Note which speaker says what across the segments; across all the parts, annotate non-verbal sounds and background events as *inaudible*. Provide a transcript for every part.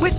Speaker 1: With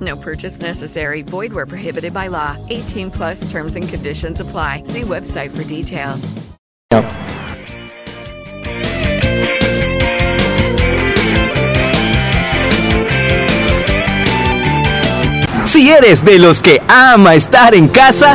Speaker 1: No purchase necessary. Void were prohibited by law. 18 plus. Terms and conditions apply. See website for details.
Speaker 2: Si eres de los que ama estar en casa,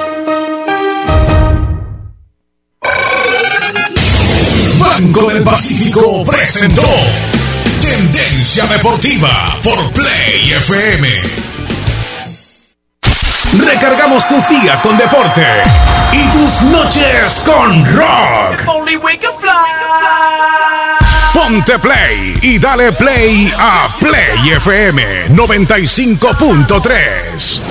Speaker 3: Banco del Pacífico presentó Tendencia Deportiva por Play FM. Recargamos tus días con deporte y tus noches con rock. Ponte play y dale play a Play FM 95.3.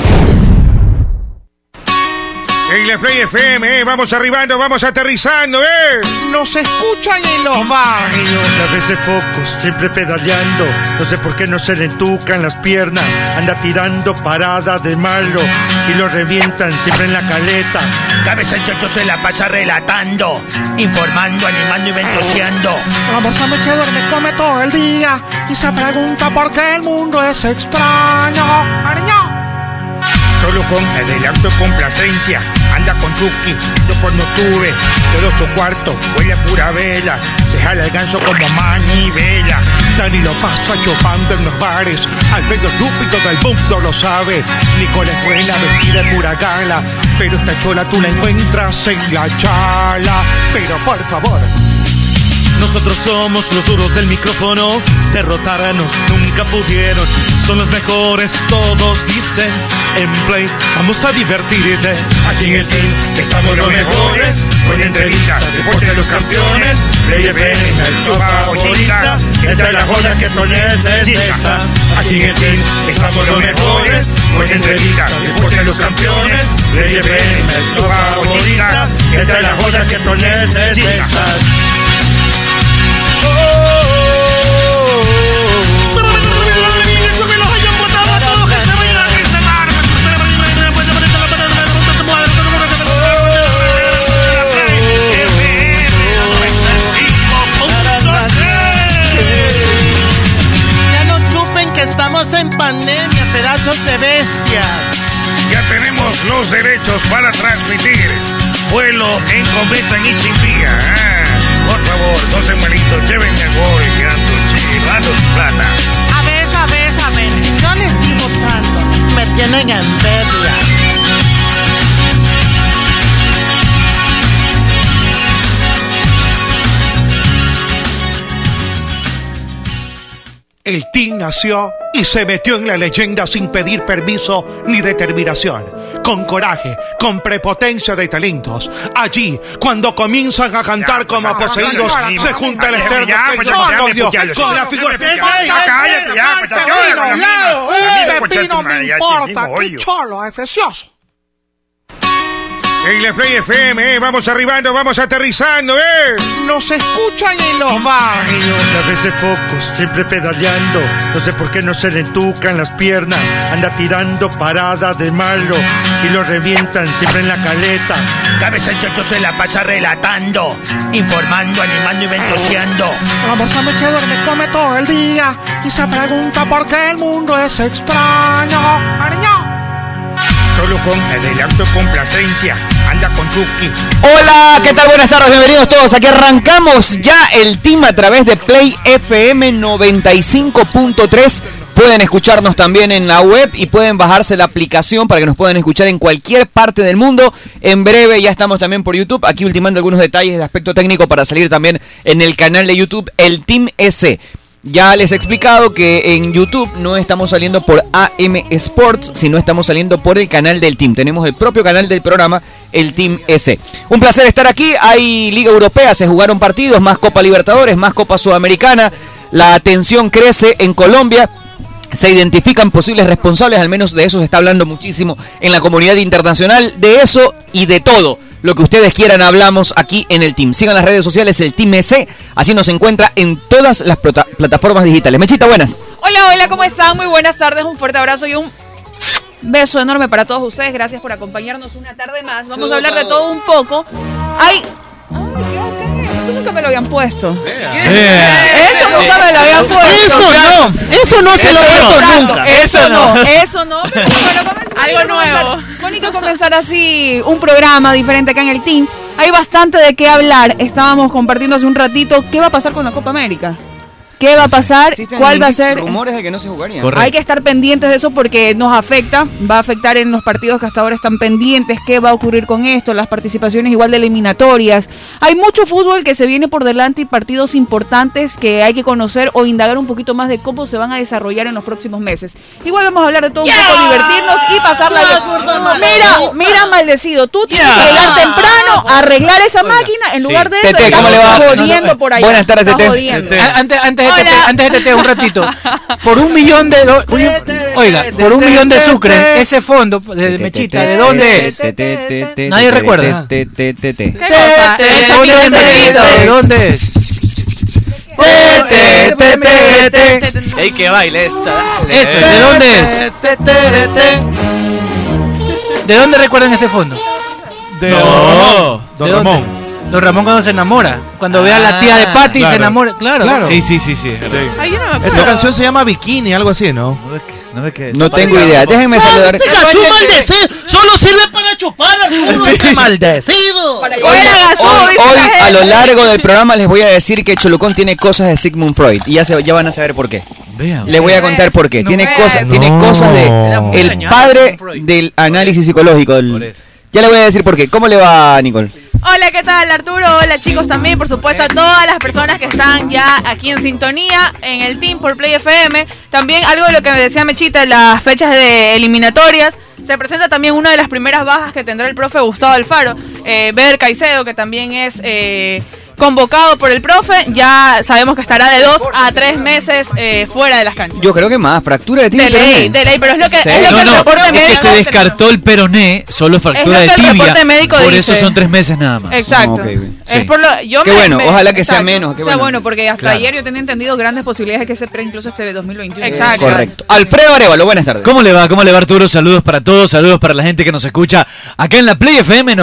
Speaker 4: En la Play FM, eh, vamos arribando, vamos aterrizando, ¿eh?
Speaker 5: Nos escuchan en los barrios.
Speaker 6: A veces focos, siempre pedaleando. No sé por qué no se le entucan las piernas. Anda tirando paradas de malo y lo revientan siempre en la caleta.
Speaker 7: Cabeza el chocho se la pasa relatando, informando, animando y ventoseando.
Speaker 5: La morsa me que duerme come todo el día y se pregunta por qué el mundo es extraño. ¡Ariño!
Speaker 8: Solo con adelanto y complacencia Anda con Tuki, yo por no tuve Todo su cuarto huele a pura vela Se jala el ganso como manivela
Speaker 9: Dani lo pasa chupando en los bares Alfredo estúpido del mundo lo sabe Nicole es buena vestida de pura gala Pero esta chola tú la encuentras en la chala Pero por favor
Speaker 10: nosotros somos los duros del micrófono, derrotarnos nunca pudieron. Son los mejores, todos dicen. En Play, vamos a divertirte.
Speaker 11: Aquí en el team estamos los mejores. Con entrevistas, deporte de los campeones. Play FM, tu favorita. Esta es la joya que tú necesitas. Aquí en el team estamos los mejores. Con entrevistas, deporte de los campeones. Play FM, tu favorita. Esta es la joya que tú necesitas.
Speaker 4: Oh.
Speaker 5: Ya no chupen que estamos en pandemia, pedazos de bestias.
Speaker 4: Ya tenemos los derechos para transmitir vuelo en cometa en Ichimbía. Ah, por favor, no se malito, llévenme a gol, gato, chivanos, plata.
Speaker 5: A ver, a ver, a ver, yo les estoy votando. Me tienen envidia.
Speaker 6: El team nació y se metió en la leyenda sin pedir permiso ni determinación. Con coraje, con prepotencia de talentos. Allí, cuando comienzan a
Speaker 4: pues,
Speaker 6: cantar como poseídos, se junta el externo
Speaker 4: Ya, pues, ya,
Speaker 6: con
Speaker 4: ya,
Speaker 6: los
Speaker 4: me
Speaker 6: dios,
Speaker 4: putealo,
Speaker 6: con
Speaker 4: sí.
Speaker 6: la figura.
Speaker 4: Ya, cállate, ya, pues, ya, ya,
Speaker 5: Pepino,
Speaker 4: ya,
Speaker 5: Leo,
Speaker 4: ya, ya, ya,
Speaker 5: eh,
Speaker 4: ya, ya,
Speaker 5: Pepino
Speaker 4: ya,
Speaker 5: me
Speaker 4: ya, ya,
Speaker 5: importa,
Speaker 4: ya, ya,
Speaker 5: qué
Speaker 4: ya,
Speaker 5: cholo, es precioso.
Speaker 6: Hey, Play FM, eh, vamos arribando, vamos aterrizando, eh.
Speaker 5: Nos escuchan en los barrios.
Speaker 11: A veces focos, siempre pedaleando. No sé por qué no se le entucan las piernas. Anda tirando parada de malo y lo revientan siempre en la caleta.
Speaker 4: Sabes, el chocho se la pasa relatando, informando, animando y ventoseando.
Speaker 5: La morsa me duerme, come todo el día y se pregunta por qué el mundo es extraño. Ariño.
Speaker 12: Solo con adelanto y complacencia. Anda con Tuki.
Speaker 2: Hola, ¿qué tal? Buenas tardes, bienvenidos todos. Aquí arrancamos ya el team a través de Play FM 95.3. Pueden escucharnos también en la web y pueden bajarse la aplicación para que nos puedan escuchar en cualquier parte del mundo. En breve ya estamos también por YouTube, aquí ultimando algunos detalles de aspecto técnico para salir también en el canal de YouTube, el Team S. Ya les he explicado que en YouTube no estamos saliendo por AM Sports, sino estamos saliendo por el canal del Team. Tenemos el propio canal del programa, el Team S. Un placer estar aquí. Hay Liga Europea, se jugaron partidos, más Copa Libertadores, más Copa Sudamericana. La tensión crece en Colombia. Se identifican posibles responsables, al menos de eso se está hablando muchísimo en la comunidad internacional, de eso y de todo. Lo que ustedes quieran hablamos aquí en el Team. Sigan las redes sociales, el Team EC, así nos encuentra en todas las plata- plataformas digitales. Mechita, buenas.
Speaker 13: Hola, hola, ¿cómo están? Muy buenas tardes, un fuerte abrazo y un beso enorme para todos ustedes. Gracias por acompañarnos una tarde más. Vamos a hablar de todo un poco. ¡Ay! ¡Ay, qué bacán! Eso nunca me lo habían puesto. Eso nunca me lo habían puesto.
Speaker 14: Eso no, eso no se lo
Speaker 13: Eso
Speaker 14: puesto
Speaker 13: exacto,
Speaker 14: nunca.
Speaker 13: Eso no,
Speaker 14: eso
Speaker 13: eso no.
Speaker 14: *laughs*
Speaker 13: pero bueno, comenzar,
Speaker 14: Algo
Speaker 13: bonito
Speaker 14: nuevo.
Speaker 13: comenzar- Bonito comenzar así un programa diferente acá en el team. Hay bastante de qué hablar. Estábamos compartiendo hace un ratito qué va a pasar con la Copa América. ¿Qué va a pasar? ¿Cuál va a ser?
Speaker 2: Rumores de que no se jugaría.
Speaker 13: Hay que estar pendientes de eso porque nos afecta, va a afectar en los partidos que hasta ahora están pendientes, qué va a ocurrir con esto, las participaciones igual de eliminatorias. Hay mucho fútbol que se viene por delante y partidos importantes que hay que conocer o indagar un poquito más de cómo se van a desarrollar en los próximos meses. Igual vamos a hablar de todo un poco, divertirnos y pasarla
Speaker 14: Ya,
Speaker 13: bien.
Speaker 14: gordo
Speaker 13: Mira,
Speaker 14: maldito.
Speaker 13: mira maldecido, tú tienes
Speaker 14: Ya.
Speaker 13: que llegar temprano, arreglar esa máquina en lugar de eso
Speaker 14: Tete, ¿cómo le va?
Speaker 13: estar
Speaker 14: No, no,
Speaker 13: jodiendo
Speaker 14: no,
Speaker 13: por ahí.
Speaker 14: Buenas tardes, Tete. Eh,
Speaker 13: Tete.
Speaker 14: A- Antes, antes de Tete, antes de Tete, un ratito. *laughs* Por un millón de do- un- Oiga, por un millón de sucres, ese fondo pues, de de Mechita, ¿de dónde es? Nadie recuerda.
Speaker 2: ¿Qué
Speaker 14: cosa? El fondo de Mechita, ¿de dónde es?
Speaker 15: ¡Ey, que baile esta! dale.
Speaker 14: Eso, ¿de dónde es? ¿De dónde recuerdan este fondo?
Speaker 15: De Ramón.
Speaker 14: ¿De dónde? Don Ramón cuando se enamora, cuando ve a la tía de Patty
Speaker 15: Claro.
Speaker 14: se enamora, claro.
Speaker 15: Ah. Sí, sí, sí, sí.
Speaker 13: Ay, yo no me acuerdo.
Speaker 15: Esa canción se llama Bikini, algo así, ¿no? No sé qué.
Speaker 2: No tengo idea. Déjenme saludar.
Speaker 14: Parece que-
Speaker 15: Solo sirve para chupar
Speaker 14: Sí.
Speaker 15: maldecido.
Speaker 13: Para
Speaker 2: Hoy,
Speaker 14: llevar a Gazú,
Speaker 2: hoy-
Speaker 14: dice
Speaker 2: hoy,
Speaker 14: la gente.
Speaker 2: a lo largo del programa les voy a decir que Cholucón tiene cosas de Sigmund Freud y ya, se, ya van a saber por qué. Les voy a contar por qué. tiene cosas, tiene cosas
Speaker 15: No.
Speaker 2: de el
Speaker 15: Era
Speaker 2: padre del análisis psicolológico. del- ya le voy a decir por qué. ¿Cómo le va, Nicole?
Speaker 16: Hola, ¿qué tal Arturo? Hola chicos también, por supuesto a todas las personas que están ya aquí en sintonía en el Team por Play FM. También algo de lo que me decía Mechita, las fechas de eliminatorias. Se presenta también una de las primeras bajas que tendrá el profe Gustavo Alfaro, eh, Beder Caicedo, que también es eh, convocado por el profe. Ya sabemos que estará de dos a tres meses eh, fuera de las canchas.
Speaker 2: Yo creo que más, fractura de tibia.
Speaker 16: De
Speaker 2: y peroné.
Speaker 16: ley, de ley, pero es lo que,
Speaker 2: Sí.
Speaker 16: es lo que
Speaker 15: No,
Speaker 16: el
Speaker 15: no,
Speaker 16: reporte
Speaker 15: es que
Speaker 16: médico-
Speaker 15: se descartó el peroné, solo fractura
Speaker 16: Es
Speaker 15: de
Speaker 16: lo que el
Speaker 15: tibia.
Speaker 16: reporte médico
Speaker 15: Por
Speaker 16: dice.
Speaker 15: eso son tres meses nada más.
Speaker 16: Exacto.
Speaker 2: Ok, bien.
Speaker 16: Es por lo- yo
Speaker 2: Qué
Speaker 16: me-
Speaker 2: bueno,
Speaker 16: me-
Speaker 2: ojalá que sea
Speaker 16: exacto.
Speaker 2: menos. qué
Speaker 13: O sea,
Speaker 2: bueno.
Speaker 13: bueno, porque hasta
Speaker 2: Claro.
Speaker 13: ayer yo tenía entendido grandes posibilidades que se pre incluso este 2021.
Speaker 16: Exacto.
Speaker 2: Correcto. Alfredo Arevalo, buenas tardes.
Speaker 15: ¿Cómo le va? ¿Cómo le va Arturo? Saludos para todos, saludos para la gente que nos escucha acá en la Play FM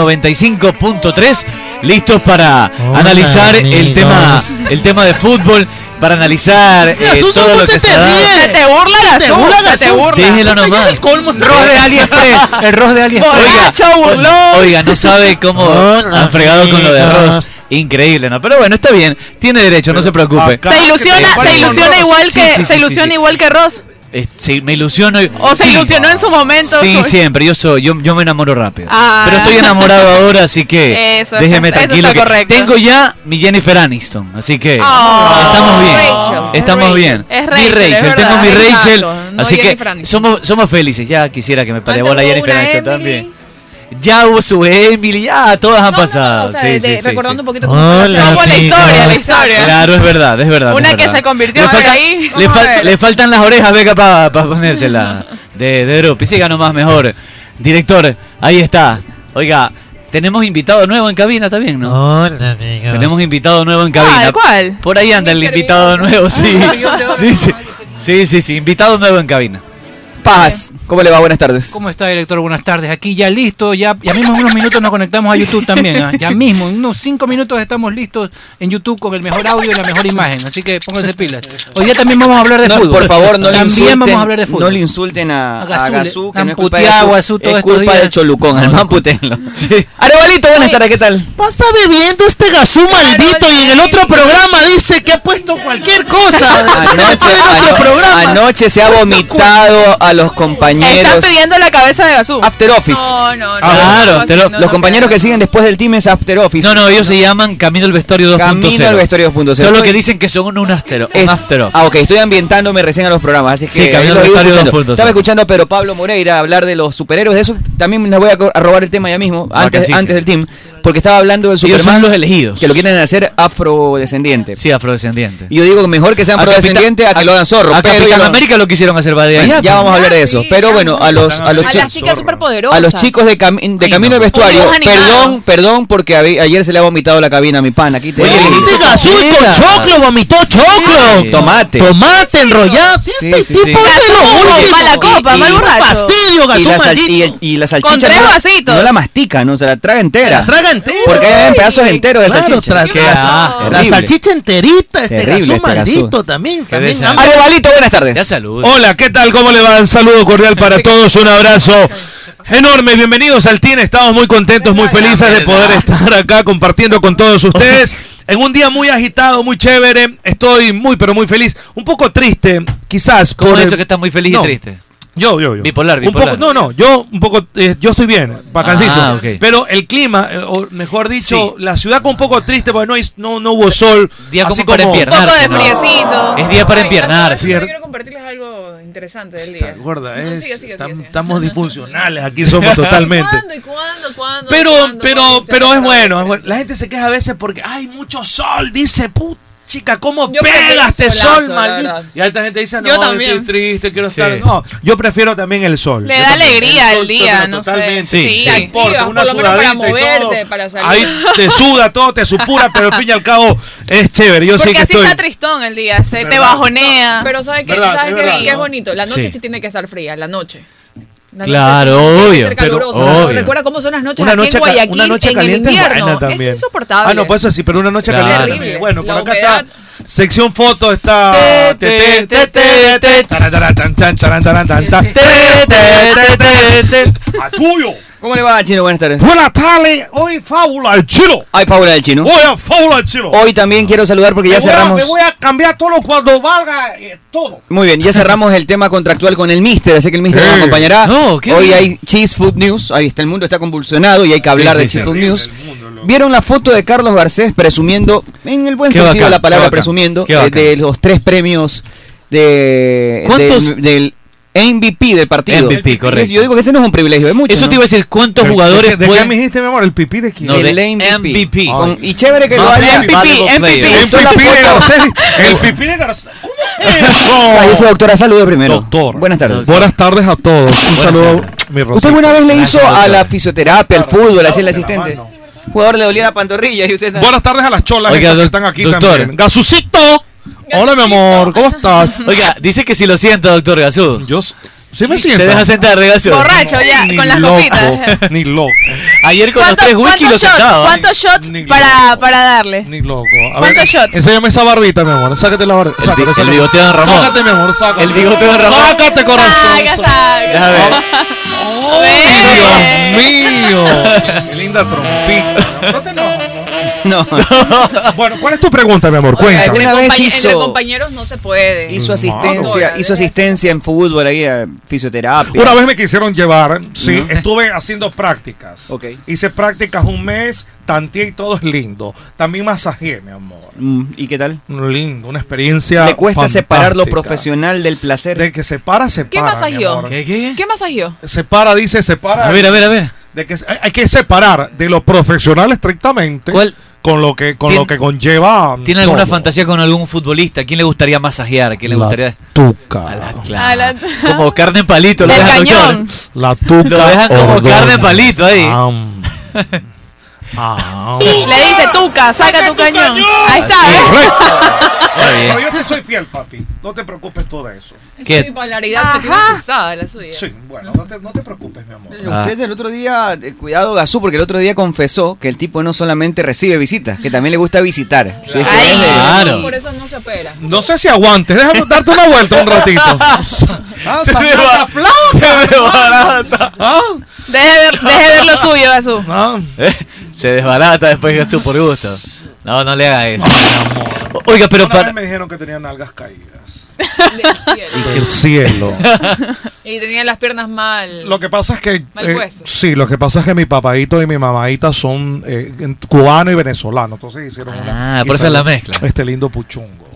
Speaker 15: 95.3, listos para analizar el tema, el tema de fútbol, para analizar eh,
Speaker 14: Jesús,
Speaker 15: todo
Speaker 14: ¿cómo
Speaker 15: lo
Speaker 14: se
Speaker 15: que
Speaker 14: te
Speaker 15: se ha dado.
Speaker 14: ríe?
Speaker 16: Se te burla la
Speaker 14: Se te
Speaker 16: Zoom,
Speaker 14: burla
Speaker 16: se te
Speaker 14: Zoom.
Speaker 16: burla.
Speaker 15: Déjelo nomás.
Speaker 14: El colmo se-
Speaker 15: Ros de
Speaker 14: AliExpress, el ros de AliExpress.
Speaker 16: Borracho, burlón.
Speaker 15: Oiga, no sabe cómo han fregado con lo de arroz. Increíble, ¿no? Pero bueno, está bien, tiene derecho, no se preocupe.
Speaker 16: Se ilusiona,
Speaker 15: Eh,
Speaker 16: se ilusiona igual
Speaker 15: Sí,
Speaker 16: que
Speaker 15: sí, sí,
Speaker 16: se
Speaker 15: sí,
Speaker 16: ilusiona
Speaker 15: sí.
Speaker 16: igual que Ross
Speaker 15: Eh, sí, me ilusiono.
Speaker 16: o se
Speaker 15: sí.
Speaker 16: ilusionó en su momento.
Speaker 15: Sí,
Speaker 16: Uy.
Speaker 15: siempre, yo soy, yo, yo me enamoro rápido.
Speaker 16: Ah.
Speaker 15: Pero estoy enamorado ahora, así
Speaker 16: *laughs*
Speaker 15: que
Speaker 16: Eso,
Speaker 15: déjeme
Speaker 16: eso está- eso
Speaker 15: tranquilo.
Speaker 16: está
Speaker 15: que
Speaker 16: correcto.
Speaker 15: tengo ya mi Jennifer Aniston, así que
Speaker 16: Oh,
Speaker 15: estamos bien.
Speaker 16: Rachel, es
Speaker 15: estamos
Speaker 16: Rachel,
Speaker 15: bien.
Speaker 16: es
Speaker 15: mi
Speaker 16: Rachel, es
Speaker 15: Rachel, tengo
Speaker 16: verdad,
Speaker 15: mi
Speaker 16: exacto,
Speaker 15: Rachel.
Speaker 16: no
Speaker 15: así
Speaker 16: Jennifer
Speaker 15: que somos, somos felices. Ya quisiera que me pare bola
Speaker 13: hubo
Speaker 15: Jennifer
Speaker 13: una
Speaker 15: Aniston
Speaker 13: Emily.
Speaker 15: también. Ya hubo su Emily, ya todas han pasado.
Speaker 13: o sea,
Speaker 15: sí,
Speaker 13: de-
Speaker 15: sí, sí,
Speaker 13: recordando
Speaker 15: sí.
Speaker 13: un poquito cómo fue la-
Speaker 16: Como la historia, la historia.
Speaker 15: Claro, es verdad, es verdad.
Speaker 16: Una
Speaker 15: es
Speaker 16: que
Speaker 15: verdad.
Speaker 16: se convirtió
Speaker 15: le,
Speaker 16: por
Speaker 15: falta-
Speaker 16: ahí.
Speaker 15: le,
Speaker 16: Vamos a
Speaker 15: fal-
Speaker 16: ver.
Speaker 15: le faltan las orejas, Beca, para ponérsela de, de Drupi. Siga nomás mejor. Director, ahí está. Oiga, Tenemos invitado nuevo en cabina también, ¿no?
Speaker 17: Hola, amigos.
Speaker 15: Tenemos invitado nuevo en
Speaker 16: ¿Cuál?
Speaker 15: cabina.
Speaker 16: ¿Cuál?
Speaker 15: Por ahí anda el invitado
Speaker 2: *laughs*
Speaker 15: nuevo, sí. Sí, sí. Sí, sí, sí, invitado nuevo en cabina.
Speaker 2: Pajas, ¿cómo le va? Buenas tardes.
Speaker 14: ¿Cómo está, director? Buenas tardes. Aquí ya listo, ya, ya mismo en unos minutos nos conectamos a YouTube también. ¿ah? Ya mismo, en unos cinco minutos estamos listos en YouTube con el mejor audio y la mejor imagen. Así que pónganse pilas. Hoy día también vamos a hablar de
Speaker 2: No,
Speaker 14: fútbol.
Speaker 2: Por favor, no le
Speaker 14: También
Speaker 2: insulten,
Speaker 14: vamos a hablar de fútbol.
Speaker 2: No le insulten a,
Speaker 14: A
Speaker 2: a
Speaker 14: Gazú,
Speaker 2: Gazú,
Speaker 14: le-
Speaker 2: que no
Speaker 14: han
Speaker 2: es culpa de
Speaker 14: puteado a
Speaker 2: Gazú,
Speaker 14: Gazú todos
Speaker 2: es
Speaker 14: estos
Speaker 2: culpa
Speaker 14: días.
Speaker 2: de Cholucón, al man putenlo. Arevalito, buenas tardes, ¿qué tal?
Speaker 17: Pasa bebiendo este gasú maldito y en el otro programa dice que ha puesto cualquier cosa.
Speaker 2: Anoche, ano- anoche se ha vomitado a los
Speaker 16: Están
Speaker 2: compañeros.
Speaker 16: pidiendo la cabeza de Gazú.
Speaker 2: After Office.
Speaker 16: No, no, no.
Speaker 2: Claro,
Speaker 16: no, no,
Speaker 2: los compañeros que siguen después del team es After Office.
Speaker 15: No, no, ellos se llaman Camino al Vestuario 2.0.
Speaker 2: Camino al Vestuario 2.0.
Speaker 15: Solo que dicen que son un astero.
Speaker 2: Es-
Speaker 15: Un astero.
Speaker 2: Ah, ok, estoy ambientándome recién a los programas, así que
Speaker 15: Sí, Camino
Speaker 2: lo
Speaker 15: al
Speaker 2: iba
Speaker 15: Vestuario
Speaker 2: escuchando.
Speaker 15: 2.0.
Speaker 2: Estaba escuchando a Pedro Pablo Moreira hablar de los superhéroes, de eso también les voy a co- a robar el tema ya mismo, antes,
Speaker 15: Ah, sí,
Speaker 2: antes
Speaker 15: sí.
Speaker 2: del team, porque estaba hablando del
Speaker 15: Ellos
Speaker 2: Superman.
Speaker 15: son los elegidos.
Speaker 2: Que lo quieren hacer afrodescendiente.
Speaker 15: Sí, afrodescendiente.
Speaker 2: Y yo digo que mejor que sean
Speaker 15: A
Speaker 2: afrodescendientes a que lo hagan zorro.
Speaker 15: A
Speaker 2: pero
Speaker 15: Capitán
Speaker 2: ya lo-
Speaker 15: América lo quisieron hacer va de allá.
Speaker 2: Bueno, ya vamos a hablar de
Speaker 16: Ah,
Speaker 2: eso. Pero bueno, a los, a los
Speaker 15: A
Speaker 2: chi-
Speaker 15: las chicas
Speaker 2: A los chicos de, cami- de camino al vestuario.
Speaker 15: dibujos animados.
Speaker 2: Perdón, perdón, porque a- ayer se le ha vomitado la cabina a mi pana. Aquí te
Speaker 17: Este gasú con choclo, vomitó choclo.
Speaker 2: Tomate.
Speaker 17: Tomate enrollado. Este
Speaker 2: sí, sí.
Speaker 17: tipo es de
Speaker 2: Gasú,
Speaker 17: lo último.
Speaker 16: mala copa, mal borracho.
Speaker 17: Fastidio,
Speaker 2: y
Speaker 17: gasú
Speaker 2: la, sal-
Speaker 17: maldito.
Speaker 2: y, el- y la salchicha
Speaker 16: Con tres
Speaker 2: no, la-
Speaker 16: vasitos.
Speaker 2: no la mastica, no, se la traga entera.
Speaker 17: La traga entera.
Speaker 2: Porque hay en pedazos enteros de
Speaker 17: Claro,
Speaker 2: salchicha.
Speaker 17: tra- qué asco. La salchicha enterita, este gasú maldito también. también ama-
Speaker 2: Arevalito, buenas tardes.
Speaker 15: Ya salud.
Speaker 6: Hola, ¿qué tal? ¿Cómo le va? Un saludo cordial para todos, un abrazo enorme. Bienvenidos al TIN, estamos muy contentos, muy felices de poder estar acá compartiendo con
Speaker 13: *laughs*
Speaker 6: todos ustedes. En un día muy agitado, muy chévere, estoy muy, pero muy feliz. Un poco triste, quizás.
Speaker 15: ¿Cómo
Speaker 6: por
Speaker 15: es
Speaker 6: el-
Speaker 15: eso que estás muy feliz
Speaker 6: No,
Speaker 15: y triste?
Speaker 6: Yo, yo, yo.
Speaker 15: Bipolar,
Speaker 6: Un poco,
Speaker 15: bipolar.
Speaker 6: no, no, yo un poco, eh, yo estoy bien, vacanciso.
Speaker 15: Ah, ok.
Speaker 6: Pero el clima, eh, o mejor dicho, la ciudad con un poco triste, porque no, hay- no, no hubo sol.
Speaker 15: Día
Speaker 6: así
Speaker 15: como para
Speaker 16: Un poco de
Speaker 15: empiernarse, ¿no?
Speaker 16: friecito.
Speaker 6: Es día para
Speaker 16: Ay,
Speaker 6: empiernar.
Speaker 16: yo quiero compartirles algo interesante del día.
Speaker 6: Gorda,
Speaker 16: No,
Speaker 6: es-
Speaker 16: sigue, sigue,
Speaker 6: tam-
Speaker 16: sigue, Ah, sigue.
Speaker 6: estamos disfuncionales, *laughs*
Speaker 15: *laughs*
Speaker 6: aquí somos totalmente.
Speaker 16: ¿Cuándo y cuándo, cuándo?
Speaker 6: Pero,
Speaker 16: cuándo? Este
Speaker 6: pero, pero es bueno, es bueno. La gente se queja a veces porque hay mucho sol, dice, puta chica, ¿cómo
Speaker 16: Yo prefiero
Speaker 6: pega este
Speaker 16: el
Speaker 6: sol,
Speaker 16: solazo, la
Speaker 6: maldito?
Speaker 16: verdad.
Speaker 6: Y esta gente dice, no,
Speaker 16: Yo
Speaker 6: estoy
Speaker 16: también.
Speaker 6: triste, quiero
Speaker 15: Sí.
Speaker 6: estar. No, yo prefiero también el sol.
Speaker 16: Le
Speaker 6: Yo
Speaker 16: da
Speaker 6: también.
Speaker 16: alegría al día,
Speaker 6: pero
Speaker 16: no sé.
Speaker 6: totalmente.
Speaker 16: Sí,
Speaker 6: Sí,
Speaker 16: te
Speaker 6: sí.
Speaker 16: activas,
Speaker 6: Importa, una
Speaker 16: por lo menos para
Speaker 6: sudadita y todo.
Speaker 16: moverte, para salir.
Speaker 6: Ahí te suda todo, te supura, pero al fin y al cabo es chévere. Yo
Speaker 16: Porque
Speaker 6: sé que
Speaker 16: así
Speaker 6: estoy.
Speaker 16: está tristón el día, se te
Speaker 6: Verdad.
Speaker 16: bajonea. pero ¿sabes
Speaker 6: qué? Verdad, ¿Sabes es qué? verdad,
Speaker 16: que
Speaker 6: Que
Speaker 16: es
Speaker 6: es
Speaker 16: bonito? La noche
Speaker 6: Sí.
Speaker 16: sí, tiene que estar fría, la noche. La noche
Speaker 15: Claro,
Speaker 16: sí tiene que ser
Speaker 15: obio, pero
Speaker 16: calurosa, ¿no?
Speaker 15: obvio.
Speaker 16: Recuerda cómo son las noches
Speaker 6: Una
Speaker 16: aquí
Speaker 6: noche,
Speaker 16: en
Speaker 6: ca-
Speaker 16: Guayaquil
Speaker 6: una noche
Speaker 16: en
Speaker 6: caliente
Speaker 16: el
Speaker 6: es
Speaker 16: invierno.
Speaker 6: buena también.
Speaker 16: Es insoportable.
Speaker 6: Ah, no, pues eso sí, pero una noche
Speaker 15: Claro.
Speaker 6: caliente.
Speaker 16: Terrible.
Speaker 13: Este,
Speaker 6: también. Bueno, por
Speaker 16: La
Speaker 6: acá
Speaker 16: humedad.
Speaker 6: está. Sección foto está.
Speaker 15: te,
Speaker 6: Te, te, te, te, taran, taran, tan, tan, taran, taran, tan, tan. ¡Azullo!
Speaker 2: ¿Cómo le va, Chino? Buenas tardes.
Speaker 6: Buenas tardes, hoy fábula del chino.
Speaker 2: Ay, Paula del Chino.
Speaker 6: Hoy a fábula del chino.
Speaker 2: Hoy también quiero saludar porque ya
Speaker 6: Me voy a-
Speaker 2: cerramos.
Speaker 6: Me voy a cambiar todo lo cuando valga eh, todo.
Speaker 2: Muy bien, ya cerramos el tema contractual con el Mister, así que el Mister nos acompañará.
Speaker 15: No, qué
Speaker 2: Hoy
Speaker 15: bien.
Speaker 2: hay Cheese Food News, ahí está, el mundo está convulsionado y hay que hablar
Speaker 15: sí,
Speaker 2: de
Speaker 15: sí,
Speaker 2: Cheese Food News. ¿Vieron la foto de Carlos Garcés presumiendo, en el buen
Speaker 15: Qué
Speaker 2: sentido de
Speaker 15: bacán,
Speaker 2: la palabra
Speaker 15: qué bacán,
Speaker 2: presumiendo,
Speaker 15: qué
Speaker 2: eh,
Speaker 15: bacán.
Speaker 2: de los tres premios de,
Speaker 15: ¿Cuántos?
Speaker 2: del- del MVP del partido?
Speaker 15: MVP,
Speaker 2: Es-
Speaker 15: correcto.
Speaker 2: Yo digo que ese no es un privilegio, es mucho.
Speaker 15: Eso te iba a decir, ¿cuántos
Speaker 6: ¿De-
Speaker 15: jugadores
Speaker 6: de- ¿De qué
Speaker 15: pueden-
Speaker 6: me dijiste, mi amor? ¿El pipí de quién?
Speaker 15: No,
Speaker 2: El
Speaker 15: de
Speaker 2: MVP.
Speaker 15: MVP.
Speaker 2: Con- y chévere que lo
Speaker 15: Más
Speaker 2: haya.
Speaker 15: valuable player.
Speaker 6: El
Speaker 2: Toda la
Speaker 6: pipí de
Speaker 2: foto-
Speaker 6: Garcés. *laughs* El pipí de Garcés. ¿Cómo
Speaker 2: Ay,
Speaker 6: es
Speaker 2: esa
Speaker 6: *laughs* eso?
Speaker 2: doctora, saludos primero.
Speaker 6: Doctor.
Speaker 2: Buenas tardes.
Speaker 6: Buenas tardes a todos. Un saludo, mi
Speaker 2: ¿Usted
Speaker 6: Rosita.
Speaker 2: alguna vez le hizo a la fisioterapia, al fútbol, así el asistente? Jugador le dolía la pantorrilla y usted...
Speaker 6: Buenas tardes a las cholas
Speaker 15: Oiga,
Speaker 6: estas que
Speaker 15: doc-
Speaker 6: están aquí
Speaker 15: doctor.
Speaker 6: también. Gasucito. Hola, mi amor. ¿Cómo estás?
Speaker 15: *laughs* Oiga, dice que si lo siento, doctor Gasú.
Speaker 6: Yo sí me siento.
Speaker 15: Se deja sentar, Gasú.
Speaker 16: Borracho ya,
Speaker 6: Ni
Speaker 16: con las
Speaker 6: loco,
Speaker 16: copitas.
Speaker 6: *laughs* Ni loco.
Speaker 15: Ayer con los
Speaker 16: ¿Cuántos-
Speaker 15: tres whisky lo
Speaker 16: cuántos shots?
Speaker 15: sentaba.
Speaker 16: ¿Cuántos shots
Speaker 6: Ni
Speaker 16: para, para darle?
Speaker 6: Ni loco. A
Speaker 16: ¿Cuántos shots?
Speaker 6: Enséñame esa barbita, mi amor. Sácate la barbita.
Speaker 15: El, bi- el bigoteo de Ramón.
Speaker 6: Sácate, mi amor. Sácate.
Speaker 15: El bigoteo de Ramón.
Speaker 6: Sácate, corazón.
Speaker 16: Saca, saca.
Speaker 15: Déjame ver.
Speaker 6: Dios *laughs* mío. Qué linda trompita. No te enojes.
Speaker 2: No.
Speaker 6: Bueno, ¿cuál es tu pregunta, mi amor?
Speaker 2: Oiga,
Speaker 6: Cuéntame.
Speaker 2: Una vez
Speaker 16: Compañ- entre
Speaker 2: hizo-
Speaker 16: compañeros no se puede.
Speaker 2: Hizo asistencia, hizo asistencia en fútbol ahí, eh, fisioterapia.
Speaker 6: Una vez me quisieron llevar, sí,
Speaker 2: Ujú.
Speaker 6: estuve haciendo prácticas.
Speaker 2: Ok.
Speaker 6: Hice prácticas un mes, tanteé y todo es lindo. También masajeé, mi amor.
Speaker 2: Mm, ¿Y qué tal?
Speaker 6: Lindo, una experiencia.
Speaker 2: Le cuesta separar lo
Speaker 6: fantástica.
Speaker 2: profesional del placer.
Speaker 6: De que se para, se
Speaker 16: ¿Qué
Speaker 6: para. mi
Speaker 16: masajeó?
Speaker 6: amor.
Speaker 16: ¿Qué? ¿Qué masajeó?
Speaker 6: Se para, dice, se para.
Speaker 15: A ver, a ver, a ver.
Speaker 6: De que, hay, hay que separar de lo profesional estrictamente.
Speaker 15: ¿Cuál-
Speaker 6: Con lo que, con
Speaker 15: ¿Tien-
Speaker 6: lo que conlleva.
Speaker 15: ¿Tiene alguna
Speaker 6: todo.
Speaker 15: fantasía con algún futbolista? ¿Quién le gustaría masajear? ¿Quién le
Speaker 6: La
Speaker 15: gustaría?
Speaker 6: Tuca.
Speaker 15: Claro. Como carne en palito. Lo
Speaker 16: Ah, Del
Speaker 15: dejan,
Speaker 16: cañón.
Speaker 18: Mm.
Speaker 15: doctor.
Speaker 6: La tuca.
Speaker 15: Lo dejan como
Speaker 6: Ordóñez.
Speaker 15: carne en palito ahí.
Speaker 6: Am.
Speaker 16: Le dice, Tuca, saca tu cañón. Ahí está, ¿eh?
Speaker 6: Pero yo te soy fiel, papi. No te preocupes todo eso.
Speaker 15: ¿Qué?
Speaker 6: Sí,
Speaker 13: bipolaridad
Speaker 16: te tiene asustada, la suya.
Speaker 6: bueno, no te, no te preocupes, mi amor.
Speaker 2: Ah. Usted el otro día, eh, cuidado Gazú, porque el otro día confesó que el tipo no solamente recibe visitas, que también le gusta visitar. Sí, es que es de-
Speaker 13: Por eso no se opera.
Speaker 11: No sé si aguantes, déjame darte una vuelta
Speaker 13: *laughs*
Speaker 2: *laughs*
Speaker 11: un ratito.
Speaker 13: Ah,
Speaker 11: Se me
Speaker 13: saca
Speaker 11: va- se me barata. ¿Ah?
Speaker 16: Deje ver, deje ver lo suyo, Gazú.
Speaker 15: Se desbarata después de su por gusto. No, no le haga eso. O- Oiga, pero
Speaker 6: Una
Speaker 15: para.
Speaker 6: vez me dijeron que tenía nalgas
Speaker 13: *laughs*
Speaker 6: caídas.
Speaker 11: Del cielo.
Speaker 13: Y tenía las piernas mal.
Speaker 6: Lo que pasa es que.
Speaker 13: Mal
Speaker 6: eh,
Speaker 13: puesto.
Speaker 6: sí, lo que pasa es que mi papadito y mi mamadita son eh, en- cubano y venezolano. Entonces hicieron una.
Speaker 15: Ah, por eso es la
Speaker 6: hicieron
Speaker 15: mezcla.
Speaker 6: Este lindo puchungo.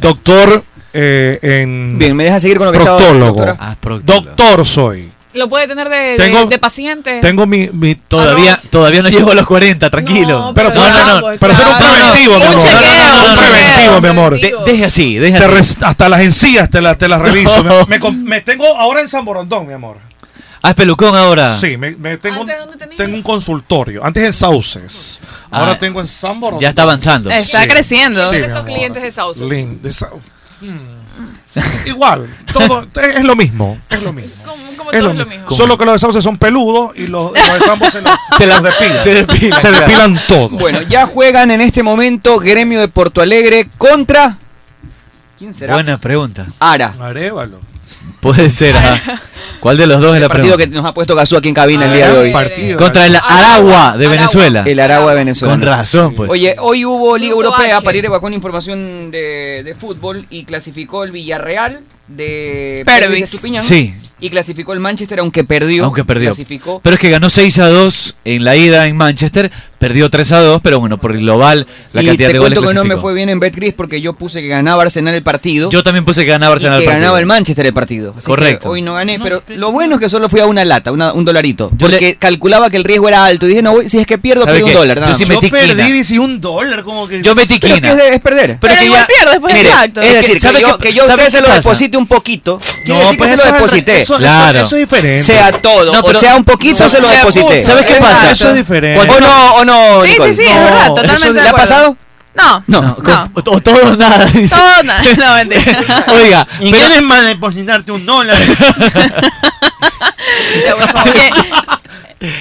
Speaker 6: Doctor eh, en.
Speaker 2: Bien, ¿me deja seguir con lo que estaba-
Speaker 6: proctólogo.
Speaker 2: doctora?
Speaker 15: Ah,
Speaker 6: Doctor soy.
Speaker 13: Lo puede tener de,
Speaker 6: Tengo-
Speaker 13: de, de paciente.
Speaker 6: Tengo mi. mi-
Speaker 15: Todavía, todavía no llego a los 40, tranquilo.
Speaker 13: pero
Speaker 15: no,
Speaker 13: ya,
Speaker 15: no, no.
Speaker 13: pues,
Speaker 15: Pero
Speaker 13: claro.
Speaker 15: hacer un preventivo,
Speaker 6: mi amor. Un preventivo, mi amor.
Speaker 15: Deje así, deje
Speaker 6: Te
Speaker 15: así.
Speaker 6: res- hasta las encías te, la- te las reviso.
Speaker 15: No.
Speaker 6: Me- Me, com- me tengo ahora en San Borondón, mi amor.
Speaker 15: *laughs* Ah, es pelucón ahora.
Speaker 6: Sí, me, me tengo, un, tengo un consultorio. Antes en Sauces.
Speaker 15: Ah,
Speaker 6: Ahora tengo en San Borondón.
Speaker 15: ya está avanzando.
Speaker 13: Está creciendo.
Speaker 6: Sí,
Speaker 13: Son
Speaker 6: mi
Speaker 13: esos
Speaker 6: amor.
Speaker 13: clientes de Sauce.
Speaker 6: Lin- de Sau- *laughs* Hmm. Igual, todo es es lo mismo. Es lo mismo. Es lo mismo. Solo que los de Sauces son peludos y los, los de Sambo *laughs* se los,
Speaker 2: Se
Speaker 6: los
Speaker 2: las-
Speaker 6: depilan.
Speaker 2: se depilan,
Speaker 6: Se
Speaker 2: claro.
Speaker 6: depilan todo.
Speaker 2: Bueno, ya juegan en este momento Gremio de Porto Alegre contra ¿Quién será?
Speaker 15: Buena pregunta.
Speaker 2: Ara.
Speaker 6: Arevalo.
Speaker 15: Puede ser. ajá. ¿Cuál de los dos es la
Speaker 2: Partido
Speaker 15: pregunta?
Speaker 2: que nos ha puesto Gazú aquí en cabina el día de hoy.
Speaker 15: Contra el Aragua de Venezuela.
Speaker 2: El Aragua de Venezuela.
Speaker 15: Con razón, pues.
Speaker 2: Oye, hoy hubo Liga
Speaker 13: Grupo
Speaker 2: Europea
Speaker 13: H.
Speaker 2: para ir con información de, de fútbol y clasificó el Villarreal de
Speaker 13: Pervis.
Speaker 2: Pervis Estupiñán.
Speaker 15: Sí.
Speaker 2: Y clasificó el Manchester, aunque perdió.
Speaker 15: Aunque perdió.
Speaker 2: Clasificó.
Speaker 15: Pero es que ganó 6 a 2 en la ida en Manchester, perdió 3 a 2, pero bueno, por el global, la
Speaker 2: y
Speaker 15: cantidad
Speaker 2: te
Speaker 15: de goles
Speaker 2: cuento que no me
Speaker 15: clasificó.
Speaker 2: fue bien en Betcris porque yo puse que ganaba Arsenal el partido.
Speaker 15: Yo también puse que ganaba
Speaker 2: y que
Speaker 15: Arsenal el partido.
Speaker 2: ganaba el Manchester el partido. Así que
Speaker 15: Correcto.
Speaker 2: hoy no gané, pero lo bueno es que solo fui a una lata, una- un dolarito. Porque calculaba que el riesgo era alto. Y dije, no, voy- si es que pierdo,
Speaker 15: ¿Sabe
Speaker 2: pierdo un
Speaker 15: qué?
Speaker 2: dólar. nada
Speaker 15: Yo sí
Speaker 2: más.
Speaker 15: metí quina.
Speaker 6: dice un dólar, como que.
Speaker 15: Yo metí
Speaker 2: Pero
Speaker 15: quina.
Speaker 2: que es, de- es perder.
Speaker 15: Pero Pero que igual ya- pierdes, pues,
Speaker 2: Mire,
Speaker 15: exacto.
Speaker 2: Es decir,
Speaker 15: ¿Sabe
Speaker 2: que yo,
Speaker 15: qué-
Speaker 2: que yo a
Speaker 15: sabe
Speaker 2: usted
Speaker 15: qué
Speaker 2: se lo
Speaker 15: pasa?
Speaker 2: deposite un poquito. Quiere decir que se lo deposité.
Speaker 15: Claro.
Speaker 2: Sea todo.
Speaker 15: No, pero-
Speaker 2: o sea, un poquito
Speaker 15: No,
Speaker 2: se lo
Speaker 15: sea
Speaker 2: deposité.
Speaker 15: justo. ¿Sabes qué pasa?
Speaker 2: Exacto.
Speaker 15: Eso es diferente.
Speaker 2: O no, o no.
Speaker 16: Sí,
Speaker 2: Nicole.
Speaker 16: sí, sí, es verdad, totalmente.
Speaker 2: ¿Le
Speaker 16: de
Speaker 2: ha
Speaker 16: acuerdo.
Speaker 2: pasado?
Speaker 16: No.
Speaker 2: No.
Speaker 15: O, o todo o nada. dice.
Speaker 16: Todo nada. No, mentira.
Speaker 15: Oiga,
Speaker 4: ¿Y
Speaker 15: pero-
Speaker 4: quién es más depositarte un dólar?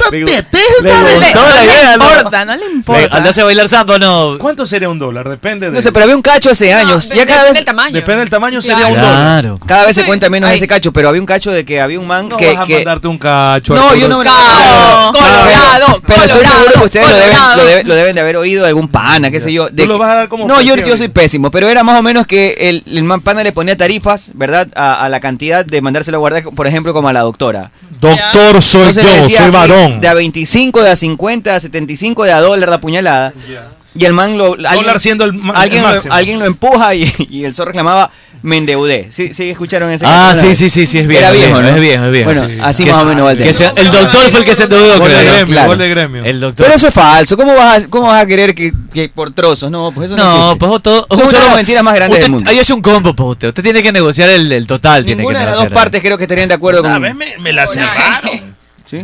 Speaker 15: Le-
Speaker 4: le gustó la idea,
Speaker 16: No
Speaker 4: ¿no?
Speaker 16: le importa, no le
Speaker 15: Le-
Speaker 16: importa.
Speaker 15: ¿Al de hace bailar samba o no?
Speaker 6: ¿Cuánto sería un dólar? Depende de.
Speaker 2: No sé, pero había un cacho hace años. ya cada vez.
Speaker 6: Depende del tamaño, sería
Speaker 2: Claro.
Speaker 6: un dólar.
Speaker 2: Cada vez se cuenta menos ese cacho, pero había un cacho de que había un man
Speaker 6: No
Speaker 2: que.
Speaker 6: vas a
Speaker 2: que-
Speaker 6: mandarte un cacho.
Speaker 2: No,
Speaker 6: Arturo.
Speaker 2: yo no me
Speaker 6: Claro.
Speaker 2: Colorado, Pero estoy seguro que ustedes lo deben,
Speaker 6: Colorado.
Speaker 2: lo, deben, lo deben de haber oído de algún pana, qué sé yo. de- no, yo, yo soy pésimo, pero era más o menos que el, el man pana le ponía tarifas, ¿verdad? A, a la cantidad de mandárselo a guardar, por ejemplo, como a la doctora.
Speaker 11: Doctor soy
Speaker 2: Entonces le
Speaker 11: yo,
Speaker 2: decía,
Speaker 11: soy varón.
Speaker 2: De a 25, de a 50, de a 75, de a dólar, de a puñalada. Y el man lo. alguien-
Speaker 11: siendo el ma-
Speaker 2: alguien,
Speaker 11: el
Speaker 2: lo,
Speaker 11: máximo.
Speaker 2: alguien lo empuja y, y el zorro reclamaba, me endeudé. ¿Sí, sí escucharon ese
Speaker 15: Ah,
Speaker 2: canto?
Speaker 15: sí, sí, sí, sí, es bien.
Speaker 2: Era
Speaker 15: es bien,
Speaker 2: viejo, ¿no?
Speaker 15: Es bien, es bien.
Speaker 2: Bueno,
Speaker 15: Sí.
Speaker 2: así
Speaker 15: Que
Speaker 2: más o
Speaker 15: se-
Speaker 2: menos va el
Speaker 15: que
Speaker 2: tema.
Speaker 15: se- El doctor fue el que se endeudó,
Speaker 2: Gol de
Speaker 15: creo. ¿no?
Speaker 2: gremio,
Speaker 15: Claro.
Speaker 2: gol de
Speaker 6: gremio.
Speaker 15: El doctor.
Speaker 2: Pero eso es falso. ¿Cómo vas a, cómo vas a querer que, que por trozos? No, pues eso no,
Speaker 15: No,
Speaker 2: existe.
Speaker 15: pues todo.
Speaker 2: Son una de las mentiras más grandes del mundo.
Speaker 15: Ahí es un combo, pues usted. Usted tiene que negociar el, el total. Tiene que
Speaker 2: Ninguna de las dos
Speaker 15: negociar.
Speaker 2: partes creo que estarían de acuerdo con.
Speaker 4: me, me la
Speaker 16: eh,
Speaker 4: cerraron.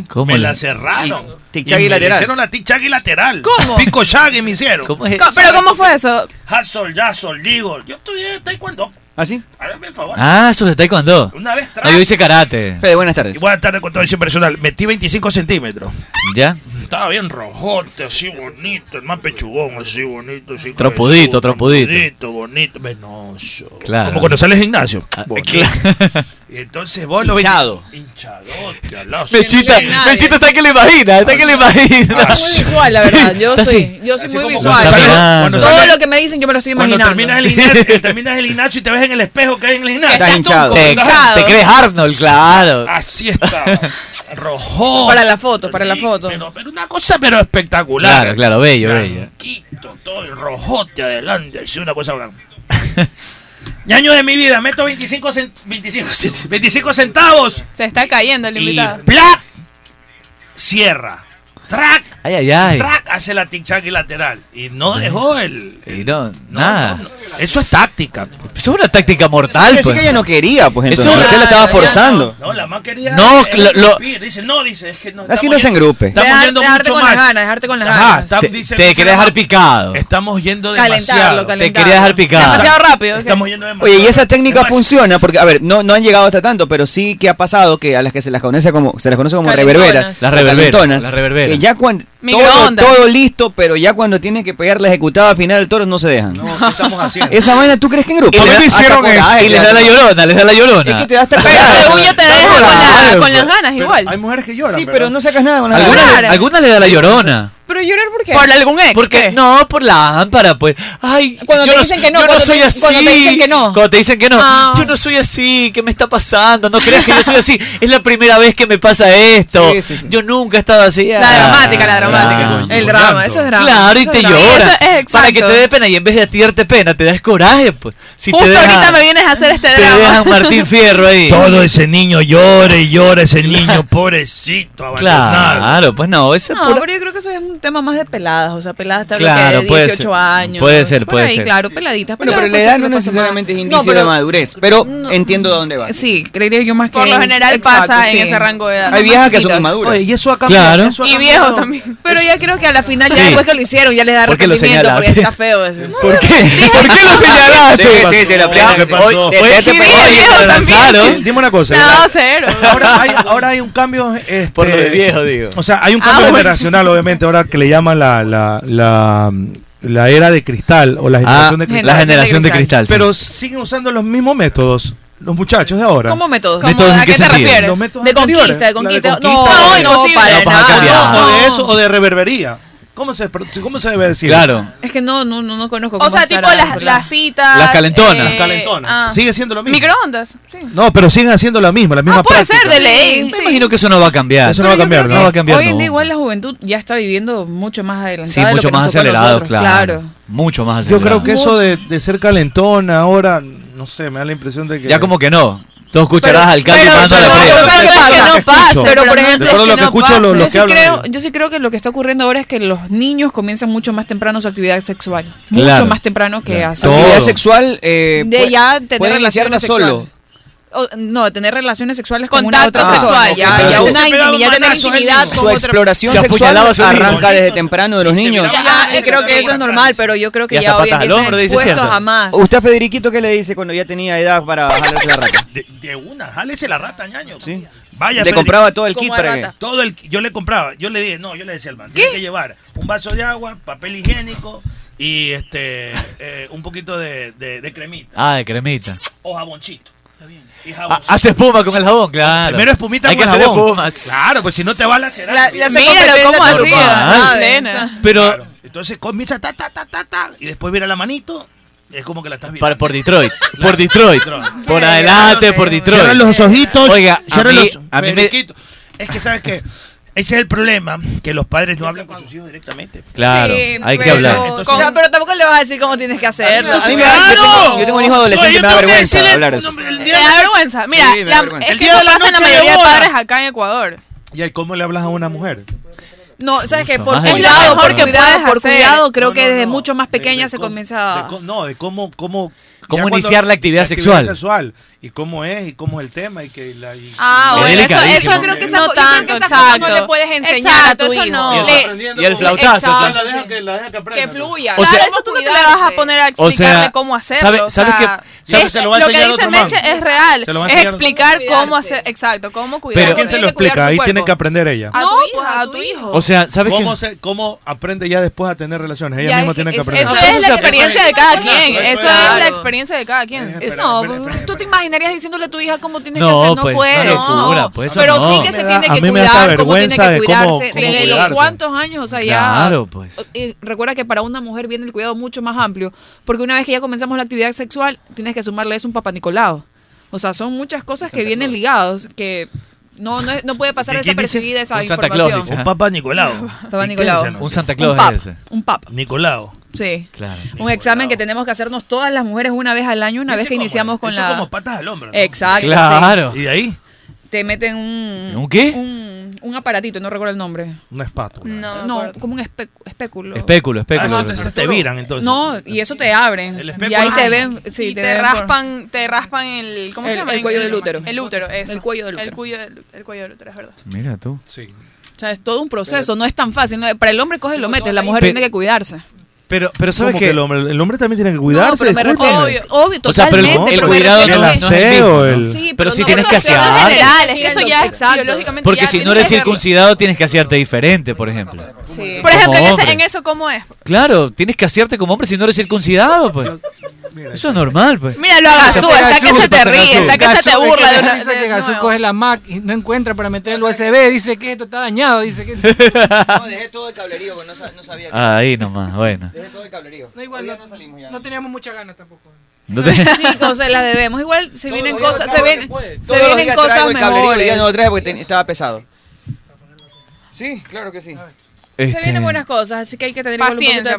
Speaker 15: ¿Cómo
Speaker 4: me
Speaker 15: le-
Speaker 4: la cerraron.
Speaker 2: Tichagui
Speaker 4: Y me
Speaker 2: lateral.
Speaker 4: hicieron la tichagui lateral.
Speaker 16: ¿Cómo?
Speaker 4: Pico shaggy me hicieron.
Speaker 16: Co- ¿Pero cómo fue eso?
Speaker 6: Ah,
Speaker 4: Hassol, Jassol, digo. Yo
Speaker 6: eh,
Speaker 4: estudié taekwondo.
Speaker 2: ¿Así?
Speaker 4: Hágame el favor.
Speaker 15: Ah, eso es de taekwondo.
Speaker 4: Una vez
Speaker 15: No, yo hice karate.
Speaker 2: Fede, buenas tardes.
Speaker 4: Y buenas tardes con todo ese personal. Metí 25 centímetros.
Speaker 15: ¿Ya?
Speaker 4: Estaba bien rojote, así bonito, el más pechugón, así bonito, así
Speaker 15: Trompudito,
Speaker 4: cabezón,
Speaker 15: trompudito.
Speaker 4: trompudito, bonito, venoso.
Speaker 15: Claro. Ah,
Speaker 4: Como cuando sales del gimnasio. Bonito.
Speaker 6: *laughs*
Speaker 15: claro.
Speaker 4: *laughs* Y entonces vos lo ves.
Speaker 15: Hinchado.
Speaker 4: Hinchadote, al lado.
Speaker 15: Mechita,
Speaker 4: Sí, sí.
Speaker 15: Mechita está que le imagina, está que le imagina.
Speaker 4: Ah,
Speaker 13: Muy visual, la verdad.
Speaker 15: Sí,
Speaker 13: yo
Speaker 15: está
Speaker 13: soy,
Speaker 15: así.
Speaker 13: yo soy muy
Speaker 4: como
Speaker 13: visual.
Speaker 15: cuando sale-
Speaker 13: Todo
Speaker 15: cuando
Speaker 13: Todo
Speaker 15: sale-
Speaker 13: lo que me dicen yo me lo estoy
Speaker 4: Cuando
Speaker 13: imaginando.
Speaker 4: terminas el gimnasio, terminas el gimnasio y te ves en el espejo que hay en el gimnasio.
Speaker 2: Estás hinchado.
Speaker 15: Te, te crees Arnold, claro.
Speaker 4: Así está. Rojo.
Speaker 13: Para la foto, para la foto.
Speaker 4: Una cosa pero espectacular.
Speaker 15: Claro, claro, bello, bello.
Speaker 4: Quito todo el rojote adelante. Es una cosa bacán. *laughs* Ñaño de mi vida, meto 25, cen- 25, cent- 25 centavos
Speaker 16: Se está cayendo el
Speaker 4: y
Speaker 16: invitado.
Speaker 4: ¡plá! Cierra. ¡Track!
Speaker 15: Ay, ay, ay.
Speaker 4: ¡Track! Hace la tic-tac y lateral. Y no dejó el.
Speaker 15: Y no, nada.
Speaker 4: Eso es táctica.
Speaker 15: Eso es una táctica mortal.
Speaker 2: Quiere decir
Speaker 15: pues.
Speaker 2: que ella no quería, pues,
Speaker 15: Eso
Speaker 2: entonces,
Speaker 15: es-
Speaker 2: usted la estaba
Speaker 15: Ella no-
Speaker 2: forzando.
Speaker 4: No, la más quería.
Speaker 15: No,
Speaker 4: era
Speaker 15: lo- lo-
Speaker 4: ir. Dice, no, dice, es que no.
Speaker 2: Así
Speaker 4: estamos
Speaker 2: no se
Speaker 4: yendo-
Speaker 2: engrupe.
Speaker 4: Estamos
Speaker 13: Dejar-
Speaker 4: yendo
Speaker 13: dejarte
Speaker 4: mucho
Speaker 13: con las
Speaker 4: más.
Speaker 13: ganas, dejarte con las
Speaker 4: Ajá,
Speaker 13: ganas.
Speaker 4: está-
Speaker 15: Te,
Speaker 4: dice-
Speaker 15: te
Speaker 4: dice
Speaker 15: quería
Speaker 4: la
Speaker 15: dejar
Speaker 4: mamá,
Speaker 15: picado.
Speaker 4: Estamos yendo
Speaker 13: Calentarlo,
Speaker 4: demasiado.
Speaker 13: calentarlo.
Speaker 15: Te quería dejar picado.
Speaker 13: Demasiado rápido. ok.
Speaker 4: Estamos yendo demasiado.
Speaker 2: Oye, y esa técnica funciona porque, a ver, no, no han llegado hasta tanto, pero sí que ha pasado que a las que se las conoce como, se las conoce como
Speaker 13: Calentonas.
Speaker 2: reverberas.
Speaker 15: Las reverberas,
Speaker 2: calentonas,
Speaker 15: las reverberas.
Speaker 2: Que ya cuando todo,
Speaker 13: Microondas.
Speaker 2: todo listo, pero ya cuando tienen que pegar la ejecutada final del toro no se dejan. *laughs*
Speaker 4: estamos haciendo?
Speaker 2: Esa vaina, ¿tú crees que en grupo?
Speaker 15: Y le
Speaker 2: A mí
Speaker 15: da-
Speaker 2: me hicieron
Speaker 15: hasta
Speaker 2: eso.
Speaker 15: coraje, Y les da la llorona, les da la llorona.
Speaker 2: Es que te da hasta
Speaker 13: Pero
Speaker 2: coraje.
Speaker 13: según yo te deja con, la-
Speaker 15: claro,
Speaker 13: con las
Speaker 15: pero-
Speaker 13: ganas igual.
Speaker 4: Hay mujeres que lloran.
Speaker 2: Sí, pero no sacas nada con Ah, la
Speaker 15: Alguna,
Speaker 2: garganta.
Speaker 15: le- alguna le da la llorona.
Speaker 13: Pero llorar por qué?
Speaker 16: Por algún ex.
Speaker 15: Porque
Speaker 16: ¿qué?
Speaker 15: no, por la lámpara, pues. Ay,
Speaker 13: Cuando
Speaker 15: yo
Speaker 13: te
Speaker 15: no,
Speaker 13: dicen que no,
Speaker 15: yo no
Speaker 13: cuando te-
Speaker 15: soy así.
Speaker 13: cuando te dicen que no.
Speaker 15: Cuando te dicen que no.
Speaker 13: Ah.
Speaker 15: Yo no soy así, ¿qué me está pasando? No creas que yo soy así. Es la primera vez que me pasa esto.
Speaker 2: Sí, sí, sí.
Speaker 15: Yo nunca estaba así.
Speaker 13: La
Speaker 15: Ah,
Speaker 13: dramática, la dramática.
Speaker 15: claro.
Speaker 13: el drama, eso es drama.
Speaker 15: Claro, y
Speaker 13: eso
Speaker 15: te
Speaker 13: es drama.
Speaker 15: llora.
Speaker 16: Eso es
Speaker 15: para que
Speaker 16: exacto.
Speaker 15: te dé pena y en vez de atirte pena, te das coraje, pues. Si
Speaker 16: Justo
Speaker 15: te dejan-
Speaker 16: ahorita me vienes a hacer este
Speaker 15: te
Speaker 16: *laughs*
Speaker 15: dejan
Speaker 16: drama.
Speaker 15: Martín Fierro ahí.
Speaker 4: Todo ese niño llora y llora ese niño, pues, pobrecito, abandonado.
Speaker 15: Claro, pues no, eso es
Speaker 13: No,
Speaker 15: pura-
Speaker 13: pero yo creo que eso es un tema más de peladas. O sea, peladas tal
Speaker 15: Claro,
Speaker 13: de
Speaker 15: puede
Speaker 13: 18
Speaker 15: ser.
Speaker 13: años.
Speaker 15: Puede ser,
Speaker 13: Por
Speaker 15: puede
Speaker 13: ahí,
Speaker 15: ser.
Speaker 13: claro, peladitas.
Speaker 2: Bueno, pero
Speaker 13: peladas, pues,
Speaker 2: la edad
Speaker 13: sí,
Speaker 2: no
Speaker 13: que pasa
Speaker 2: necesariamente es
Speaker 13: más.
Speaker 2: indicio
Speaker 13: No, pero-
Speaker 2: de madurez, pero
Speaker 13: No.
Speaker 2: entiendo de dónde va.
Speaker 13: Sí, creería yo más que.
Speaker 16: Por lo general
Speaker 13: Exacto,
Speaker 16: pasa
Speaker 13: sí.
Speaker 16: en ese rango de edad.
Speaker 2: Hay viejas que son
Speaker 13: chiquitas.
Speaker 2: inmaduras.
Speaker 6: Oye, y eso ha cambiado.
Speaker 15: Claro.
Speaker 6: eso ha
Speaker 16: Y
Speaker 6: cambiado.
Speaker 16: viejos también.
Speaker 13: Pero ya creo que a la final, ya
Speaker 15: Sí.
Speaker 13: después que lo hicieron, ya les da
Speaker 15: ¿Por qué lo
Speaker 13: arrepentimiento porque
Speaker 15: señalaste?
Speaker 13: está feo. ese.
Speaker 15: ¿Por qué? ¿Por qué lo
Speaker 2: Sí,
Speaker 15: señalaste?
Speaker 2: sí, sí, la plena.
Speaker 4: ¿qué pasó?
Speaker 2: Te- te-
Speaker 15: Oye,
Speaker 2: te- te-
Speaker 15: oye, oye,
Speaker 16: viejo
Speaker 15: lo
Speaker 16: también.
Speaker 15: lanzaron.
Speaker 6: Dime una cosa.
Speaker 16: No, cero.
Speaker 6: Ahora hay, ahora hay un cambio. este,
Speaker 15: Por lo de viejo, digo.
Speaker 6: O sea, hay un cambio
Speaker 16: Ah, bueno.
Speaker 6: generacional, obviamente, ahora que le llaman la, la, la, la era de cristal o la
Speaker 15: Ah,
Speaker 6: generación de cristal.
Speaker 15: la generación de cristal. sí.
Speaker 6: Pero siguen usando los mismos métodos, los muchachos de ahora.
Speaker 13: ¿Cómo métodos?
Speaker 15: ¿De
Speaker 16: ¿Cómo,
Speaker 15: todos en
Speaker 16: ¿A
Speaker 15: qué
Speaker 16: qué te
Speaker 15: sentido?
Speaker 16: refieres?
Speaker 6: Los métodos
Speaker 13: De
Speaker 6: anteriores,
Speaker 13: conquista, de
Speaker 6: la
Speaker 13: conquista.
Speaker 6: conquista,
Speaker 13: No,
Speaker 6: de-
Speaker 13: no,
Speaker 16: Ah, imposible.
Speaker 13: para
Speaker 15: No, vas a cambiar.
Speaker 6: O
Speaker 13: nada.
Speaker 6: de eso, o de reverbería. ¿Cómo se, cómo se debe decir?
Speaker 15: claro.
Speaker 13: Es que no, no, no, no conozco.
Speaker 16: O
Speaker 13: cómo
Speaker 16: sea,
Speaker 13: estará
Speaker 16: tipo las,
Speaker 13: vinculado.
Speaker 16: las citas.
Speaker 15: Las calentonas.
Speaker 16: eh,
Speaker 6: Calentonas.
Speaker 16: ah.
Speaker 6: Sigue siendo lo mismo.
Speaker 16: Microondas. Sí.
Speaker 6: No, pero siguen haciendo la misma, la misma
Speaker 16: Ah, puede
Speaker 6: práctica.
Speaker 16: ser de ley.
Speaker 15: Me
Speaker 16: sí.
Speaker 15: imagino que eso no va a cambiar.
Speaker 6: Eso no va a
Speaker 13: Pero yo
Speaker 6: cambiar,
Speaker 13: creo
Speaker 6: ¿no?
Speaker 13: que
Speaker 15: va a cambiar,
Speaker 13: Hoy en
Speaker 15: no.
Speaker 13: día igual la juventud ya está viviendo mucho más adelantada.
Speaker 15: Sí,
Speaker 13: de lo
Speaker 15: mucho
Speaker 13: que nos
Speaker 15: más
Speaker 13: tocó a
Speaker 15: acelerado,
Speaker 13: nosotros,
Speaker 15: claro. Mucho más
Speaker 6: Yo
Speaker 15: acelerado.
Speaker 6: creo que eso de, de ser calentona ahora, no sé, me da la impresión de que.
Speaker 15: Ya como que no. Dos cucharadas al caldo y
Speaker 16: Pero
Speaker 15: mando a la
Speaker 16: no,
Speaker 15: presa.
Speaker 16: yo creo que
Speaker 6: Lo
Speaker 16: no
Speaker 6: que
Speaker 16: pasa.
Speaker 6: escucho.
Speaker 16: Pero por
Speaker 13: De
Speaker 16: ejemplo,
Speaker 6: acuerdo a lo
Speaker 16: que
Speaker 6: que
Speaker 16: no
Speaker 6: escucho,
Speaker 16: pasa.
Speaker 6: lo- lo-
Speaker 13: Yo
Speaker 6: que
Speaker 13: sí,
Speaker 6: hablan
Speaker 13: creo,
Speaker 6: ahí.
Speaker 13: yo sí creo que lo que está ocurriendo ahora es que los niños comienzan mucho más temprano su actividad sexual.
Speaker 15: Claro.
Speaker 13: Mucho más temprano que
Speaker 15: Claro.
Speaker 13: hace.
Speaker 2: Actividad
Speaker 15: Todo.
Speaker 2: sexual. eh,
Speaker 13: De
Speaker 2: pu-
Speaker 13: ya tener
Speaker 2: puede
Speaker 13: relaciones
Speaker 2: iniciarla solo.
Speaker 13: sexuales. O, no, tener relaciones sexuales con una
Speaker 16: Contacto
Speaker 13: otra
Speaker 16: sexual,
Speaker 13: persona. Ya,
Speaker 2: pero
Speaker 13: ya
Speaker 2: se-
Speaker 13: una
Speaker 4: se pegaba
Speaker 13: intimidad,
Speaker 4: un
Speaker 13: tener
Speaker 4: manazo él
Speaker 13: intimidad
Speaker 4: mismo.
Speaker 13: con
Speaker 2: Su
Speaker 13: otra
Speaker 2: exploración
Speaker 15: Se
Speaker 2: sexual
Speaker 15: apuñalaba a sí mismo.
Speaker 2: arranca desde temprano de los niños.
Speaker 13: Ya, eh, creo que eso es normal, pero yo creo
Speaker 15: Y
Speaker 13: que
Speaker 15: hasta
Speaker 13: ya hoy en
Speaker 15: patas
Speaker 13: día
Speaker 15: al hombro,
Speaker 13: están
Speaker 15: dice
Speaker 13: expuestos
Speaker 15: cierto.
Speaker 13: a más.
Speaker 2: ¿Usted, Federiquito, qué le dice cuando ya tenía edad
Speaker 13: *laughs*
Speaker 2: para jalarse la rata?
Speaker 4: De, de una, jálese la rata, ñaño.
Speaker 2: Sí.
Speaker 4: Vaya,
Speaker 2: Le
Speaker 4: Félix.
Speaker 2: compraba todo el
Speaker 13: Como
Speaker 2: kit
Speaker 13: a
Speaker 2: para
Speaker 13: rata.
Speaker 2: que.
Speaker 4: Todo el, yo le compraba, yo le dije, no, yo le decía al man, tiene que llevar un vaso de agua, papel higiénico y este eh, un poquito de, de- de cremita
Speaker 15: Ah, de cremita.
Speaker 4: o jaboncito. Está bien. Y
Speaker 15: Ah,
Speaker 4: jaboncito.
Speaker 15: hace espuma con el jabón, claro.
Speaker 4: Primero espumita
Speaker 15: Hay que
Speaker 4: con
Speaker 15: hacer
Speaker 4: jabón.
Speaker 15: espuma.
Speaker 4: Claro, pues si no te va a lacerar.
Speaker 13: La- ya se
Speaker 16: Míralo
Speaker 13: convirtió en
Speaker 16: cómo
Speaker 13: normal.
Speaker 16: hacía.
Speaker 13: ¿sabes?
Speaker 16: Nena.
Speaker 15: Pero
Speaker 4: Claro. Entonces comienza ta, ta, ta, ta, ta, y después mira la manito, es como que la estás viendo.
Speaker 15: para, por Detroit. Por Detroit.
Speaker 4: Detroit.
Speaker 15: Por adelante, por Detroit.
Speaker 4: Cierra los ojitos,
Speaker 15: Oiga, a
Speaker 4: cierra
Speaker 15: mí-
Speaker 4: los
Speaker 15: a mí me-
Speaker 4: Federiquito. Es que
Speaker 15: *laughs*
Speaker 4: sabes que ese es el problema, que los padres no hablan con sus hijos directamente.
Speaker 15: Claro,
Speaker 16: Sí,
Speaker 15: hay que
Speaker 16: pero-
Speaker 15: hablar.
Speaker 13: O sea, pero tampoco le vas a decir cómo tienes que hacerlo.
Speaker 2: Sí, me da- yo, tengo, yo tengo un hijo adolescente,
Speaker 4: Oye,
Speaker 2: me da
Speaker 4: tengo que
Speaker 2: vergüenza
Speaker 4: decirle-
Speaker 2: hablar de eso.
Speaker 4: no, el
Speaker 16: Te
Speaker 4: día de
Speaker 16: da
Speaker 4: la-
Speaker 16: vergüenza. Mira,
Speaker 2: Sí, me da
Speaker 16: la-
Speaker 2: vergüenza.
Speaker 16: es
Speaker 4: El
Speaker 16: que
Speaker 4: día
Speaker 16: eso
Speaker 4: de la
Speaker 16: pasa en la
Speaker 4: noche de
Speaker 16: mayoría de
Speaker 4: boda.
Speaker 16: padres acá en Ecuador.
Speaker 6: ¿Y ahí cómo le hablas a una mujer?
Speaker 13: No, sabes que por
Speaker 15: más
Speaker 13: cuidado,
Speaker 15: delicado.
Speaker 13: por cuidado,
Speaker 16: Puedes
Speaker 13: por
Speaker 16: hacer.
Speaker 13: cuidado, creo
Speaker 6: No,
Speaker 13: que
Speaker 6: no,
Speaker 13: desde
Speaker 6: no.
Speaker 13: mucho más
Speaker 6: De-
Speaker 13: pequeña
Speaker 6: de
Speaker 13: se
Speaker 6: cómo-
Speaker 13: comienza.
Speaker 6: de cómo- no, de cómo. cómo
Speaker 15: Cómo
Speaker 6: ya cuando-
Speaker 15: iniciar la actividad sexual.
Speaker 6: Y cómo es, y cómo es el tema. Y que la, y-
Speaker 16: Ah,
Speaker 15: Es
Speaker 16: bueno, eso,
Speaker 15: delicadísimo.
Speaker 16: eso creo que esa,
Speaker 13: No
Speaker 16: yo creo
Speaker 13: tanto,
Speaker 16: que esa cosa no
Speaker 13: exacto.
Speaker 16: le puedes enseñar
Speaker 13: Exacto,
Speaker 16: a tu
Speaker 13: eso
Speaker 16: hijo.
Speaker 13: no.
Speaker 15: Y el-
Speaker 16: Le-
Speaker 15: y el flautazo,
Speaker 16: Exacto.
Speaker 15: claro.
Speaker 6: La deja que, la deja que aprenda.
Speaker 13: Que fluya.
Speaker 15: O sea-
Speaker 16: claro, eso tú no te le vas a poner a
Speaker 15: O
Speaker 16: explicarle
Speaker 15: sea,
Speaker 16: cómo hacerlo.
Speaker 15: sabe-
Speaker 16: o
Speaker 15: sabes
Speaker 16: sea,
Speaker 15: que-
Speaker 6: sabe-
Speaker 16: es-
Speaker 6: se lo va a
Speaker 16: lo que
Speaker 6: enseñar
Speaker 16: dice
Speaker 6: otro man.
Speaker 16: Meche es real.
Speaker 6: Se lo va a
Speaker 16: Es
Speaker 6: enseñar otro
Speaker 16: explicar
Speaker 13: man.
Speaker 16: cómo hacer, exacto, cómo cuidar.
Speaker 15: Pero-
Speaker 6: ¿A quién se lo
Speaker 13: tiene que cuidar
Speaker 6: explica?
Speaker 13: su
Speaker 6: Ahí
Speaker 13: cuerpo.
Speaker 6: tiene que aprender ella.
Speaker 16: A tu
Speaker 13: No,
Speaker 16: hijo,
Speaker 13: pues,
Speaker 16: a tu hijo.
Speaker 15: O sea, ¿sabes qué?
Speaker 6: ¿Cómo, se, ¿Cómo aprende ya después a tener relaciones? Ella
Speaker 13: Ya,
Speaker 6: misma
Speaker 13: es que
Speaker 6: tiene que
Speaker 13: eso-
Speaker 6: aprender.
Speaker 16: Eso
Speaker 13: Ah,
Speaker 16: es la
Speaker 15: se
Speaker 16: experiencia
Speaker 13: aprende.
Speaker 16: de cada quien. Eso
Speaker 6: Eso es-
Speaker 16: es la experiencia de cada quien.
Speaker 6: Es-
Speaker 13: no,
Speaker 6: espera, espera, espera,
Speaker 13: tú te
Speaker 6: espera.
Speaker 13: imaginarías diciéndole a tu hija cómo tienes
Speaker 15: No,
Speaker 13: que hacer, no
Speaker 15: pues,
Speaker 13: puede.
Speaker 15: una locura, pues, eso
Speaker 13: pero
Speaker 15: no.
Speaker 13: sí que
Speaker 6: Me
Speaker 13: se
Speaker 6: da-
Speaker 13: tiene
Speaker 6: a
Speaker 13: que
Speaker 6: mí me da hasta
Speaker 13: cuidar, cómo tiene
Speaker 6: vergüenza
Speaker 13: que
Speaker 6: de cómo-
Speaker 13: cuidarse,
Speaker 6: cómo
Speaker 13: desde los
Speaker 6: cuidarse.
Speaker 13: cuántos años, o sea, ya.
Speaker 15: Claro, pues.
Speaker 13: Y recuerda que para una mujer viene el cuidado mucho más amplio, porque una vez que ya comenzamos la actividad sexual, tienes que sumarle eso un papá Nicolau. O sea, son muchas cosas que vienen ligadas, que no, no, es- no puede pasar
Speaker 4: ¿Y quién dice?
Speaker 13: desapercibida esa
Speaker 15: Un Santa Claus,
Speaker 13: información.
Speaker 15: dice.
Speaker 4: Un papá Nicolau.
Speaker 13: Papá
Speaker 4: ¿Y qué
Speaker 13: Nicolau.
Speaker 4: es ese
Speaker 15: Un
Speaker 4: nombre?
Speaker 15: Santa Claus
Speaker 13: un pap,
Speaker 15: es ese.
Speaker 13: un pap,
Speaker 4: Nicolau.
Speaker 13: sí.
Speaker 15: Claro.
Speaker 13: Un examen que tenemos que hacernos todas las mujeres una vez al año, una vez
Speaker 4: Ese
Speaker 13: que
Speaker 4: como-
Speaker 13: iniciamos con
Speaker 4: eso
Speaker 13: la...
Speaker 4: como patas al hombro. ¿no?
Speaker 13: Exacto. sí.
Speaker 15: Claro.
Speaker 4: Y de ahí.
Speaker 13: Te meten un...
Speaker 15: ¿Un qué?
Speaker 13: Un, un un aparatito, no recuerdo el nombre.
Speaker 6: Una espátula.
Speaker 13: No, no como un espe- espéculo.
Speaker 15: Espéculo, espéculo.
Speaker 6: Ah, no, te, te viran entonces.
Speaker 13: No, y eso te abren. Y ahí te ven, sí,
Speaker 16: y
Speaker 13: te,
Speaker 16: te,
Speaker 13: ven por-
Speaker 16: raspan, te raspan el, ¿cómo se
Speaker 13: El-
Speaker 16: llama?
Speaker 13: el cuello del útero.
Speaker 16: El útero, eso.
Speaker 13: El cuello del
Speaker 16: El
Speaker 13: útero.
Speaker 16: cuello del, el cuello del útero, es verdad.
Speaker 15: Mira tú.
Speaker 13: O sea, es todo un proceso, no es tan fácil. no es- para el hombre coge y lo metes, la mujer
Speaker 15: Pero-
Speaker 13: tiene que cuidarse.
Speaker 15: Pero, pero
Speaker 6: ¿Sabes que el hombre, el hombre también tiene que cuidarse?
Speaker 13: pero me refiero-
Speaker 6: discúlpame.
Speaker 13: obvio, obvio, O sea, pero el- totalmente, el pero me cuidado refiero-
Speaker 6: el
Speaker 13: no es- no es el mismo,
Speaker 6: aseo,
Speaker 13: ¿no?
Speaker 6: el...
Speaker 13: Sí,
Speaker 15: Pero
Speaker 13: pero
Speaker 15: si
Speaker 13: no,
Speaker 15: tienes
Speaker 13: pero
Speaker 15: que
Speaker 13: son cosas
Speaker 15: asear.
Speaker 16: generales, que eso ya es
Speaker 13: Exacto.
Speaker 16: biológicamente
Speaker 15: Porque
Speaker 16: ya
Speaker 15: si no
Speaker 16: tienes
Speaker 15: eres
Speaker 16: que verlo.
Speaker 15: circuncidado, tienes que asearte diferente, por ejemplo.
Speaker 16: Sí. Por ejemplo, en,
Speaker 15: Como
Speaker 16: ese-
Speaker 15: hombre.
Speaker 16: en eso, ¿cómo es?
Speaker 15: Claro, tienes que asearte como hombre si no eres circuncidado, pues. Eso es normal, pues.
Speaker 16: Mira, lo hagas tú, está que se te ríe, está que se te burla de una.
Speaker 14: Dice
Speaker 16: de
Speaker 14: que Gazú
Speaker 16: nuevo.
Speaker 14: coge la Mac y no encuentra para meter el USB. Dice que esto está dañado. Dice
Speaker 2: *laughs*
Speaker 14: que.
Speaker 2: No, dejé todo el cablerío, pues, no, sabía.
Speaker 15: Ahí nomás, bueno.
Speaker 2: Dejé todo el cablerío.
Speaker 14: No, igual no, no teníamos muchas ganas tampoco.
Speaker 15: No te-
Speaker 13: Sí, o sea, las debemos. Igual se vienen cosas, se, ven- se
Speaker 2: Todos los
Speaker 13: vienen
Speaker 2: días traigo
Speaker 13: cosas
Speaker 2: el cablerío, hoy día
Speaker 13: mejores.
Speaker 2: no lo traje porque ten- estaba pesado. Sí, claro que sí. Este,
Speaker 13: Se vienen buenas cosas, así que hay que tener igual un poquito de
Speaker 16: Paciencia,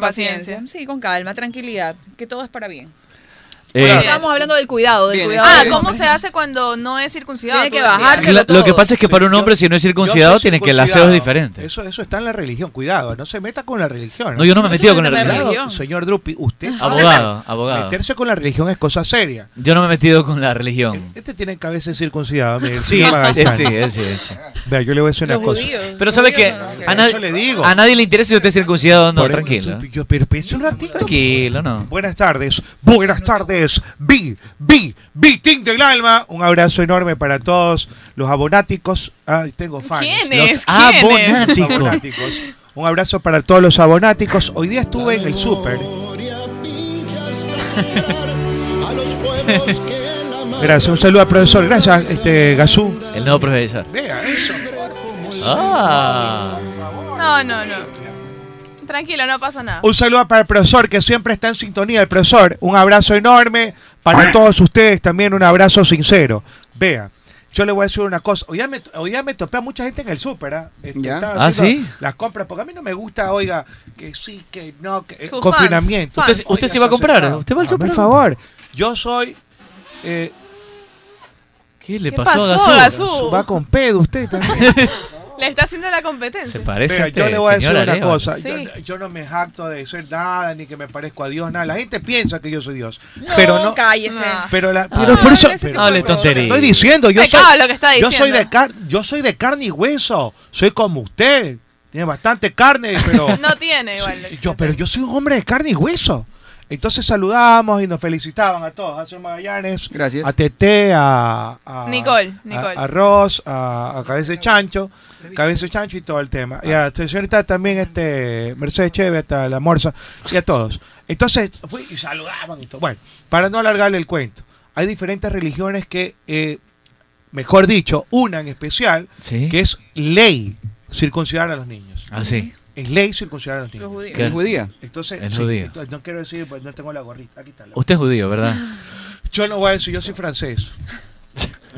Speaker 13: paciencia. Sí, con calma, tranquilidad, que todo es para bien.
Speaker 15: Eh,
Speaker 13: Estamos hablando del cuidado, del
Speaker 2: Bien,
Speaker 13: cuidado.
Speaker 16: Ah,
Speaker 13: del
Speaker 16: ¿cómo
Speaker 13: hombre.
Speaker 16: se hace cuando no es circuncidado?
Speaker 13: Tiene que
Speaker 16: bajar.
Speaker 15: Cla- lo que pasa es que para un hombre, si no es circuncidado, tiene que el aseo es diferente.
Speaker 6: Eso, eso está en la religión, cuidado, no se meta con la religión.
Speaker 15: No, yo no me he No se metido con la meta con la religión.
Speaker 6: Cuidado, Señor Drupi, usted...
Speaker 13: Ah.
Speaker 15: Abogado, abogado.
Speaker 6: Meterse con la religión es cosa seria.
Speaker 15: Yo no me he metido con la religión.
Speaker 6: Este tiene cabeza circuncidada, mire, el
Speaker 15: Sí, eh,
Speaker 6: señor Magallanes.
Speaker 15: sí, él sí, él sí.
Speaker 6: *laughs* Vea, yo le voy a decir una cosa.
Speaker 15: Pero sabe que a, na-
Speaker 6: Eso le digo.
Speaker 15: a nadie le interesa si usted es circuncidado o no,
Speaker 6: Por eso
Speaker 15: tranquilo.
Speaker 6: estoy- yo- pero piense un ratito.
Speaker 15: Tranquilo, no.
Speaker 6: Buenas tardes, buenas tardes, Vi, Vi, Vitín del Alma. Un abrazo enorme para todos los abonáticos. Ay, tengo fans.
Speaker 16: ¿Quiénes? ¿Quiénes?
Speaker 6: Los abonáticos. abonáticos. Un abrazo para todos los abonáticos. Hoy día estuve en
Speaker 15: *laughs*
Speaker 6: el súper. Gracias, un saludo al profesor. Gracias, este Gazú.
Speaker 15: El nuevo profesor.
Speaker 6: Vea, eso.
Speaker 15: Ah.
Speaker 16: No, no, no. Tranquilo, no pasa nada.
Speaker 6: Un saludo para el profesor que siempre está en sintonía. El profesor, un abrazo enorme para todos ustedes también, un abrazo sincero. Vea, yo le voy a decir una cosa. Hoy ya me, hoy ya me topé a mucha gente en el súper. ¿ah? Este,
Speaker 2: Ya.
Speaker 6: estaba
Speaker 15: Ah,
Speaker 6: haciendo
Speaker 15: ¿sí?
Speaker 6: Las compras, porque a mí no me gusta, oiga, que sí, que no, que eh,
Speaker 2: Sus
Speaker 6: confinamiento.
Speaker 2: fans, fans.
Speaker 15: ¿Usted- usted se va a comprar?
Speaker 6: sentado.
Speaker 15: ¿Usted va al
Speaker 6: Ah,
Speaker 15: súper?
Speaker 6: Por favor, yo soy. eh,
Speaker 15: ¿Qué le
Speaker 16: ¿Qué
Speaker 15: pasó a
Speaker 16: pasó,
Speaker 15: Gazú?
Speaker 16: Gazú?
Speaker 6: va con pedo usted también.
Speaker 16: Le está haciendo la competencia.
Speaker 15: Parece
Speaker 6: Vea, yo
Speaker 15: este
Speaker 6: le voy a decir
Speaker 15: señor
Speaker 6: una
Speaker 15: Arevalo.
Speaker 6: cosa.
Speaker 16: Sí.
Speaker 6: Yo, yo no me jacto de ser nada, ni que me parezco a Dios, nada. La gente piensa que yo soy Dios. pero no.
Speaker 13: cállese.
Speaker 6: Pero, la,
Speaker 15: Ah,
Speaker 6: pero por eso.
Speaker 15: ese tipo
Speaker 6: pero-
Speaker 15: de Hable
Speaker 6: pero
Speaker 15: tontería.
Speaker 6: Estoy diciendo, yo
Speaker 16: Pecado
Speaker 6: soy,
Speaker 16: lo que está
Speaker 6: yo soy
Speaker 16: diciendo.
Speaker 6: de car- yo soy de carne y hueso. Soy como usted. Tiene bastante carne, pero.
Speaker 16: *laughs* No tiene igual.
Speaker 6: yo, pero yo soy un hombre de carne y hueso. Entonces saludamos y nos felicitaban a todos. A Sir Magallanes,
Speaker 2: Gracias.
Speaker 6: a Tete, a, a-
Speaker 16: Nicole,
Speaker 6: a-
Speaker 16: Nicole.
Speaker 6: a Ross, a, a Cabeza de Chancho, Cabeza de Chancho y todo el tema. Y
Speaker 15: Ah.
Speaker 6: a esta señorita también, este, Mercedes Cheve, hasta la Morsa, y a todos. Entonces, fui y saludaban y todo. Bueno, para no alargarle el cuento, hay diferentes religiones que, eh, mejor dicho, una en especial,
Speaker 15: Sí.
Speaker 6: que es ley circuncidar a los niños.
Speaker 15: Ah, sí.
Speaker 6: Es ley circuncidar a los niños.
Speaker 2: ¿Qué? ¿Es judía?
Speaker 6: Entonces,
Speaker 15: Es
Speaker 6: sí,
Speaker 15: judío.
Speaker 6: entonces, no quiero decir, pues no tengo la gorrita. Aquí está la-
Speaker 15: Usted es judío, ¿verdad?
Speaker 6: Yo no voy a decir, yo soy francés.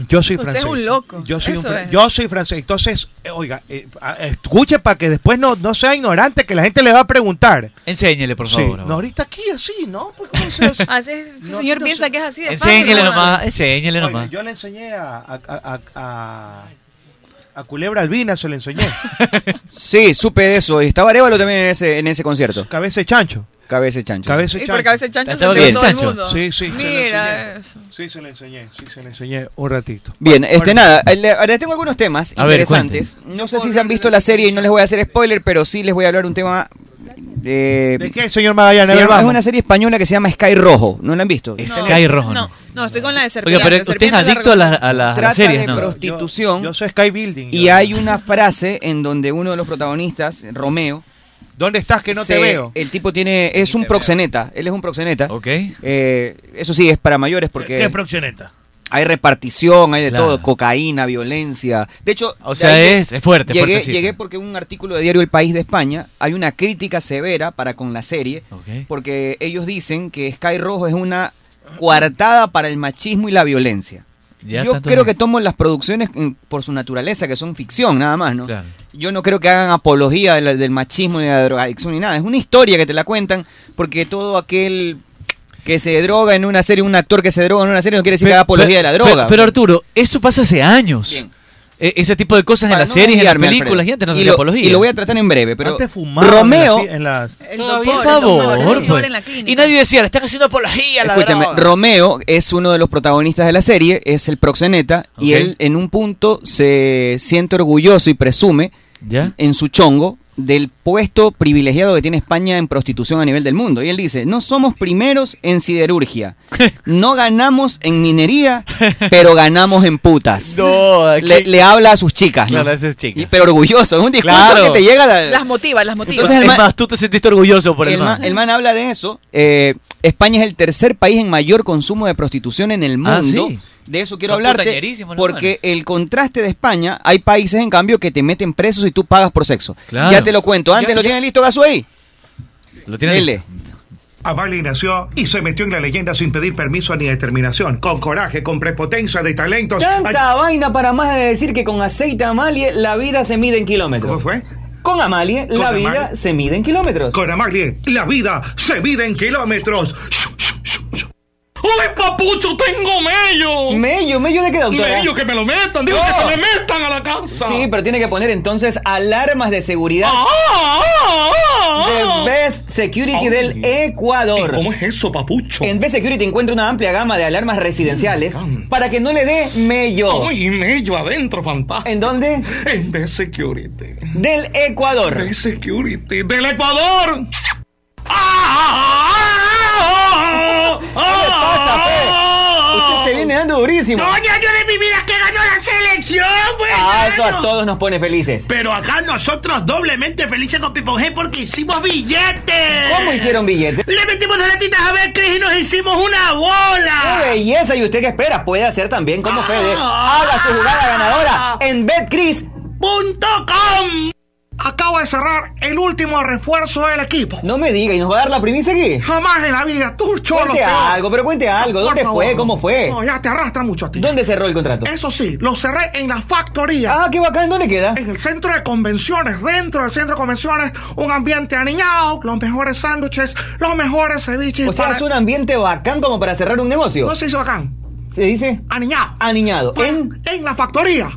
Speaker 6: Yo
Speaker 13: Usted
Speaker 6: soy
Speaker 13: es
Speaker 6: francés.
Speaker 13: un loco.
Speaker 6: Yo soy, un
Speaker 13: Eso
Speaker 6: fran-
Speaker 13: es.
Speaker 6: yo soy francés. Entonces, eh, oiga, eh, a- escuche para que después no, no sea ignorante, que la gente le va a preguntar.
Speaker 15: Enséñele, por
Speaker 6: Sí,
Speaker 15: favor.
Speaker 6: no, ahorita aquí así, ¿no? Pues, ¿cómo se hace?
Speaker 13: Así es, Este
Speaker 6: No,
Speaker 13: señor
Speaker 6: no
Speaker 13: piensa
Speaker 6: sé.
Speaker 13: que es así de fácil.
Speaker 15: Enséñele
Speaker 13: hermano.
Speaker 15: nomás, enséñele
Speaker 6: Oiga,
Speaker 15: nomás.
Speaker 6: yo le enseñé a, a, a, a- a Culebra Albina, se le
Speaker 13: *laughs*
Speaker 6: enseñé.
Speaker 2: Sí, supe de eso. Y estaba Arevalo también en ese, en ese concierto.
Speaker 6: Cabeza de chancho.
Speaker 2: Cabeza de chancho.
Speaker 6: Cabeza de
Speaker 13: Y
Speaker 6: chancho.
Speaker 13: por cabeza de chancho se
Speaker 2: Estaba
Speaker 13: le
Speaker 2: bien,
Speaker 13: todo el
Speaker 2: chancho.
Speaker 13: mundo.
Speaker 6: Sí, sí, se lo
Speaker 13: Mira eso.
Speaker 6: Sí, se le enseñé, sí, se le enseñé un ratito.
Speaker 2: Bien, este
Speaker 6: Bueno.
Speaker 2: nada, le, le tengo algunos temas
Speaker 15: A ver,
Speaker 2: interesantes. no sé si se han visto la serie y no les voy a hacer spoiler, pero sí les voy a hablar un tema eh,
Speaker 6: ¿De qué, señor Magallanes?
Speaker 2: se
Speaker 6: A ver,
Speaker 2: llama- es
Speaker 6: vamos.
Speaker 2: una serie española que se llama Sky Rojo. ¿No la han visto?
Speaker 15: Sky Rojo, no.
Speaker 13: No, no, estoy con la de serpiente.
Speaker 15: Oiga, pero usted es
Speaker 13: serpiente la
Speaker 15: adicto a, la-
Speaker 13: reconozco.
Speaker 15: a las- a
Speaker 2: Trata
Speaker 15: las series,
Speaker 2: de
Speaker 15: ¿no?
Speaker 2: prostitución.
Speaker 6: Yo soy Sky Building.
Speaker 2: Y hay una frase en donde uno de los protagonistas, Romeo,
Speaker 6: ¿Dónde estás que no te
Speaker 2: se-
Speaker 6: veo?
Speaker 2: El tipo tiene, es un proxeneta, él es un proxeneta.
Speaker 15: Ok.
Speaker 2: Eh, eso sí, es para mayores porque
Speaker 6: proxeneta?
Speaker 2: hay repartición, hay de
Speaker 15: Claro.
Speaker 2: todo, cocaína, violencia. De hecho,
Speaker 15: O
Speaker 2: de
Speaker 15: sea,
Speaker 2: ahí
Speaker 15: es- es fuerte,
Speaker 2: Llegué,
Speaker 15: fuertecito.
Speaker 2: llegué porque un artículo de diario El País de España, hay una crítica severa para con la serie, porque ellos dicen que Sky Rojo es una coartada para el machismo y la violencia.
Speaker 15: Ya
Speaker 2: Yo
Speaker 15: tanto-
Speaker 2: creo que tomo las producciones mm, por su naturaleza, que son ficción nada más, ¿no?
Speaker 15: Claro.
Speaker 2: Yo no creo que hagan apología del, del machismo ni de la drogadicción ni nada. Es una historia que te la cuentan porque todo aquel que se droga en una serie, un actor que se droga en una serie, no quiere decir que haga apología de la droga.
Speaker 15: Pero, Arturo, eso pasa hace años.
Speaker 2: Bien.
Speaker 15: eh, ese tipo de cosas en
Speaker 2: Para
Speaker 15: las
Speaker 2: no
Speaker 15: series, en las
Speaker 2: desviarme, Alfredo.
Speaker 15: películas, y antes no
Speaker 2: Y
Speaker 15: se
Speaker 2: lo-
Speaker 15: hacía apología.
Speaker 2: y lo voy a tratar en breve, pero
Speaker 15: Antes
Speaker 2: fumaban
Speaker 15: Romeo,
Speaker 2: así en
Speaker 15: por favor, pues. y nadie decía, le están haciendo apología a la
Speaker 2: Escúchame,
Speaker 15: droga.
Speaker 2: Romeo es uno de los protagonistas de la serie, es el proxeneta, y
Speaker 15: Ok.
Speaker 2: él en un punto se siente orgulloso y presume en su chongo del puesto privilegiado que tiene España en prostitución a nivel del mundo. Y él dice, no somos primeros en
Speaker 15: *laughs*
Speaker 2: siderurgia, no ganamos en minería, pero ganamos en putas.
Speaker 15: No, aquí-
Speaker 2: le, le habla a sus chicas. ¿no?
Speaker 15: Claro, ese es chico.
Speaker 2: Y- Pero orgulloso, es un discurso
Speaker 15: Claro.
Speaker 2: que te llega a la-
Speaker 13: Las motiva, las motiva.
Speaker 2: Entonces, el
Speaker 15: es
Speaker 2: man-
Speaker 15: más, tú te sentiste orgulloso por el,
Speaker 2: el,
Speaker 15: man.
Speaker 2: man, el man habla de eso. eh, España es el tercer país en mayor consumo de prostitución en el
Speaker 15: Ah,
Speaker 2: mundo.
Speaker 15: sí.
Speaker 2: De eso quiero
Speaker 15: Son
Speaker 2: hablarte
Speaker 15: putañerísimos los
Speaker 2: porque el contraste de España, hay países en cambio que te meten presos y tú pagas por sexo.
Speaker 15: Claro.
Speaker 2: Ya te lo cuento. Antes lo tienen listo Gasú ahí.
Speaker 15: Lo
Speaker 2: tiene Dele.
Speaker 6: Amalie nació y se metió en la leyenda sin pedir permiso ni determinación, con coraje, con prepotencia de talentos.
Speaker 5: Tanta vaina para más de decir que con aceite Amalie la vida se mide en kilómetros. ¿Cómo fue? Con Amalie
Speaker 6: Con
Speaker 5: la
Speaker 6: Amalie.
Speaker 5: vida se mide en kilómetros.
Speaker 6: Con Amalie, la vida se mide en kilómetros.
Speaker 5: ¡Uy, papucho, tengo mello! ¿Mello? ¿Mello de qué, doctora?
Speaker 18: Mello, que me lo metan, digo, que se le metan a la casa.
Speaker 5: Sí, pero tiene que poner entonces alarmas de seguridad.
Speaker 18: Ah, ah, ah.
Speaker 5: The Best Security
Speaker 18: Ay.
Speaker 5: del Ecuador. ¿Cómo es eso, papucho? En Best Security encuentra una amplia gama de alarmas residenciales para que no le dé mello.
Speaker 18: Ay, mello adentro, fantástico.
Speaker 5: ¿En dónde? Ah,
Speaker 18: En Best Security.
Speaker 5: Del Ecuador.
Speaker 18: Best Security. ¡Del Ecuador! Ah,
Speaker 5: ¿Qué pasa, Fe? Usted se viene dando durísimo.
Speaker 18: ah, ¡Coño, yo de mi vida que ganó la selección, güey!
Speaker 5: Ah, eso a todos nos pone felices.
Speaker 18: pues, Pero acá nosotros doblemente felices con Pipon G porque hicimos billetes.
Speaker 5: ¿Cómo hicieron billetes?
Speaker 18: Le metimos las latitas a ver, Cris, y nos hicimos una bola.
Speaker 5: ¡Qué belleza! ¿Y usted qué espera? Puede hacer también como Fede.
Speaker 18: Ah.
Speaker 5: Haga su jugada ganadora en BetCris.com.
Speaker 6: Acaba de cerrar el último refuerzo del equipo.
Speaker 5: No me diga, ¿y nos va a dar la primicia aquí?
Speaker 6: Jamás en la vida, tú, cholo.
Speaker 5: Cuente
Speaker 6: peor.
Speaker 5: algo, pero cuente algo.
Speaker 6: Por
Speaker 5: ¿Dónde
Speaker 6: favor.
Speaker 5: fue? ¿Cómo fue?
Speaker 6: No, ya te arrastra mucho a ti.
Speaker 5: ¿Dónde cerró el contrato?
Speaker 6: Eso sí, lo cerré en la factoría.
Speaker 5: Ah, qué bacán, ¿dónde queda?
Speaker 6: En el centro de convenciones, dentro del centro de convenciones, un ambiente aniñado, los mejores sándwiches, los mejores ceviches.
Speaker 5: O sea,
Speaker 6: para-
Speaker 5: es un ambiente bacán como para cerrar un negocio.
Speaker 6: No se hizo bacán.
Speaker 5: ¿Se dice?
Speaker 6: Aniñado.
Speaker 5: Aniñado. Pues, ¿En?
Speaker 6: En la factoría.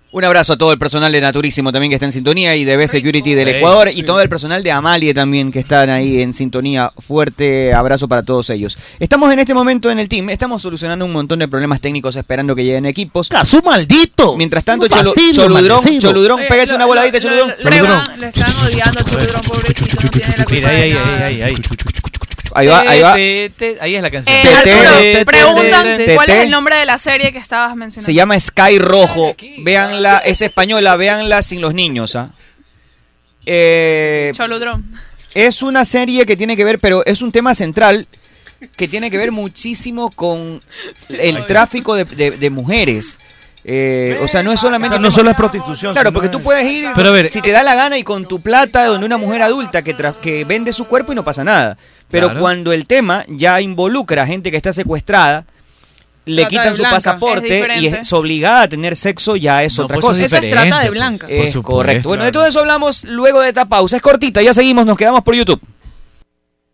Speaker 2: Un abrazo a todo el personal de Naturísimo también que está en sintonía y de B Security del
Speaker 4: Sí,
Speaker 2: Ecuador y todo el personal de Amalie también que están ahí en sintonía. Fuerte abrazo para todos ellos. Estamos en este momento en el team, estamos solucionando un montón de problemas técnicos esperando que lleguen equipos.
Speaker 19: ¡Su maldito!
Speaker 2: Mientras tanto,
Speaker 19: Un
Speaker 2: Cholu-
Speaker 19: fastidio,
Speaker 2: Choludrón,
Speaker 19: maldecido.
Speaker 2: Choludrón,
Speaker 16: Eh,
Speaker 13: Oye,
Speaker 2: pégase
Speaker 13: lo-
Speaker 2: una voladita,
Speaker 13: lo-
Speaker 2: Choludrón.
Speaker 13: lo- le van- le están odiando a Choludrón, pobrecito, no tiene la culpa
Speaker 15: Mira,
Speaker 13: de
Speaker 15: ahí,
Speaker 13: nada.
Speaker 15: ahí, ahí, ahí.
Speaker 2: Ahí va, ahí va.
Speaker 15: Te, te, ahí es la canción.
Speaker 16: Eh,
Speaker 2: Tete,
Speaker 16: Arturo,
Speaker 2: tete,
Speaker 16: preguntan
Speaker 2: tete.
Speaker 16: cuál es el nombre de la serie que estabas mencionando.
Speaker 2: Se llama Sky Rojo. Véanla, es española, véanla sin los niños, ¿ah? Eh,
Speaker 16: Cholodrón.
Speaker 2: Es una serie que tiene que ver, pero es un tema central que tiene que ver muchísimo con el tráfico de, de- de mujeres. Eh, o sea, no es solamente.
Speaker 20: no solo es prostitución.
Speaker 2: Claro,
Speaker 20: sino
Speaker 2: porque
Speaker 20: es-
Speaker 2: tú puedes ir
Speaker 20: Pero a ver,
Speaker 2: si te da la gana y con tu plata donde una mujer adulta que, tra- que vende su cuerpo y no pasa nada. Pero
Speaker 15: Claro.
Speaker 2: cuando el tema ya involucra a gente que está secuestrada, le
Speaker 13: Trata
Speaker 2: quitan
Speaker 13: de
Speaker 2: su
Speaker 13: blanca, es
Speaker 2: pasaporte y
Speaker 13: diferente.
Speaker 2: es obligada a tener sexo, ya es otra
Speaker 13: pues eso
Speaker 2: cosa.
Speaker 13: es Eso es diferente, trata de pues. blanca. Por
Speaker 2: Es
Speaker 13: supuesto.
Speaker 2: correcto. Bueno, de todo eso hablamos luego de esta pausa. Es cortita, ya seguimos, nos quedamos por YouTube.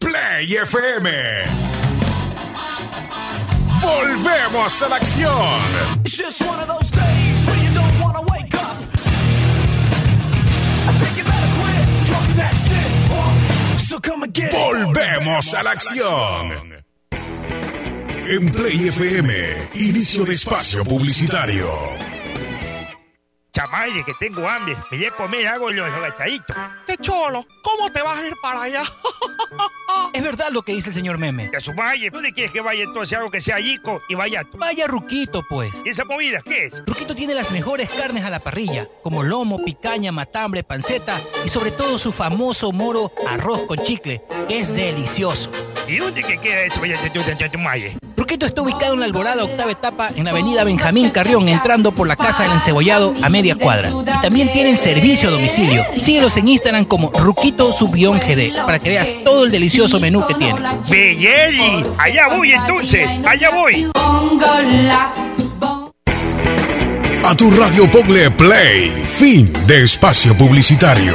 Speaker 3: Play FM. Volvemos a la acción.
Speaker 20: It's just one of those days when you don't wanna wake up. I think you better quit talking that shit. or- So come and get it.
Speaker 3: Volvemos a la acción. En Play FM, inicio de espacio publicitario.
Speaker 4: Chamaye, que tengo hambre. Me voy a comer algo los agachaditos.
Speaker 5: ¡Qué cholo! ¿Cómo te vas a ir para allá?
Speaker 4: Es verdad lo que dice el señor Meme. Que a su valle. ¿Dónde quieres que vaya entonces algo que sea rico y vaya tú? Vaya Ruquito, pues. ¿Y esa movida qué es?
Speaker 10: Ruquito tiene las mejores carnes a la parrilla, como lomo, picaña, matambre, panceta y sobre todo su famoso moro arroz con chicle, que es delicioso.
Speaker 4: ¿Y dónde que queda eso vaya tú de Chamaye?
Speaker 10: Ruquito está ubicado en la Alborada Octava Etapa en la avenida Benjamín Carrión, entrando por la Casa del Encebollado a media cuadra. Y también tienen servicio a domicilio. Síguelos en Instagram como Ruquito-GD para que veas todo el delicioso menú que tiene.
Speaker 4: ¡Belleli! Allá voy entonces. Allá voy.
Speaker 3: A tu radio Pogle Play, fin de espacio publicitario.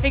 Speaker 21: Hey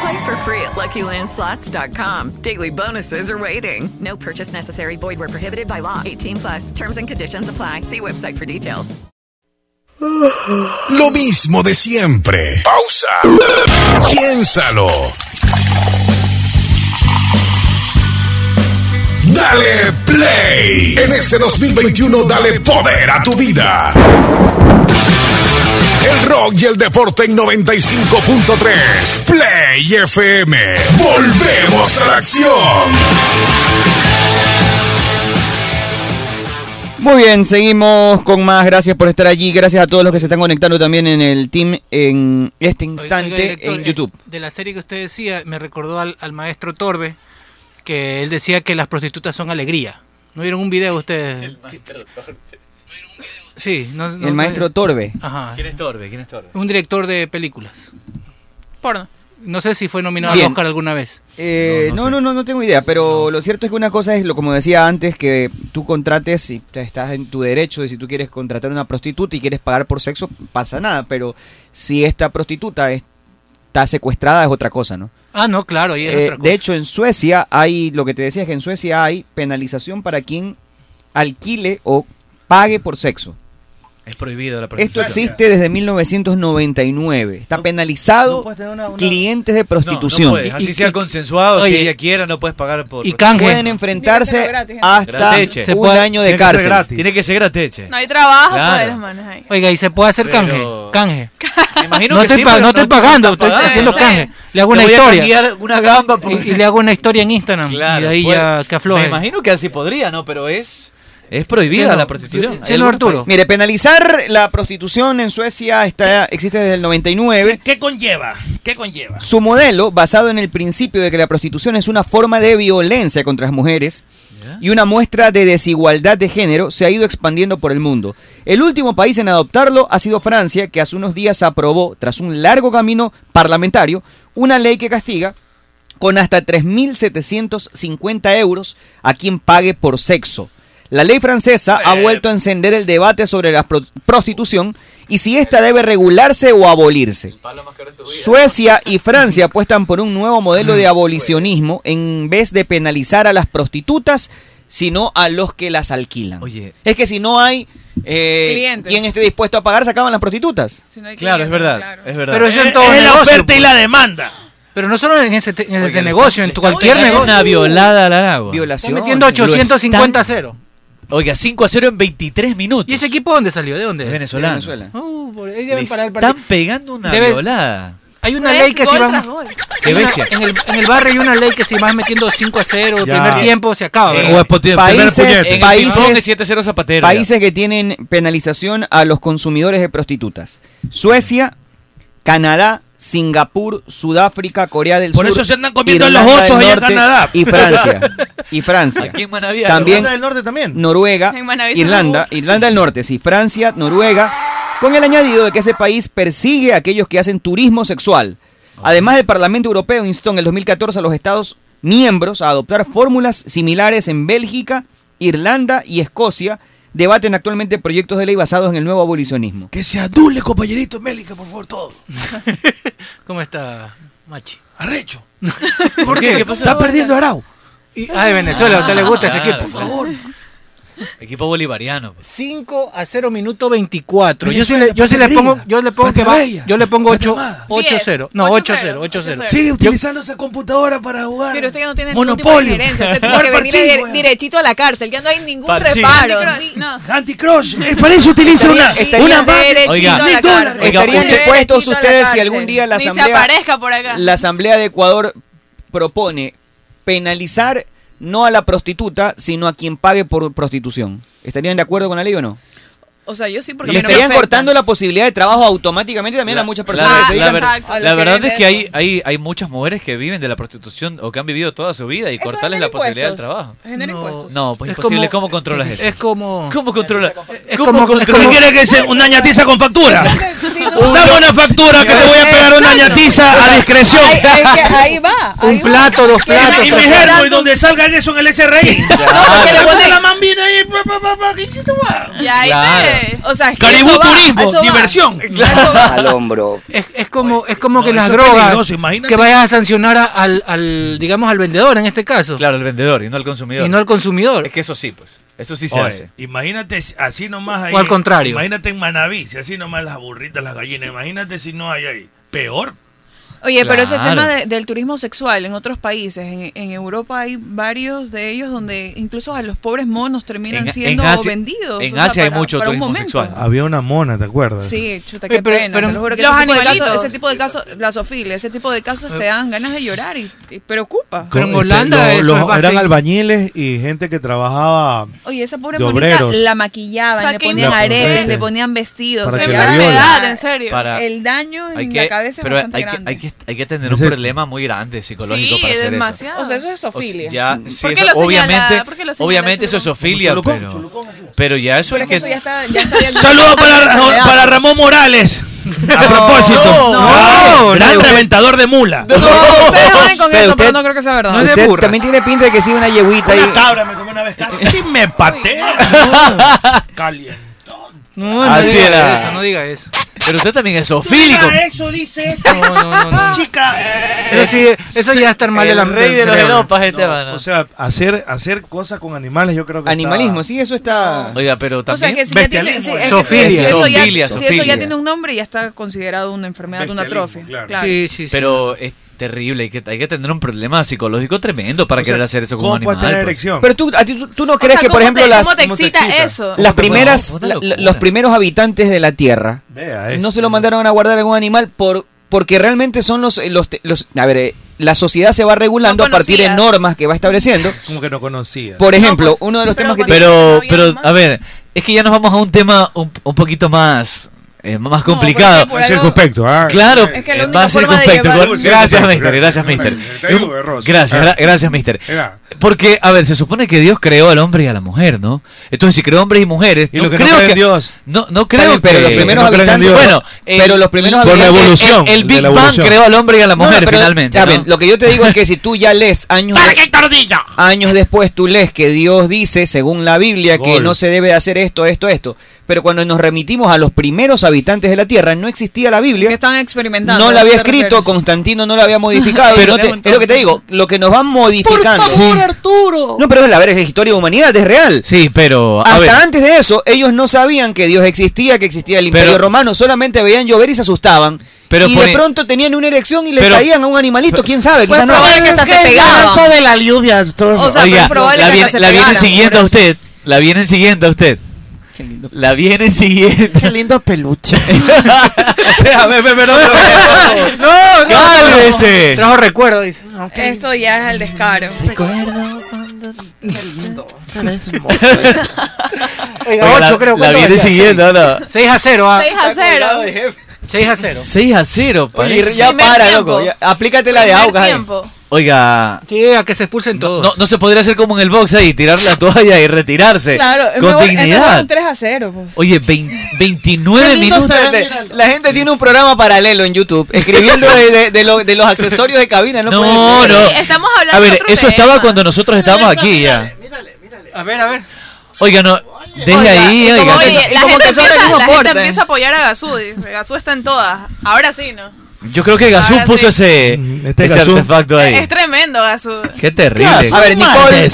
Speaker 22: Play for free at LuckyLandSlots.com. Daily bonuses are waiting. No purchase necessary. Void were prohibited by law. 18 plus. Terms and conditions apply. See website for details.
Speaker 3: Lo mismo de siempre. Pausa. Piénsalo. Dale play. En este 2021 dale poder a tu vida. El rock y el deporte en 95.3. Play FM. Volvemos a la acción.
Speaker 2: Muy bien, seguimos con más. Gracias por estar allí. Gracias a todos los que se están conectando también en el team en este instante
Speaker 14: Oiga, director,
Speaker 2: en
Speaker 14: eh,
Speaker 2: YouTube.
Speaker 14: De la serie que usted decía, me recordó al, al maestro Torbe, que él decía que las prostitutas son alegría. ¿No vieron un video ustedes? Sí. no- no-
Speaker 2: El
Speaker 14: no-
Speaker 2: maestro Torbe.
Speaker 14: Ajá.
Speaker 15: ¿Quién es Torbe? ¿Quién es Torbe?
Speaker 14: Un director de películas. Porno. No sé si fue nominado
Speaker 2: Bien.
Speaker 14: al Oscar alguna vez.
Speaker 2: Eh, no, no, no, no, tengo idea, pero lo cierto es que una cosa es, lo como decía antes, que tú contrates y te- estás en tu derecho de si tú quieres contratar a una prostituta y quieres pagar por sexo, pasa nada, pero si esta prostituta está secuestrada es otra cosa, ¿no?
Speaker 14: Ah, no, claro, ahí es
Speaker 2: Eh,
Speaker 14: otra cosa.
Speaker 2: De hecho, en Suecia hay, lo que te decía es que en Suecia hay penalización para quien alquile o pague por sexo.
Speaker 15: Es prohibido la
Speaker 2: Esto
Speaker 15: prostitución.
Speaker 2: existe desde 1999. Está penalizado clientes de prostitución.
Speaker 15: No, no puedes, así sea consensuado, si
Speaker 2: Oye,
Speaker 15: ella quiera, no puedes pagar por.
Speaker 2: y
Speaker 15: por-
Speaker 2: canje. Pueden enfrentarse hasta
Speaker 15: Grateche.
Speaker 2: un año de
Speaker 15: Tiene que ser
Speaker 2: cárcel.
Speaker 15: gratis. Tiene que ser grateche.
Speaker 16: No hay trabajo
Speaker 15: Claro.
Speaker 16: para las manos ahí.
Speaker 14: Oiga, y se puede hacer
Speaker 15: Pero-
Speaker 14: canje.
Speaker 15: *laughs*
Speaker 14: Canje.
Speaker 15: imagino
Speaker 14: no
Speaker 15: que
Speaker 14: estoy,
Speaker 15: sí,
Speaker 14: pa-
Speaker 15: pero
Speaker 14: no
Speaker 15: no-
Speaker 14: estoy
Speaker 15: no
Speaker 14: pagando,
Speaker 15: está
Speaker 14: estoy
Speaker 15: pagando.
Speaker 14: haciendo
Speaker 15: Sí.
Speaker 14: canje. Le hago
Speaker 15: Te
Speaker 14: una
Speaker 15: voy a
Speaker 14: historia.
Speaker 15: cambiar una gamba por-
Speaker 14: Y, y le hago una historia en Instagram.
Speaker 15: Claro,
Speaker 14: y ahí
Speaker 15: puede-
Speaker 14: ya que afloje.
Speaker 15: Me imagino que así podría, ¿no? Pero es. Es prohibida
Speaker 2: Siendo-
Speaker 15: la prostitución.
Speaker 2: siendo
Speaker 15: Hay algunos
Speaker 2: Arturo.
Speaker 15: países-
Speaker 2: Mire, penalizar la prostitución en Suecia está, existe desde el
Speaker 5: ¿Eh?
Speaker 2: 99.
Speaker 1: ¿Qué conlleva? ¿Qué conlleva?
Speaker 2: Su modelo, basado en el principio de que la prostitución es una forma de violencia contra las mujeres y una muestra de desigualdad de género, se ha ido expandiendo por el mundo. El último país en adoptarlo ha sido Francia, que hace unos días aprobó, tras un largo camino parlamentario, una ley que castiga con hasta 3.750 euros a quien pague por sexo. La ley francesa ha vuelto a encender el debate sobre la pro- prostitución y si ésta debe regularse o abolirse. Suecia y Francia apuestan por un nuevo modelo de abolicionismo en vez de penalizar a las prostitutas, sino a los que las alquilan.
Speaker 15: Oye.
Speaker 2: Es que si no hay eh, quien esté dispuesto a pagar, se acaban las prostitutas.
Speaker 15: Claro, es verdad. Es verdad.
Speaker 14: Pero eso en pues. todo
Speaker 2: es la
Speaker 14: oferta y la demanda. Pero no solo en ese, te- en ese negocio, en tu cualquier negocio.
Speaker 15: Una violada al agua.
Speaker 2: Violación.
Speaker 14: Está metiendo 850 a cero.
Speaker 15: Oiga, 5 a 0 en 23 minutos. ¿Y ese
Speaker 14: equipo dónde salió? ¿De dónde?
Speaker 15: Venezolano.
Speaker 14: Uh, por ahí
Speaker 15: Le
Speaker 14: deben parar el partido.
Speaker 15: están pegando una
Speaker 14: Debes-
Speaker 15: violada.
Speaker 14: Hay una
Speaker 16: Pues,
Speaker 14: ley que si
Speaker 16: gol
Speaker 14: van.
Speaker 16: tras gol.
Speaker 15: Qué
Speaker 14: hay una-
Speaker 15: bestia.
Speaker 14: en, el, en el barrio hay una ley que si vas metiendo 5 a 0, el
Speaker 15: Ya.
Speaker 14: primer tiempo se acaba.
Speaker 15: Eh,
Speaker 14: ¿verdad?
Speaker 15: o es poti-
Speaker 2: Países-
Speaker 15: En el
Speaker 2: países-
Speaker 15: tiburón de 7-0 Zapatero.
Speaker 2: Países que tienen penalización a los consumidores de prostitutas. Suecia, Canadá, Singapur, Sudáfrica, Corea del
Speaker 1: Por
Speaker 2: Sur.
Speaker 1: eso se andan comiendo
Speaker 2: Irlanda
Speaker 1: los
Speaker 2: del
Speaker 1: osos allá en
Speaker 2: Norte
Speaker 1: Canadá.
Speaker 2: Y *laughs* Francia. Y Francia.
Speaker 15: Aquí en Manaví, a la
Speaker 2: También
Speaker 15: banda del
Speaker 2: norte también. Noruega,
Speaker 15: En Manaví son
Speaker 2: Irlanda, Irlanda del Norte, sí, Francia, Noruega, con el añadido de que ese país persigue a aquellos que hacen turismo sexual. Además, el Parlamento Europeo instó en el 2014 a los Estados miembros a adoptar fórmulas similares en Bélgica, Irlanda y Escocia. Debaten actualmente proyectos de ley basados en el nuevo abolicionismo.
Speaker 1: Que se adule, compañerito Mélica, por favor, todo.
Speaker 14: *laughs* ¿Cómo está, Machi?
Speaker 1: Arrecho.
Speaker 14: *laughs* ¿Por qué? ¿Qué pasó?
Speaker 1: Está perdiendo Arau.
Speaker 14: Ah, de Venezuela, ¿a usted le gusta ese equipo?
Speaker 15: Por favor. Equipo bolivariano.
Speaker 14: 5 a 0 minuto 24. Yo sí
Speaker 15: Venezuela,
Speaker 14: le, yo sí le
Speaker 15: Patria
Speaker 14: pongo,
Speaker 15: Bella,
Speaker 14: yo le pongo que va,
Speaker 1: Patria
Speaker 14: yo le pongo
Speaker 1: Patria
Speaker 14: 8
Speaker 1: Amada.
Speaker 14: 8 0. No, 8 0, 8 0.
Speaker 1: Sí, utilizando esa computadora para jugar.
Speaker 13: Pero usted ya no tiene
Speaker 1: Monopolio.
Speaker 13: ningún tipo de injerencia.
Speaker 2: *laughs*
Speaker 1: *laughs*
Speaker 13: Usted tiene
Speaker 1: Jugar
Speaker 13: que venir
Speaker 1: parchís,
Speaker 13: dire-
Speaker 1: weón.
Speaker 13: derechito a la cárcel. Ya no hay ningún
Speaker 1: Parchís.
Speaker 13: reparo. *laughs*
Speaker 1: Anticross. Eh, para eso utiliza una.
Speaker 2: Estaría-
Speaker 1: una
Speaker 2: estaría-
Speaker 1: máquina.
Speaker 2: Oiga,
Speaker 1: Mil dólares.
Speaker 2: estarían
Speaker 1: usted-
Speaker 2: dispuestos
Speaker 1: Derechito a la
Speaker 2: ustedes si
Speaker 1: cárcel.
Speaker 2: algún día la
Speaker 1: Ni se
Speaker 2: asamblea,
Speaker 1: aparezca por acá.
Speaker 2: la asamblea de Ecuador propone penalizar no a la prostituta, sino a quien pague por prostitución. ¿Estarían de acuerdo con la ley o no?
Speaker 13: O sea, yo sí porque a
Speaker 2: Le
Speaker 13: mí no me
Speaker 2: estarían
Speaker 13: afecta.
Speaker 2: cortando la posibilidad de trabajo automáticamente también a muchas personas que se
Speaker 15: la,
Speaker 2: dedican-
Speaker 15: ver-
Speaker 13: Exacto, a los
Speaker 15: la
Speaker 13: que
Speaker 15: verdad
Speaker 13: viven
Speaker 15: es que
Speaker 13: de
Speaker 15: hay, hay, hay muchas mujeres que viven de la prostitución o que han vivido toda su vida y cortarles la posibilidad del trabajo. No, pues
Speaker 14: Es
Speaker 15: imposible.
Speaker 14: como-
Speaker 15: ¿Cómo controlas eso?
Speaker 14: Es como
Speaker 15: ¿Cómo controlas?
Speaker 14: es
Speaker 15: ¿Cómo
Speaker 14: como-
Speaker 15: controlas?
Speaker 14: es como-
Speaker 15: ¿Quiere que sea
Speaker 6: una ñatiza con factura?
Speaker 15: Un-
Speaker 6: Dame una factura que te voy a pegar una ñatiza a discreción.
Speaker 13: Ahí, es que ahí va.
Speaker 14: un plato, dos platos.
Speaker 6: Y mi germo, y donde salga eso en
Speaker 13: *laughs*
Speaker 6: el SRI.
Speaker 13: porque le ponen-
Speaker 1: la mambina ahí. Pa, pa, pa, pa, ¿qué hiciste, weón?
Speaker 13: Y ahí
Speaker 14: Claro.
Speaker 13: te- O sea, es que
Speaker 14: Caribú
Speaker 13: eso va,
Speaker 14: turismo,
Speaker 13: eso va.
Speaker 14: diversión.
Speaker 2: Eh, *laughs*
Speaker 23: al hombro.
Speaker 14: *laughs* Es, es como, es como que las
Speaker 15: eso es
Speaker 14: drogas
Speaker 15: peligroso, imagínate.
Speaker 14: que vayas a sancionar a- al, al, digamos, al vendedor en este caso.
Speaker 15: Claro, al vendedor y no al consumidor.
Speaker 14: Y no al consumidor.
Speaker 15: Es que eso sí, pues. Eso sí se
Speaker 14: Oye,
Speaker 15: hace.
Speaker 1: Imagínate si- así nomás ahí.
Speaker 14: O al contrario.
Speaker 1: Imagínate en Manaví, si así nomás las burritas, las gallinas. Imagínate si no hay ahí. Peor.
Speaker 13: Oye, pero ese
Speaker 1: Claro.
Speaker 13: tema de- del turismo sexual en otros países, en, en Europa hay varios de ellos donde incluso a los pobres monos terminan siendo vendidos. o sea, para- para un momento.
Speaker 6: Había una mona, ¿te acuerdas?
Speaker 13: Sí, chuta,
Speaker 14: Oye,
Speaker 13: qué
Speaker 14: pero-
Speaker 13: pena.
Speaker 14: pero
Speaker 13: te lo juro que
Speaker 14: los
Speaker 13: ese tipo de
Speaker 14: animalitos.
Speaker 13: casos- ese tipo de casos, la zoofilia, ese tipo de casos te dan ganas de llorar y, y preocupa.
Speaker 6: Con- este, lo- los- eran albañiles y gente que trabajaba
Speaker 13: Oye, esa pobre
Speaker 6: de
Speaker 13: monita
Speaker 6: obreros.
Speaker 13: la maquillaban,
Speaker 16: O sea,
Speaker 13: le
Speaker 16: qué
Speaker 13: ponían
Speaker 6: La
Speaker 13: aretes,
Speaker 6: pobrete.
Speaker 13: le ponían vestidos.
Speaker 6: Para
Speaker 13: o sea,
Speaker 6: que la
Speaker 13: era
Speaker 6: violen.
Speaker 13: verdad, en
Speaker 15: serio. Para-
Speaker 13: El daño
Speaker 15: Hay
Speaker 13: en
Speaker 15: que-
Speaker 13: la cabeza es
Speaker 15: pero
Speaker 13: bastante
Speaker 15: hay que,
Speaker 13: grande.
Speaker 15: hay, que, hay que tener un
Speaker 6: Ese-
Speaker 15: problema muy grande psicológico
Speaker 13: Sí,
Speaker 15: para hacer
Speaker 13: demasiado. O sea, eso es
Speaker 15: eso. O sea,
Speaker 13: zoofilia.
Speaker 15: ya,
Speaker 13: ¿Por
Speaker 15: sí,
Speaker 13: qué
Speaker 15: eso-
Speaker 13: lo señala-
Speaker 15: obviamente,
Speaker 13: por qué lo señala
Speaker 15: obviamente eso es
Speaker 13: Chulucón?
Speaker 15: zoofilia,
Speaker 6: Chulucón,
Speaker 15: pero, pero ya eso es que...
Speaker 13: Eso ya está, ya
Speaker 4: *laughs*
Speaker 13: está bien-
Speaker 6: Saludos *laughs* para, Ra- para Ramón Morales. A propósito, Ah,
Speaker 2: no.
Speaker 6: gran reventador de mula.
Speaker 13: Ustedes joden con
Speaker 6: Pero
Speaker 13: eso, pero
Speaker 6: usted-
Speaker 13: no creo que sea verdad.
Speaker 6: no es de
Speaker 2: Usted
Speaker 6: burras.
Speaker 2: también tiene pinta de que sí una yeguita ahí.
Speaker 1: Cabra, me comí una vez casi me *laughs* patea. Caliente.
Speaker 14: No,
Speaker 15: Así
Speaker 14: diga
Speaker 15: era.
Speaker 2: Ah.
Speaker 14: eso, no diga eso.
Speaker 15: Pero usted también es zoofílico.
Speaker 5: este. *laughs*
Speaker 1: Chica, eso dice. No, no, no. Chica.
Speaker 15: Eso
Speaker 14: eso sí, eso ya está mal de
Speaker 6: El
Speaker 14: la
Speaker 6: rey de los
Speaker 15: eropas, este
Speaker 6: No,
Speaker 15: pana.
Speaker 6: O sea, hacer, hacer cosas con animales, yo creo que.
Speaker 2: Animalismo, sí, eso está.
Speaker 15: Oiga, pero
Speaker 13: O sea,
Speaker 15: también.
Speaker 13: que si, ya tiene, si-
Speaker 6: Bestialismo,
Speaker 13: es que si-
Speaker 15: Zoofilia.
Speaker 13: si eso ya,
Speaker 15: Zoofilia,
Speaker 13: si eso ya
Speaker 15: zoofilia.
Speaker 13: tiene un nombre, ya está considerado una enfermedad, una atrofia. Claro.
Speaker 15: Pero es terrible, hay que, hay que tener un problema psicológico tremendo para
Speaker 6: O sea,
Speaker 15: querer hacer eso con
Speaker 6: ¿cómo
Speaker 15: un
Speaker 6: puedes
Speaker 15: animal.
Speaker 6: tener
Speaker 15: pues.
Speaker 6: erección?
Speaker 2: Pero tú, a ti- tú, tú no crees
Speaker 16: sea,
Speaker 2: que, por
Speaker 16: ¿cómo
Speaker 2: ejemplo,
Speaker 16: te-
Speaker 2: las,
Speaker 16: cómo te ¿cómo te excita excita? eso?
Speaker 2: las primeras, la- la- los primeros habitantes de la Tierra no se lo mandaron a guardar algún animal por, porque realmente son los, eh, los, los- a ver, eh, la sociedad se va regulando a partir de
Speaker 6: conocías.
Speaker 2: normas que va estableciendo.
Speaker 6: Como que no conocía.
Speaker 2: Por ejemplo, uno de los temas que
Speaker 15: Pero, pero, a ver, es que ya nos vamos a un tema un, un poquito más, eh, más complicado.
Speaker 6: por Más algo- circunspecto, ah.
Speaker 15: Claro,
Speaker 6: Es que la
Speaker 15: eh,
Speaker 6: única
Speaker 15: más
Speaker 6: forma de
Speaker 15: circunspecto.
Speaker 6: llevar-
Speaker 15: Con-
Speaker 6: Sí,
Speaker 15: Gracias,
Speaker 6: circunspecto,
Speaker 15: mister, gracias, mister.
Speaker 6: Te ayudo,
Speaker 15: Yo-
Speaker 6: Rosa.
Speaker 15: Gracias,
Speaker 6: Ah.
Speaker 15: gra- gracias, mister.
Speaker 6: Era.
Speaker 15: Porque, a ver, se supone que Dios creó al hombre y a la mujer, ¿no? Entonces, si creó hombres y mujeres,
Speaker 6: Y
Speaker 15: no
Speaker 6: los que no
Speaker 15: creo
Speaker 6: creen
Speaker 15: que
Speaker 6: en Dios.
Speaker 15: No, no creo
Speaker 2: Pero los
Speaker 15: que-
Speaker 2: primeros
Speaker 15: no creen en
Speaker 2: habitantes.
Speaker 15: Dios. Bueno,
Speaker 2: pero
Speaker 15: el-
Speaker 2: los primeros
Speaker 15: por la
Speaker 2: habitantes-
Speaker 15: evolución,
Speaker 2: el- el
Speaker 15: de
Speaker 2: Big
Speaker 15: la
Speaker 2: Bang
Speaker 15: evolución. creó al hombre y a la mujer,
Speaker 2: pero,
Speaker 15: finalmente,
Speaker 2: ya
Speaker 15: ¿no?
Speaker 2: ven, lo que yo te digo es que si tú ya lees años años después tú lees que Dios dice, según la Biblia, que
Speaker 24: Gol.
Speaker 2: no se debe de hacer esto, esto, esto. Pero cuando nos remitimos a los primeros habitantes de la Tierra, no existía la Biblia. Que
Speaker 13: estaban experimentando.
Speaker 2: No la había
Speaker 13: ¿a qué te
Speaker 2: escrito,
Speaker 13: refieres?
Speaker 2: Constantino no la había
Speaker 13: *laughs*
Speaker 2: modificado.
Speaker 13: Pero-
Speaker 2: no te- es lo que te digo, lo que nos van modificando.
Speaker 5: Arturo.
Speaker 2: No, pero es la, a ver, es la historia de humanidad, es real.
Speaker 15: Sí, pero. a ver.
Speaker 2: Hasta antes de eso, ellos no sabían que Dios existía, que existía el Imperio
Speaker 15: Pero-
Speaker 2: Romano, solamente veían llover y se asustaban.
Speaker 15: Pero
Speaker 2: y
Speaker 15: por
Speaker 2: de
Speaker 15: e-
Speaker 2: pronto tenían una erección y le
Speaker 15: pero-
Speaker 2: caían a un animalito, quién sabe,
Speaker 5: pues,
Speaker 2: quizás no.
Speaker 13: Pues probable que hasta se pegaban.
Speaker 5: Eso de la lluvia. Arturo.
Speaker 15: Oiga, la,
Speaker 13: que
Speaker 15: vien-
Speaker 13: hasta se
Speaker 15: la vienen
Speaker 13: pegaran,
Speaker 15: siguiendo a usted. La vienen siguiendo a usted. La vienen siguiendo.
Speaker 5: Qué lindo
Speaker 15: *laughs*
Speaker 5: peluche.
Speaker 15: o sea, ve, ve, ve, no,
Speaker 5: no,
Speaker 15: Cálmese.
Speaker 14: Trajo recuerdo, dice.
Speaker 13: Ah, Esto ya es el descaro.
Speaker 5: Recuerdo cuando... Qué lindo. Sabes, hermoso eso.
Speaker 14: Oiga,
Speaker 15: Oiga, la-
Speaker 14: ocho, creo,
Speaker 15: La
Speaker 14: ¿cuánto
Speaker 15: vienen
Speaker 14: valía?
Speaker 15: siguiendo, ¿no?
Speaker 14: 6 a 0.
Speaker 2: ah.
Speaker 16: 6 a 0.
Speaker 14: 6 a 0.
Speaker 15: 6 a 0,
Speaker 2: Oye,
Speaker 15: parece.
Speaker 2: ya
Speaker 16: Primer
Speaker 2: para,
Speaker 16: tiempo.
Speaker 2: loco. ya, aplícate la de
Speaker 16: Primer
Speaker 2: Aucas. ahí.
Speaker 16: tiempo.
Speaker 15: Oiga.
Speaker 14: a que se expulsen todos.
Speaker 15: No, no se podría hacer como en el box ahí, tirar una toalla y retirarse.
Speaker 13: Claro,
Speaker 15: con
Speaker 13: mejor- es mejor
Speaker 15: dignidad.
Speaker 13: un 3 a 0. pues.
Speaker 15: Oye, vein- 29 minutos.
Speaker 2: Espérate, La gente tiene un programa paralelo en YouTube, escribiendo de, de- de lo- de los accesorios de cabina. No,
Speaker 15: No,
Speaker 2: puede ser.
Speaker 15: no.
Speaker 16: estamos hablando
Speaker 15: A
Speaker 16: de
Speaker 15: ver,
Speaker 16: otro
Speaker 15: eso
Speaker 16: tema.
Speaker 15: estaba cuando nosotros estábamos aquí ya.
Speaker 14: A ver, a ver.
Speaker 15: Oiga, no, desde
Speaker 16: Oiga,
Speaker 15: ahí,
Speaker 16: y como,
Speaker 15: oiga.
Speaker 16: oye,
Speaker 13: y
Speaker 16: la,
Speaker 13: como
Speaker 16: gente
Speaker 13: que son del
Speaker 16: empieza,
Speaker 13: mismo
Speaker 16: la gente
Speaker 13: porte.
Speaker 16: empieza a apoyar a Gazú. dice, Gazú está en todas. Ahora sí, ¿no?
Speaker 15: Yo creo que Gazú
Speaker 16: Ahora
Speaker 15: puso
Speaker 16: sí.
Speaker 15: ese,
Speaker 6: este
Speaker 15: ese
Speaker 6: Gazú.
Speaker 15: artefacto ahí.
Speaker 16: Es tremendo, Gazú.
Speaker 15: Qué terrible.
Speaker 2: A ver, Nicole,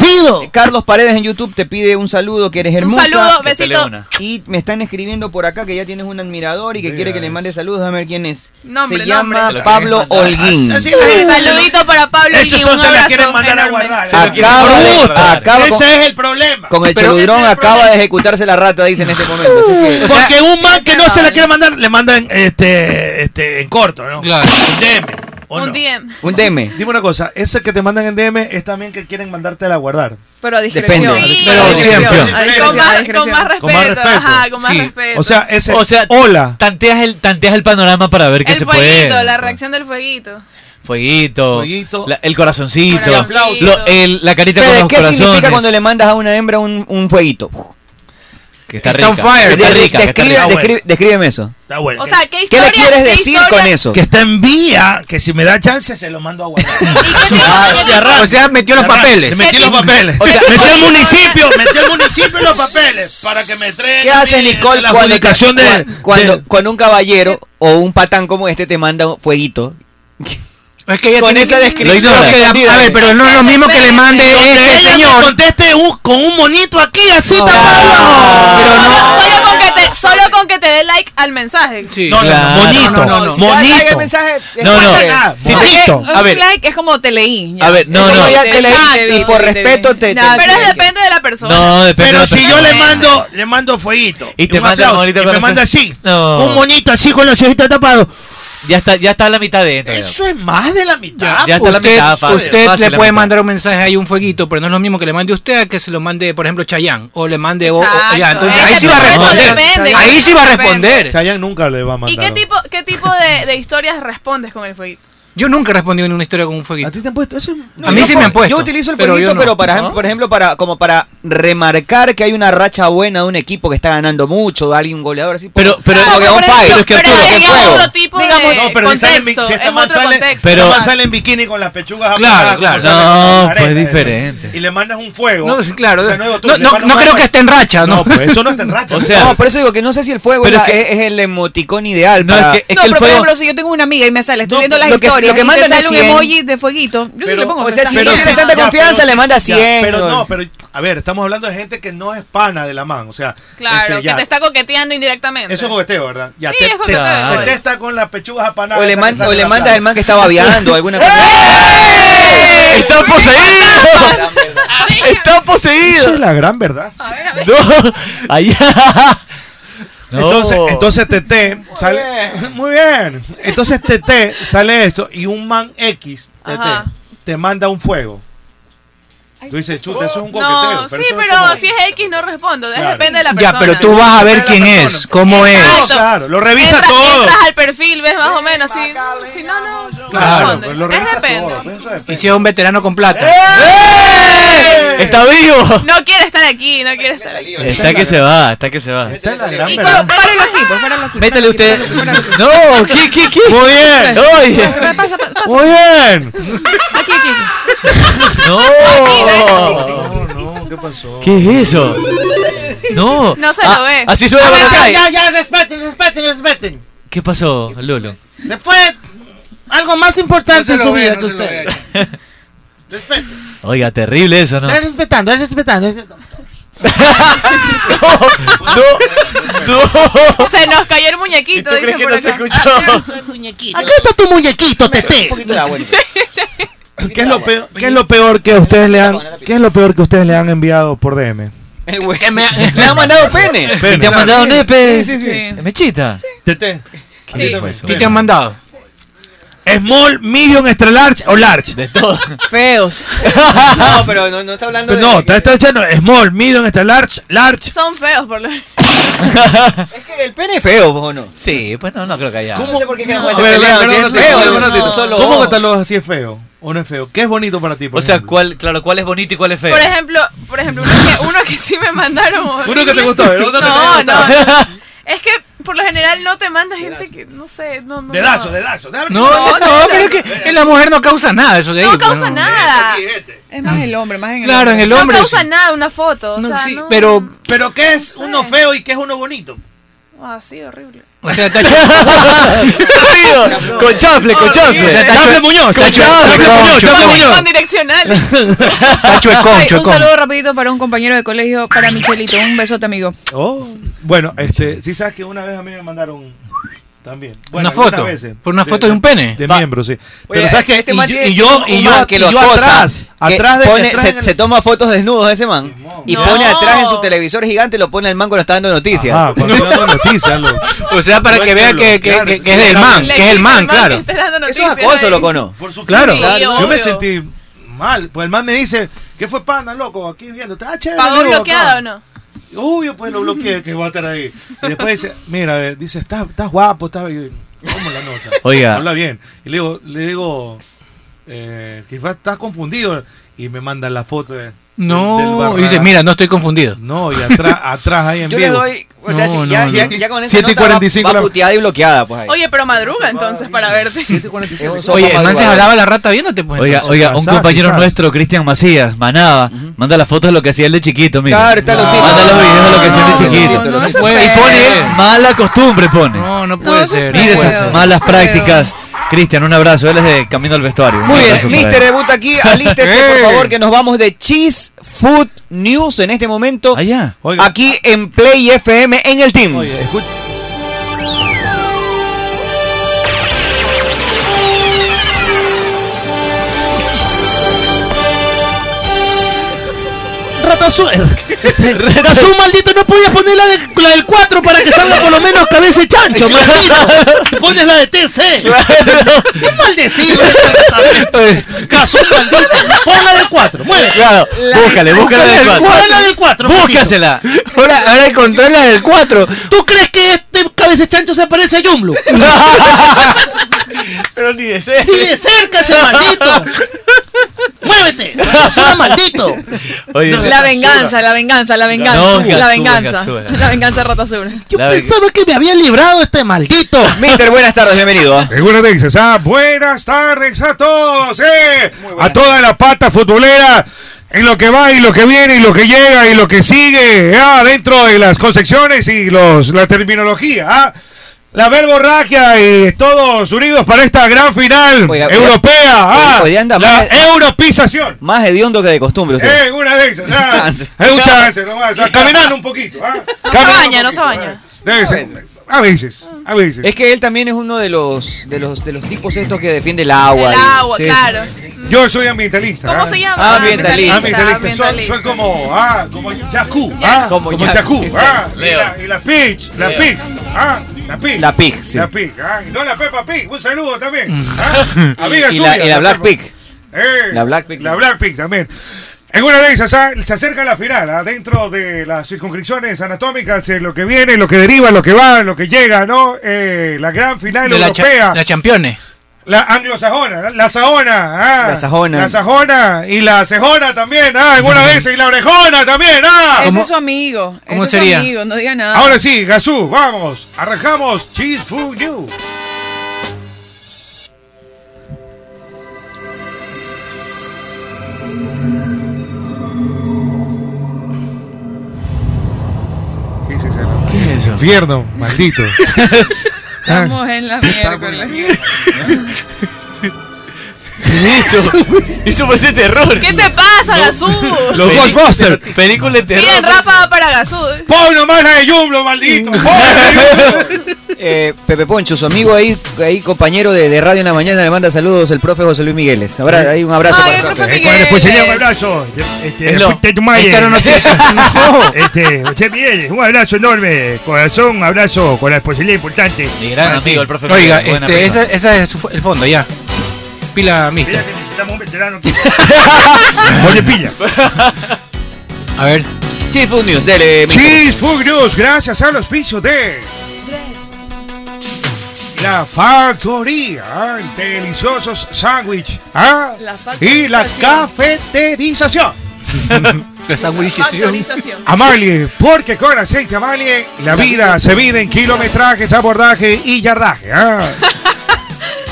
Speaker 2: Carlos Paredes en YouTube te pide un saludo, que eres hermosa.
Speaker 16: saludo, Que besito. peleona.
Speaker 2: Y me están escribiendo por acá que ya tienes un admirador y que quiere que le mande saludos. Dame ver quién es.
Speaker 16: Nombre, nombre.
Speaker 2: Se llama
Speaker 16: Te lo
Speaker 2: Pablo Holguín.
Speaker 6: Ah,
Speaker 16: Sí, Saludito para Pablo
Speaker 6: Esos
Speaker 16: Higuín,
Speaker 6: son
Speaker 16: un
Speaker 6: se la
Speaker 16: abrazo
Speaker 6: quieren mandar a
Speaker 16: enorme.
Speaker 6: guardar.
Speaker 2: Acaba de- acaba con-
Speaker 6: Ese es el problema.
Speaker 2: Con el
Speaker 6: Pero-
Speaker 2: cheludrón acaba de ejecutarse la rata, dice en este momento. así que-
Speaker 6: Porque un man que no se la quiere mandar, le mandan este, este, en corto, ¿no?
Speaker 14: Claro.
Speaker 6: Un DM. ¿o
Speaker 16: Un
Speaker 6: no?
Speaker 16: DM.
Speaker 2: Un DM.
Speaker 6: *laughs* Dime una cosa, ese que te mandan en DM es también que quieren mandártela a guardar.
Speaker 13: Pero a discreción.
Speaker 6: Depende.
Speaker 13: Sí,
Speaker 6: Pero
Speaker 13: a discreción,
Speaker 6: siempre.
Speaker 13: a discreción,
Speaker 16: Con más,
Speaker 13: a discreción.
Speaker 16: con más respeto,
Speaker 6: Con más respeto.
Speaker 16: ajá, con más
Speaker 6: Sí.
Speaker 16: respeto.
Speaker 6: O sea, ese
Speaker 15: O sea,
Speaker 6: hola.
Speaker 15: Tanteas el, tanteas el panorama para ver qué
Speaker 16: el
Speaker 15: se
Speaker 16: fueguito,
Speaker 15: puede.
Speaker 16: la reacción del fueguito.
Speaker 15: Fueguito,
Speaker 6: Fueguito.
Speaker 15: la- el corazoncito,
Speaker 16: El aplauso.
Speaker 15: lo- el- la carita
Speaker 2: Fede,
Speaker 15: con los
Speaker 2: ¿Qué significa
Speaker 15: corazones.
Speaker 2: cuando le mandas a una hembra un, un fueguito?
Speaker 15: Que está
Speaker 2: Está
Speaker 15: rica,
Speaker 2: on fire.
Speaker 15: que está
Speaker 2: De-
Speaker 15: rica, que está
Speaker 2: describe-
Speaker 15: rica.
Speaker 2: describe- descríbeme eso.
Speaker 6: Está bueno.
Speaker 16: O sea, ¿qué
Speaker 2: ¿Qué
Speaker 16: historia?
Speaker 2: le quieres
Speaker 16: qué
Speaker 2: decir
Speaker 16: historia-
Speaker 2: con eso?
Speaker 6: Que está en vía, que si me da chance se lo mando a guardar. *laughs* Ah,
Speaker 14: O sea, metió los papeles.
Speaker 6: Metí los papeles.
Speaker 14: O sea,
Speaker 6: metió el municipio, metió el municipio los papeles para que me entreguen.
Speaker 2: ¿Qué hace Nicole
Speaker 6: la
Speaker 2: cuando,
Speaker 6: adjudicación de-
Speaker 2: cuan- cuando, cuando un caballero o un patán como este te manda un fueguito?
Speaker 14: Es que ella
Speaker 2: Con
Speaker 14: tiene
Speaker 2: esa
Speaker 14: que-
Speaker 2: descripción
Speaker 14: Lo ignora.
Speaker 2: escondida.
Speaker 14: A ver, pero no es lo mismo que le mande
Speaker 6: Donde
Speaker 14: este
Speaker 6: ella me
Speaker 14: señor.
Speaker 6: conteste un- con un monito aquí, así tan
Speaker 16: Solo con que te, solo con que te dé like al mensaje.
Speaker 6: No, no,
Speaker 15: Claro.
Speaker 6: no, monito,
Speaker 15: No, no, no.
Speaker 2: Ay, ay,
Speaker 6: monito.
Speaker 2: el mensaje-
Speaker 15: No, no.
Speaker 6: Nada,
Speaker 15: Si
Speaker 6: monito.
Speaker 15: te- a ver,
Speaker 13: Like es como *laughs* te leí. ya.
Speaker 15: a ver, no,
Speaker 2: Es como
Speaker 15: no.
Speaker 2: ya
Speaker 13: Te
Speaker 2: te
Speaker 13: vi,
Speaker 2: leí,
Speaker 13: te
Speaker 2: y
Speaker 13: vi,
Speaker 2: por
Speaker 13: te vi.
Speaker 2: respeto te...
Speaker 13: Nah,
Speaker 2: te-
Speaker 16: Pero es depende de la persona.
Speaker 15: No, depende
Speaker 6: Pero
Speaker 15: de la
Speaker 6: si
Speaker 15: persona.
Speaker 6: yo le mando, le mando fueguito.
Speaker 15: Y te
Speaker 6: un
Speaker 15: manda
Speaker 6: aplauso,
Speaker 15: monito
Speaker 6: y
Speaker 15: con
Speaker 6: me
Speaker 15: los-
Speaker 6: manda así.
Speaker 15: No.
Speaker 6: Un monito así con los ojitos tapados.
Speaker 15: Ya está, ya está a la mitad de
Speaker 6: Eso es más de la mitad.
Speaker 15: Ya está la
Speaker 14: usted,
Speaker 15: mitad, fácil,
Speaker 14: usted
Speaker 15: fácil
Speaker 14: le
Speaker 15: la
Speaker 14: puede
Speaker 15: mitad.
Speaker 14: mandar un mensaje ahí un fueguito, pero no es lo mismo que le mande usted a que se lo mande, por ejemplo, Chayán o le mande o, o- ya, entonces ahí sí va a
Speaker 16: Exacto, eso
Speaker 14: responder.
Speaker 16: depende,
Speaker 14: ahí sí va a
Speaker 16: depende.
Speaker 14: responder.
Speaker 6: Chayanne nunca le va a
Speaker 16: ¿Y qué tipo, qué tipo de, de historias respondes con el fueguito?
Speaker 14: Yo nunca he respondido en una historia con un fueguito.
Speaker 6: ¿A ti te han puesto eso?
Speaker 14: a mí sí me han puesto.
Speaker 2: Yo utilizo el
Speaker 14: pero yo
Speaker 2: fueguito, pero,
Speaker 14: no.
Speaker 2: para,
Speaker 14: Ajá.
Speaker 2: por ejemplo, para como para remarcar que hay una racha buena de un equipo que está ganando mucho, de alguien un goleador así.
Speaker 15: Pero, pero,
Speaker 2: Como que
Speaker 15: pero
Speaker 2: un
Speaker 15: es-
Speaker 2: país,
Speaker 15: pero es que Arturo,
Speaker 2: ¿qué
Speaker 15: es
Speaker 2: juego?
Speaker 16: otro tipo
Speaker 6: Digamos,
Speaker 16: de
Speaker 6: no, pero si sale en bi-
Speaker 16: contexto,
Speaker 6: si esta
Speaker 16: es
Speaker 6: man
Speaker 16: otro
Speaker 6: sale-
Speaker 16: contexto.
Speaker 6: Pero- Pero man sale en bikini con las pechugas
Speaker 15: Claro, claro.
Speaker 6: apretadas, como sale
Speaker 15: No,
Speaker 6: con la
Speaker 15: pues,
Speaker 6: arena,
Speaker 15: diferente.
Speaker 6: Y le mandas un fuego.
Speaker 2: No,
Speaker 14: claro.
Speaker 6: O sea, no, digo tú,
Speaker 2: No,
Speaker 6: le
Speaker 2: no-
Speaker 6: mandas
Speaker 2: no
Speaker 6: un
Speaker 2: creo
Speaker 6: fuego.
Speaker 2: que esté en racha, ¿no?
Speaker 6: pues eso no está en racha.
Speaker 2: O sea, no, por eso digo que no sé si el fuego
Speaker 6: Pero
Speaker 2: es, la-
Speaker 6: es
Speaker 2: es- es el emoticón ideal.
Speaker 15: No,
Speaker 2: para-
Speaker 15: es que-
Speaker 13: no, pero por *laughs* ejemplo, si yo tengo una amiga y me sale, estoy
Speaker 2: No,
Speaker 13: viendo las
Speaker 2: lo que-
Speaker 13: historias,
Speaker 2: lo que
Speaker 13: y te
Speaker 2: mandan
Speaker 13: sale
Speaker 2: es
Speaker 13: un
Speaker 2: 100.
Speaker 13: emoji de fueguito, yo sí le pongo
Speaker 2: o sea,
Speaker 13: "Está
Speaker 2: si
Speaker 13: bien".
Speaker 2: tiene tanta
Speaker 6: Ya,
Speaker 2: confianza,
Speaker 6: pero
Speaker 2: le manda
Speaker 6: sí, ya,
Speaker 2: 100.
Speaker 6: Pero no, pero a ver, estamos hablando de gente que no es pana de la man. O sea,
Speaker 16: Claro,
Speaker 6: este,
Speaker 16: que
Speaker 6: ya.
Speaker 16: te está coqueteando indirectamente.
Speaker 6: Eso es coqueteo, ¿verdad? Ya,
Speaker 16: Sí,
Speaker 6: te,
Speaker 16: es coqueteo,
Speaker 6: te-
Speaker 16: igual.
Speaker 6: te testa con las pechugas apanadas.
Speaker 2: O le,
Speaker 6: esas
Speaker 2: man-
Speaker 6: que salen
Speaker 2: o le
Speaker 6: a la
Speaker 2: mandas
Speaker 6: playa.
Speaker 2: al man que está babeando alguna cosa.
Speaker 15: ¡Está poseído! ¡Está poseído!
Speaker 6: Eso es la gran verdad.
Speaker 15: No, allá. No.
Speaker 6: Entonces, entonces Tete sale. Muy bien. Entonces Tete sale esto y un man X Tete,
Speaker 16: Ajá.
Speaker 6: te manda un fuego. Tú dices, chuta, eso es un coqueteo.
Speaker 16: No, sí,
Speaker 6: eso es
Speaker 16: pero
Speaker 6: como-
Speaker 16: si es X no respondo,
Speaker 6: Claro.
Speaker 16: depende de la persona.
Speaker 14: Ya, pero tú vas a ver quién es, cómo es.
Speaker 16: Exacto.
Speaker 6: Claro, lo revisa
Speaker 16: Entras-
Speaker 14: todo.
Speaker 16: Entras al perfil, ves más o menos, si, si no, no, no
Speaker 14: Claro,
Speaker 16: respondes.
Speaker 14: pues lo
Speaker 16: Es
Speaker 14: revisa
Speaker 16: depende.
Speaker 14: Y si es ¡Eh! un veterano con plata.
Speaker 15: ¡Está vivo!
Speaker 16: No quiere estar aquí, no quiere estar aquí.
Speaker 15: Está que se va, está que se va.
Speaker 16: Y colo- paren los tipos, paren los tipos.
Speaker 15: Métele usted. No, ¿qué, qué, qué?
Speaker 6: Muy bien.
Speaker 15: Oye.
Speaker 16: Pasa, pasa, pasa.
Speaker 6: Muy bien.
Speaker 16: Aquí, aquí, aquí. *laughs*
Speaker 15: No. ¿Qué es eso? No.
Speaker 5: No se
Speaker 15: Ah,
Speaker 5: lo ve.
Speaker 15: Así suena
Speaker 5: A ver,
Speaker 15: Boracay.
Speaker 5: Ya, ya, respeten, respeten, respeten.
Speaker 15: ¿Qué pasó, Lolo?
Speaker 5: Después, algo más importante en su vida que usted.
Speaker 15: Oiga, terrible eso, ¿no?
Speaker 5: Estás respetando, estás respetando.
Speaker 16: Se nos cayó el muñequito, dice por acá.
Speaker 5: Acá está tu muñequito, Tete.
Speaker 18: *laughs*
Speaker 6: ¿Qué es lo peor, qué es lo peor que ustedes le han, qué es lo peor que ustedes le han enviado por DM?
Speaker 2: Que me, *laughs* me ha mandado pene.
Speaker 6: Pene.
Speaker 15: ¿Te han mandado nepes?
Speaker 6: Sí, sí, sí.
Speaker 15: ¿Mechita?
Speaker 6: Tete.
Speaker 15: ¿Qué
Speaker 6: Sí.
Speaker 15: fue eso?
Speaker 6: ¿Qué te han
Speaker 14: mandado?
Speaker 6: Small, medium, extra large o large.
Speaker 15: De todo.
Speaker 13: Feos.
Speaker 2: *laughs* No, pero no, no está hablando de.
Speaker 6: No, te está echando small, medium, extra large, large.
Speaker 16: Son feos, por lo menos.
Speaker 2: Es que el pene es feo, ¿o no?
Speaker 15: Sí, pues no, no creo que haya.
Speaker 2: No sé por qué
Speaker 6: A
Speaker 2: quedamos
Speaker 6: ver,
Speaker 2: ese
Speaker 6: a ver,
Speaker 2: peleado,
Speaker 6: perdón,
Speaker 2: si es
Speaker 6: un
Speaker 2: feo,
Speaker 6: ratito,
Speaker 2: no,
Speaker 6: un ratito.
Speaker 2: solo
Speaker 6: ¿Cómo
Speaker 2: vos.
Speaker 6: catalogas si es feo o no es feo? ¿Qué es bonito para ti?
Speaker 15: O sea, ¿cuál, claro, cuál es bonito y cuál es feo?
Speaker 16: Por ejemplo, por ejemplo uno, que, uno que sí me mandaron.
Speaker 15: Uno que te gustó, ¿eh? Uno que te
Speaker 16: no, no,
Speaker 15: haya
Speaker 16: no.
Speaker 15: gustado.
Speaker 16: Es que por lo general no te manda gente que, no sé, no, no.
Speaker 6: Dedazo,
Speaker 16: no.
Speaker 6: dedazo. No,
Speaker 14: no, no, creo que en la mujer no causa nada eso de ahí.
Speaker 16: No causa
Speaker 14: pero-
Speaker 16: nada.
Speaker 13: Es más el hombre, más en el
Speaker 14: Claro, en el hombre.
Speaker 16: No causa
Speaker 14: sí.
Speaker 16: nada una foto. O sea, no.
Speaker 14: Pero,
Speaker 6: pero ¿qué es uno feo y qué es uno bonito?
Speaker 16: Ah, sí, horrible.
Speaker 14: o sea, está
Speaker 15: Tío, con chafle,
Speaker 5: Oh,
Speaker 15: con chafle.
Speaker 14: O sea, está
Speaker 15: Chafle
Speaker 14: chue-
Speaker 15: Muñoz,
Speaker 14: con
Speaker 15: chafle, chafle Muñoz, chafle
Speaker 16: Con-
Speaker 15: Muñoz.
Speaker 16: Con direccionales.
Speaker 13: Ay,
Speaker 6: chuecón.
Speaker 13: Un saludo rapidito para un compañero de colegio, para Michelito. Un besote, amigo.
Speaker 6: Oh, bueno, este, si sabes que una vez a mí me mandaron también. Bueno,
Speaker 14: Una foto,
Speaker 6: algunas veces.
Speaker 14: por una foto de un pene.
Speaker 6: De miembro, sí. Pero
Speaker 2: Oye,
Speaker 6: sabes que
Speaker 2: este
Speaker 6: y,
Speaker 2: man
Speaker 6: yo,
Speaker 2: tiene
Speaker 6: y yo, y
Speaker 2: un
Speaker 6: yo,
Speaker 2: man que
Speaker 6: y
Speaker 2: lo
Speaker 6: yo
Speaker 2: acosa,
Speaker 6: atrás,
Speaker 2: que
Speaker 6: atrás de
Speaker 2: pone-
Speaker 6: atrás
Speaker 2: se,
Speaker 6: en el-
Speaker 2: se toma fotos desnudos ese man. Y
Speaker 6: No.
Speaker 2: pone atrás en su televisor gigante lo pone el man cuando está dando noticias.
Speaker 6: Ajá, cuando está
Speaker 2: *laughs*
Speaker 6: dando noticias, lo-
Speaker 14: O sea, para que vea que, que, que- que es del man, que es el man, claro.
Speaker 2: Eso es acoso, loco, ¿no?
Speaker 6: Por supuesto.
Speaker 14: Claro.
Speaker 6: Claro,
Speaker 14: Sí,
Speaker 6: yo
Speaker 14: obvio.
Speaker 6: me sentí mal. Pues el man me dice, ¿qué fue pana, loco? Aquí viéndote. Ah, chévere.
Speaker 16: ¿Pagó
Speaker 6: amigo, acá".
Speaker 16: bloqueado o no?
Speaker 6: Obvio, pues lo bloqueé, que voy a estar ahí. Y después dice, mira, eh, dice, *laughs* estás, estás guapo, estás... y yo, ¿Cómo la nota?
Speaker 15: Oiga.
Speaker 6: Habla bien. Y le digo, le digo eh, quizás estás confundido. Y me mandan la foto de... del
Speaker 14: No,
Speaker 6: barra-
Speaker 14: y dice, mira, no estoy confundido.
Speaker 6: No, y atrás, atrás ahí en
Speaker 2: Yo le
Speaker 6: vivo.
Speaker 2: doy. O sea,
Speaker 14: No,
Speaker 2: si ya,
Speaker 14: no,
Speaker 2: ya-
Speaker 14: no.
Speaker 2: ya con esa
Speaker 6: Siete y
Speaker 2: nota va,
Speaker 6: 45
Speaker 2: va
Speaker 6: la-
Speaker 2: puteada y bloqueada, pues ahí.
Speaker 16: Oye, pero madruga entonces para verte.
Speaker 14: Oye, el man se jalaba la rata viéndote, pues.
Speaker 15: Oiga,
Speaker 14: entonces.
Speaker 15: oiga, un compañero nuestro, Cristian Macías, Manaba, manda las fotos de lo que hacía él de chiquito, mira.
Speaker 2: Claro, está losito.
Speaker 15: Manda los videos de lo que hacía él de chiquito.
Speaker 2: no, no,
Speaker 15: y
Speaker 2: eso
Speaker 15: pone
Speaker 2: es feo.
Speaker 15: mala costumbre, pone.
Speaker 14: No, no puede ser.
Speaker 15: Mire
Speaker 14: no puede
Speaker 15: esas
Speaker 14: ser.
Speaker 15: malas prácticas. Cristian, un abrazo. Él es de Camino al Vestuario. Un
Speaker 2: Muy bien,
Speaker 15: abrazo para
Speaker 2: Mister
Speaker 15: él.
Speaker 2: Debut aquí, alístese
Speaker 15: *laughs* Ey.
Speaker 2: por favor que nos vamos de Cheese Food News en este momento. Aquí en Play FM en el team.
Speaker 5: *laughs* Ratazú. Ratazú, maldito, no podías poner la, de- la del 4 para que salga por lo menos cabeza y chancho, maldito. Y Pones la de TC. Qué maldecido. Cazú, maldito. Pon la del 4. Muere.
Speaker 15: Claro, búscale, búscale del
Speaker 5: Pon la del
Speaker 15: 4.
Speaker 5: Pon la del 4.
Speaker 15: Búscasela.
Speaker 5: Ahora, ahora encontré la del 4. ¿Tú crees que este cabeza de chancho se parece a Jumlo?
Speaker 15: Pero ni de ser.
Speaker 5: ¡Ni de cerca ese maldito! ¡Muévete! ¡Es una maldita! esto?
Speaker 15: Oye,
Speaker 13: La venganza, la venganza, la venganza.
Speaker 15: Gasura,
Speaker 13: La venganza.
Speaker 15: gasura, gasura.
Speaker 13: La venganza de Ratasura.
Speaker 5: Yo pensaba que me había librado este maldito.
Speaker 15: *laughs* Mister, buenas tardes, bienvenido.
Speaker 6: Buenas tardes, ah, buenas tardes a todos, eh, a toda la pata futbolera, en lo que va y lo que viene y lo que llega y lo que sigue, ah, dentro de las concepciones y los la terminología, ah, la verborragia y todos unidos para esta gran final europea, ah, la europización.
Speaker 2: Más hediondo que de costumbre usted.
Speaker 6: Eh, una de esas,
Speaker 15: *laughs*
Speaker 6: ah,
Speaker 2: Chance.
Speaker 6: es un chance nomás, ah, caminando un poquito, ah,
Speaker 16: No se baña, no se baña.
Speaker 6: debe ser, a veces, a veces.
Speaker 2: Es que él también es uno de los de los de los tipos estos que defiende el agua.
Speaker 16: El
Speaker 2: y-
Speaker 16: agua,
Speaker 2: sí, sí.
Speaker 16: claro.
Speaker 6: Yo soy ambientalista.
Speaker 16: ¿Cómo
Speaker 6: ah.
Speaker 16: se llama?
Speaker 6: ambientalista.
Speaker 2: Ah,
Speaker 6: Soy, soy como, ah, como Yaku. Ah, como
Speaker 2: Yaku.
Speaker 6: Yaku. Ah,
Speaker 2: Leo.
Speaker 6: Y la, y la Peach, la
Speaker 2: Leo.
Speaker 6: Peach. Ah, la Peach.
Speaker 2: La Pig, sí.
Speaker 6: La Peach. Ah, y no la Peppa Pig. Un saludo también.
Speaker 2: *laughs*
Speaker 6: Ah, amiga
Speaker 2: Mm. y
Speaker 6: suya.
Speaker 2: la, y la Black Pig.
Speaker 6: Eh,
Speaker 2: La Black Pig.
Speaker 6: La Black Pig también. En una de esas, ah, se acerca la final, ah, dentro de las circunscripciones anatómicas, eh, lo que viene, lo que deriva, lo que va, lo que llega, ¿no? Eh, la gran final
Speaker 14: De la, cha-
Speaker 6: europea.
Speaker 14: la Champions.
Speaker 6: La anglosajona, ¿eh? la, la sajona, ah,
Speaker 14: La sajona.
Speaker 6: la sajona y la cejona también, ah, alguna vez y la orejona también, ah.
Speaker 13: Ese es su amigo.
Speaker 6: cómo
Speaker 13: ese es su
Speaker 6: sería?
Speaker 13: amigo, no diga nada.
Speaker 6: Ahora sí, Gazú, vamos, arrancamos Cheese Food You. ¿Qué es eso?
Speaker 15: ¿Qué es eso?
Speaker 6: Infierno, maldito.
Speaker 13: Estamos en la miércoles.
Speaker 15: Eso, eso parece pues este terror.
Speaker 16: ¿Qué te pasa, Gazú?
Speaker 6: Los Ghostbusters.
Speaker 15: Película de
Speaker 16: Bien,
Speaker 15: terror.
Speaker 16: Rafa va para Gazú.
Speaker 6: ¡Pon nomás la de
Speaker 2: *laughs*
Speaker 6: Yumblo, maldito! ¡Pon la de
Speaker 2: Eh, Pepe Poncho, su amigo ahí, ahí compañero de, de Radio en la Mañana, le manda saludos el profe José Luis Migules. Habrá, hay un abrazo para el
Speaker 6: Ay, el
Speaker 2: profe.
Speaker 6: profe Eh, ¿cuál es? Pues sería un abrazo. Este,
Speaker 2: Hello.
Speaker 6: fuiste tu madre.
Speaker 2: Esta era noticia.
Speaker 6: *laughs* No, este, José Miguel, un abrazo enorme, corazón, un abrazo con la responsabilidad importante.
Speaker 15: Mi gran amigo, el profe
Speaker 14: Oiga,
Speaker 15: Buena
Speaker 14: este,
Speaker 15: persona.
Speaker 14: esa, esa es su- el fondo, ya. Pila mister.
Speaker 6: Necesitamos un veterano.
Speaker 14: *laughs* Ponle
Speaker 6: pilla.
Speaker 14: A ver.
Speaker 2: Cheese Food News, dele.
Speaker 6: Cheese Food News, gracias a los pisos de la factoría, ah, deliciosos sándwich ah,
Speaker 13: La
Speaker 6: y la cafeterización.
Speaker 13: Factorización.
Speaker 6: Amalie, porque con aceite Amalie la vida se vive en kilometrajes, abordaje y
Speaker 13: *laughs*
Speaker 6: yardaje. ah.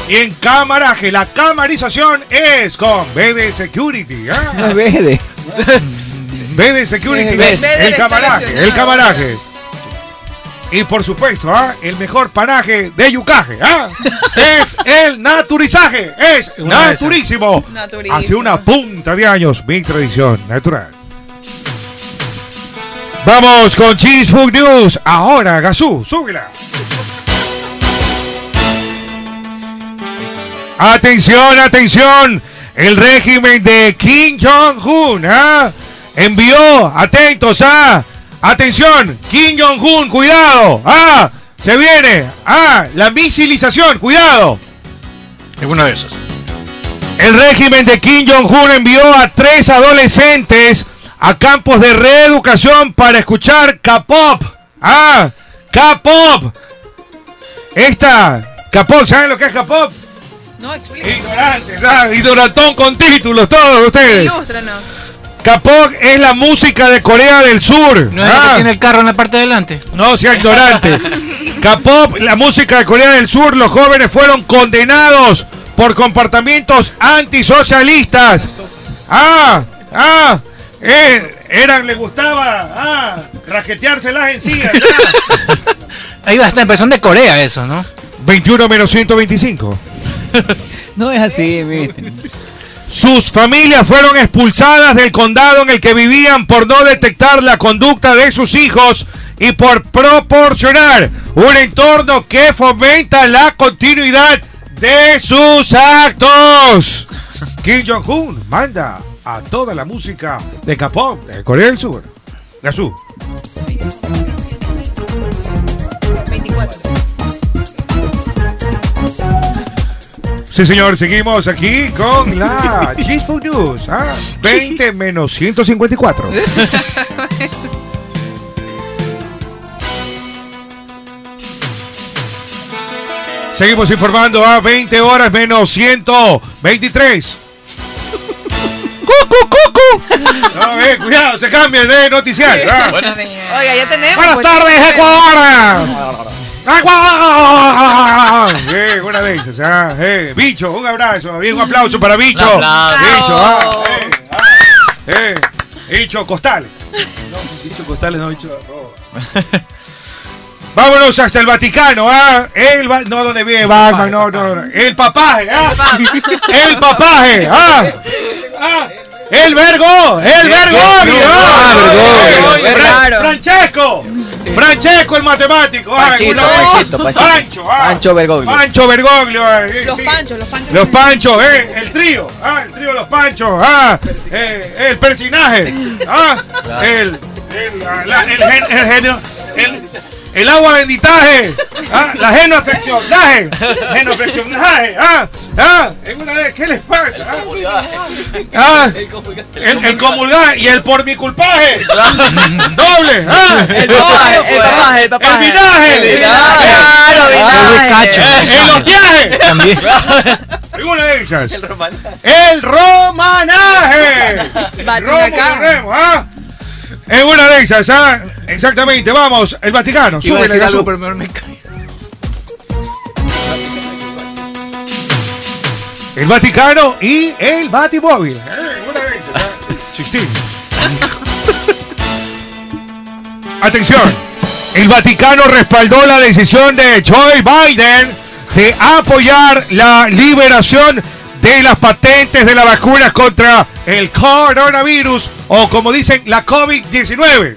Speaker 6: Y en camaraje, la camarización es con BD Security. ah.
Speaker 2: No es verde.
Speaker 6: BD Security,
Speaker 2: Ves.
Speaker 6: el
Speaker 2: Ves.
Speaker 6: camaraje, el camaraje. Y por supuesto, ¿ah? el mejor panaje de yucaje ¿ah? es el naturizaje, es Una de esas. naturísimo.
Speaker 13: Naturísimo.
Speaker 6: Hace una punta de años, mi tradición natural. Vamos con Cheese Food News. Ahora, Gazú, súbela. Atención, atención. El régimen de Kim Jong-un ¿ah? envió, atentos, ¿ah? atención, Kim Jong-un, cuidado, ah, se viene, ah, la misilización, cuidado.
Speaker 14: Es uno de esos.
Speaker 6: El régimen de Kim Jong-un envió a tres adolescentes a campos de reeducación para escuchar K-pop. Ah, K-pop. Esta, K-pop, ¿saben lo que es K-pop?
Speaker 13: No, explica.
Speaker 6: Ignorantes, ah, ignorantón con títulos, todos ustedes.
Speaker 13: Ilústranos.
Speaker 6: K-pop es la música de Corea del Sur. Ah.
Speaker 14: No es el que tiene el carro en la parte de adelante.
Speaker 6: No sea
Speaker 14: *laughs*
Speaker 6: ignorante. K-pop, la música de Corea del Sur, los jóvenes fueron condenados por comportamientos antisocialistas. Ah, ah, eh, eran, le gustaba, ah, raquetearse las encías.
Speaker 14: *laughs* Ahí va, está empezando de Corea eso, ¿no?
Speaker 6: 21 menos 125.
Speaker 2: *laughs* No es así, mister.
Speaker 6: Sus familias fueron expulsadas del condado en el que vivían por no detectar la conducta de sus hijos y por proporcionar un entorno que fomenta la continuidad de sus actos. Kim Jong-un manda a toda la música de K-pop de Corea del Sur. Gazú.
Speaker 13: 24.
Speaker 6: Sí, señor, seguimos aquí con la Cheese Food News. ah, 20 menos 154. Seguimos informando ¿ah? a 20 horas menos 123. ¡Cucu, cucu! A ver, cuidado, se cambian de noticiar. Ah.
Speaker 13: Buenas Oiga, ya tenemos.
Speaker 6: Buenas
Speaker 13: pues,
Speaker 6: tardes,
Speaker 13: sí.
Speaker 6: Ecuador. *laughs* Ecuador. Eh, buenas veces. ah, eh. Bicho, un abrazo. Bien, un aplauso para Bicho. Bicho,
Speaker 15: Un aplauso.
Speaker 6: ah, eh, ah, eh. Bicho Costales. No, Bicho Costales, no, Bicho. no. *laughs* Vámonos hasta el Vaticano, ¿ah? El va- no, donde vive Batman, no, no, no. El papaje, ¿ah? *laughs* El papaje, ¿ah? Ah, El vergo, el Bergoglio, ¿ah? Eh, Fra- Francesco, Francesco el matemático, ah,
Speaker 2: Panchito,
Speaker 6: una vez.
Speaker 2: Panchito, Panchito.
Speaker 6: Pancho, ah,
Speaker 2: Pancho Bergoglio.
Speaker 6: Pancho Bergoglio, eh,
Speaker 13: Los
Speaker 6: sí.
Speaker 13: panchos, los panchos.
Speaker 6: Los Panchos, eh, el trío, ah, el trío Los Panchos, ah, eh, el personaje, ah, el, el, la- la- el, gen- el genio, el, el agua benditaje, ah, la genoflexionaje, genoflexionaje, ah, ah, en una vez, ¿qué les pasa? Ah, ah, el, el comulgar y el por mi culpaje, doble, ah,
Speaker 13: El papaje, el papaje, el papaje.
Speaker 6: el vinaje,
Speaker 13: El vinaje. Claro, vinaje.
Speaker 6: el hostiaje,
Speaker 15: También.
Speaker 6: Alguna de ellas. El romanaje. El romanaje. Romo y Remo, ¿ah? Es una de ellas, ¿ah? Exactamente, vamos, el
Speaker 15: Iba
Speaker 6: Vaticano,
Speaker 15: a
Speaker 6: sube el
Speaker 15: decir algo,
Speaker 6: gasú.
Speaker 15: pero mejor me callo.
Speaker 6: El Vaticano y el Batimóvil. Eh, una de ellas, ¿ah? Sixteen. Atención, el Vaticano respaldó la decisión de Joe Biden de apoyar la liberación de las patentes de las vacunas contra el coronavirus o como dicen la COVID-19.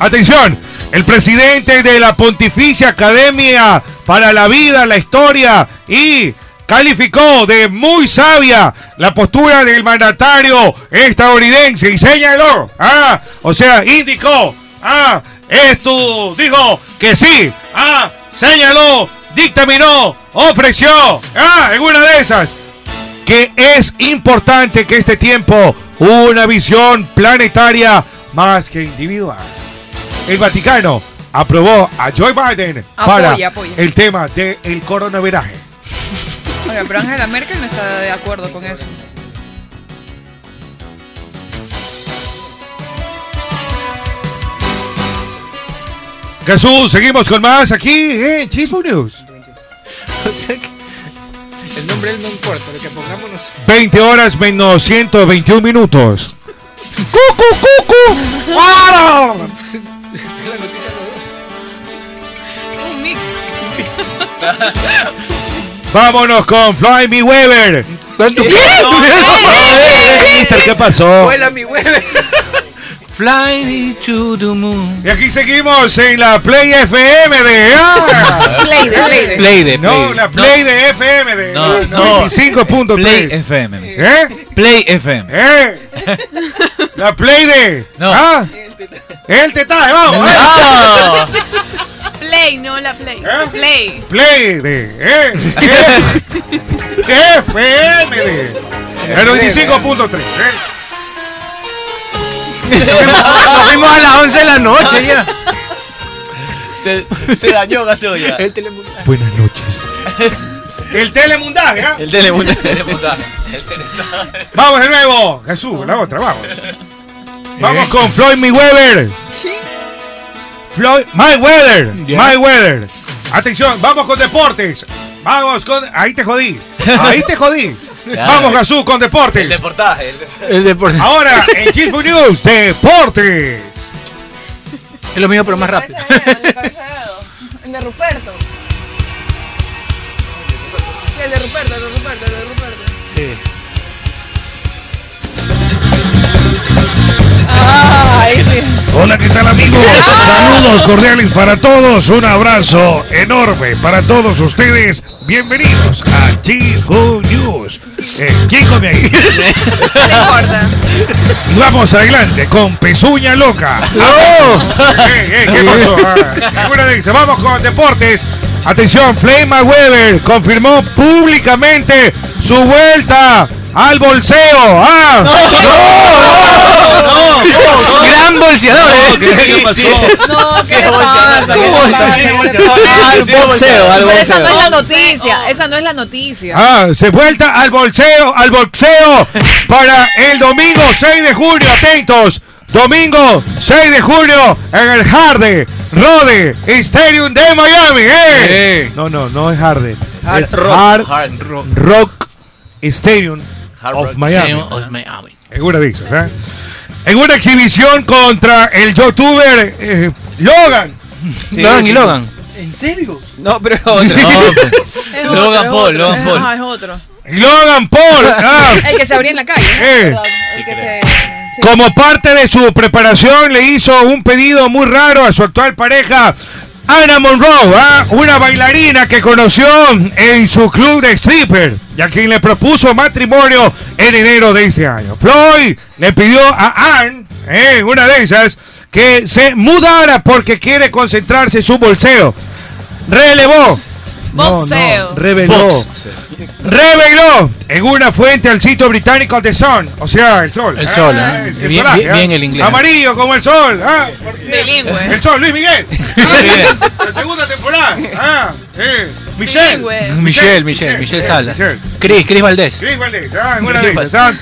Speaker 6: Atención, el presidente de la Pontificia Academia para la Vida, la Historia y calificó de muy sabia la postura del mandatario estadounidense y señaló, ah, o sea, indicó, ah, esto dijo que sí, ah, señaló, dictaminó, ofreció, ah, en una de esas, que es importante que este tiempo una visión planetaria más que individual. El Vaticano aprobó a Joe Biden para
Speaker 13: apoya.
Speaker 6: el tema del coronaviraje.
Speaker 13: Oiga, pero Angela Merkel no está de acuerdo con eso.
Speaker 6: Jesús, seguimos con más aquí en Chismo News.
Speaker 14: O sea que *laughs* el nombre él no importa, lo que pongamos no sé.
Speaker 6: 20 horas menos 121 minutos.
Speaker 14: ¡Cucu, cucu!
Speaker 13: Un mix.
Speaker 6: Vámonos con Fly Me Weber.
Speaker 13: ¿Qué?
Speaker 6: *laughs* Ay, mister, ¿Qué pasó?
Speaker 14: mi hueve! Fly me to the moon.
Speaker 6: Y aquí seguimos en la Play FM de. ¡Ah!
Speaker 13: Play de, play de.
Speaker 15: Play de,
Speaker 6: No,
Speaker 15: play de.
Speaker 6: la Play de FM de.
Speaker 15: No, no.
Speaker 6: 95.3.
Speaker 15: Play FM.
Speaker 6: ¿Eh?
Speaker 15: Play FM.
Speaker 6: ¿Eh? La Play de.
Speaker 15: No. Ah.
Speaker 6: ¿Ah? El tetaje, vamos.
Speaker 15: No.
Speaker 6: ¿eh?
Speaker 16: *laughs* Play, no la play. Play.
Speaker 6: Play de. ¿Eh? ¿Qué? FM de. El 95.3. ¿eh?
Speaker 14: Nos vimos a las 11 de la noche ya.
Speaker 15: Se, se dañó Gaseo ya.
Speaker 14: El
Speaker 15: telemundaje.
Speaker 6: Buenas noches. ¿eh? El telemundaje, ¿ah?
Speaker 15: El telemundaje. El telemundaje. El telemundaje.
Speaker 6: Vamos de nuevo, Jesús, la otra, vamos. Vamos con Floyd Mayweather. Floyd Mayweather, Mayweather. Atención, vamos con deportes. Vamos con ahí te jodí. Ahí
Speaker 15: *laughs*
Speaker 6: te jodí. Vamos Jesús con
Speaker 15: El
Speaker 6: deportes.
Speaker 15: deportaje.
Speaker 14: El deporte.
Speaker 6: Ahora en Chismo News, deportes.
Speaker 14: Es lo mismo, pero más rápido. *laughs*
Speaker 13: El de Ruperto. Sí, El de Ruperto, el de Ruperto, el de Ruperto. Ah, ahí sí.
Speaker 1: Hola, ¿qué tal amigos?
Speaker 25: ¡Ah!
Speaker 1: Saludos cordiales para todos, un abrazo enorme para todos ustedes. Bienvenidos a Chifu News. Eh, ¿Quién
Speaker 4: *laughs*
Speaker 1: come ahí?
Speaker 13: No le importa.
Speaker 6: *laughs*
Speaker 1: Y vamos adelante con Pezuña Loca.
Speaker 4: *laughs*
Speaker 6: Eh, ¿Qué pasó? Ah, ninguna de esas. Vamos con deportes. Atención, Flema Weber confirmó públicamente su vuelta al bolseo. ¡Ah!
Speaker 4: No, no, no, no, no.
Speaker 6: Gran bolseador, ¿eh? ¿Qué pasó?
Speaker 18: No,
Speaker 4: ¿qué le pasa?
Speaker 18: ¿Qué le pasa?
Speaker 6: Al boxeo, al
Speaker 18: Pero esa no es
Speaker 6: boxeo.
Speaker 18: la noticia. Esa no es la noticia.
Speaker 6: Ah, se vuelta al bolseo, al boxeo para el domingo 6 de julio, atentos. Domingo 6 de julio en el Harde Rode Stadium de Miami, ¿eh? No, no, no es Harde.
Speaker 11: Hard
Speaker 6: es
Speaker 11: Rock,
Speaker 6: Hard
Speaker 11: Hard Rock.
Speaker 6: Rock Stadium
Speaker 11: Hard
Speaker 6: of
Speaker 11: Rock
Speaker 6: Miami.
Speaker 11: Stadium of
Speaker 6: Miami. En una de esas, ¿eh? En una exhibición contra el youtuber eh, Logan.
Speaker 11: Sí,
Speaker 6: Logan
Speaker 11: sí.
Speaker 6: y Logan.
Speaker 14: ¿En serio?
Speaker 6: No, pero *laughs*
Speaker 18: Es
Speaker 6: Logan
Speaker 18: otro, es
Speaker 6: Paul,
Speaker 18: otro,
Speaker 6: Logan
Speaker 18: es-
Speaker 6: Paul.
Speaker 18: ajá, es otro.
Speaker 6: *laughs*
Speaker 18: *laughs*
Speaker 6: Logan
Speaker 11: *laughs*
Speaker 6: Paul. ah.
Speaker 18: El que se abría en la calle. ¿no?
Speaker 6: Eh.
Speaker 18: Perdón, el que se-
Speaker 6: Como parte de su preparación le hizo un pedido muy raro a su actual pareja, Anna Monroe, ¿ah? una bailarina que conoció en su club de stripper, y a quien le propuso matrimonio en enero de este año. Floyd le pidió a Ann, ¿eh? una de esas, que se mudara porque quiere concentrarse en su bolseo. Relevó. No,
Speaker 18: Boxeo.
Speaker 6: no, reveló. Reveló en una fuente al sitio británico The Sun, o sea, el sol.
Speaker 14: El sol,
Speaker 6: Ah,
Speaker 14: ah.
Speaker 6: el
Speaker 14: Bien-
Speaker 6: solaje,
Speaker 14: bien-
Speaker 6: ah.
Speaker 14: bien el inglés.
Speaker 6: Amarillo como el sol. ah.
Speaker 18: Bilingüe.
Speaker 6: El sol,
Speaker 14: *laughs*
Speaker 6: Luis Miguel. Ah, La segunda temporada. Ah, eh. Michelle.
Speaker 14: Michelle, Michelle, Michelle Sala. Cris, Cris Valdés.
Speaker 6: Cris Valdés, ah, en una de
Speaker 14: Michelle
Speaker 6: esas, ah.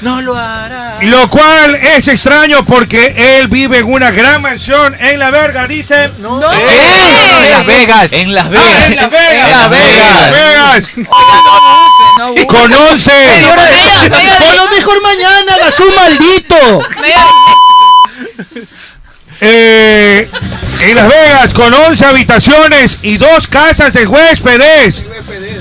Speaker 14: No lo hará.
Speaker 6: Lo cual es extraño porque él vive en una gran mansión en La Verga, dicen. No.
Speaker 14: En Las Vegas.
Speaker 11: En Las Vegas.
Speaker 6: En Las Vegas.
Speaker 11: En Las Vegas.
Speaker 6: Vegas.
Speaker 18: No,
Speaker 6: Con once.
Speaker 5: Con lo mejor mañana, Gasú maldito.
Speaker 6: Eh, en Las Vegas con 11 habitaciones y dos casas de huéspedes.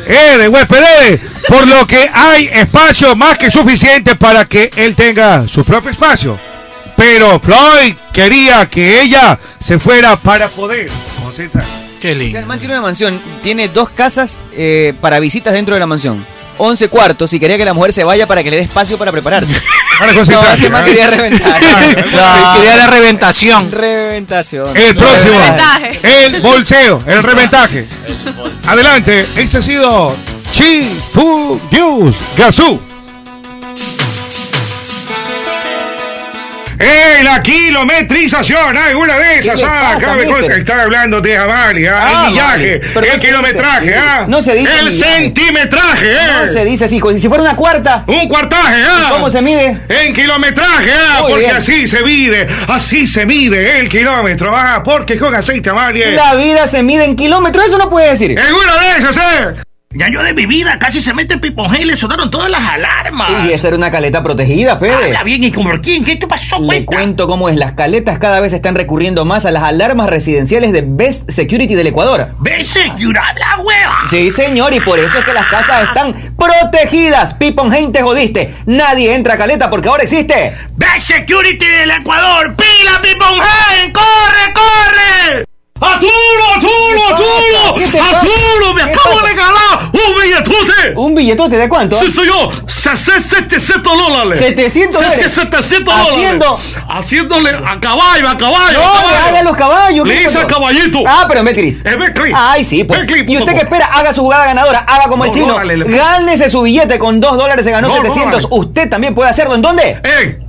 Speaker 6: Eh, de huéspedes. Por lo que hay espacio más que suficiente para que él tenga su propio espacio. Pero Floyd quería que ella se fuera para poder concentrarse.
Speaker 14: Qué lindo.
Speaker 26: el man tiene una mansión, tiene dos casas eh, para visitas dentro de la mansión. 11 cuartos y quería que la mujer se vaya para que le dé espacio para prepararse.
Speaker 6: *laughs* Para
Speaker 26: No,
Speaker 6: concentrarse.
Speaker 26: ese man quería reventar.
Speaker 14: Quería la reventación.
Speaker 26: Reventación.
Speaker 6: El próximo.
Speaker 26: Reventaje.
Speaker 6: El bolseo. El reventaje. Adelante. Este ha sido Chifu News. Gazú. ¡Eh, la kilometrización! ¡Hay una de esas!
Speaker 4: ¿Qué le
Speaker 6: ¡Ah!
Speaker 4: pasa,
Speaker 6: Cabe
Speaker 4: mister?
Speaker 6: consta- Están hablando de Javali,
Speaker 4: Ah,
Speaker 6: ¿ah? el
Speaker 4: vale.
Speaker 6: millaje,
Speaker 4: Pero
Speaker 6: el
Speaker 4: no se
Speaker 6: kilometraje,
Speaker 4: dice así.
Speaker 6: ¿ah?
Speaker 4: No se dice
Speaker 6: El
Speaker 4: millaje.
Speaker 6: centimetraje, ¿eh?
Speaker 4: No se dice así, si fuera una cuarta.
Speaker 6: ¡Un cuartaje, ah!
Speaker 4: ¿Y cómo se mide?
Speaker 6: En kilometraje, ah,
Speaker 4: Muy
Speaker 6: porque
Speaker 4: bien.
Speaker 6: así se mide, así se mide el kilómetro, ah, porque con aceite amarillo.
Speaker 4: La vida se mide en kilómetros, eso no puede decir.
Speaker 6: ¡En una de esas, eh!
Speaker 4: Ya yo de mi vida casi se mete Pipongel, le sonaron todas las alarmas.
Speaker 2: Y esa era una caleta protegida, Fede.
Speaker 4: Habla bien, ¿y como quién? ¿Qué te pasó,
Speaker 2: Te cuento cómo es. Las caletas cada vez están recurriendo más a las alarmas residenciales de Best Security del Ecuador.
Speaker 4: ¡Vese, curar la hueva!
Speaker 2: Sí, señor, y por eso es que las casas están protegidas. Piponheim, te jodiste. Nadie entra a caleta porque ahora existe.
Speaker 4: Best Security del Ecuador, pila Pipongel, corre, corre. ¡Arturo, Arturo,
Speaker 2: ¿Qué te
Speaker 4: Arturo!
Speaker 2: pasa?
Speaker 4: ¡Arturo, me
Speaker 2: ¿Qué
Speaker 4: acabo
Speaker 2: pasa?
Speaker 4: de ganar un billetote!
Speaker 2: ¿Un billetote de cuánto?
Speaker 4: Sí, soy yo. Se- se- 700 dólares.
Speaker 2: 700
Speaker 4: Se- se-
Speaker 2: dólares.
Speaker 4: 700 dólares.
Speaker 2: Haciendo-
Speaker 4: Haciéndole a caballo, a caballo.
Speaker 2: No,
Speaker 4: a caballo.
Speaker 2: haga los caballos.
Speaker 4: Le
Speaker 2: ¿qué
Speaker 4: hice
Speaker 2: pasó?
Speaker 4: al caballito.
Speaker 2: Ah, pero en Betcris.
Speaker 4: Es Betcris.
Speaker 2: Ay, sí, pues.
Speaker 4: Betcris punto
Speaker 2: y usted
Speaker 4: com.
Speaker 2: que espera, haga su jugada ganadora, haga como el
Speaker 4: No,
Speaker 2: chino.
Speaker 4: no, dale, le-
Speaker 2: Gánese su billete con 2 dólares, se ganó
Speaker 4: No, Eh. no,
Speaker 2: 700. usted también puede hacerlo. ¿En dónde?
Speaker 4: En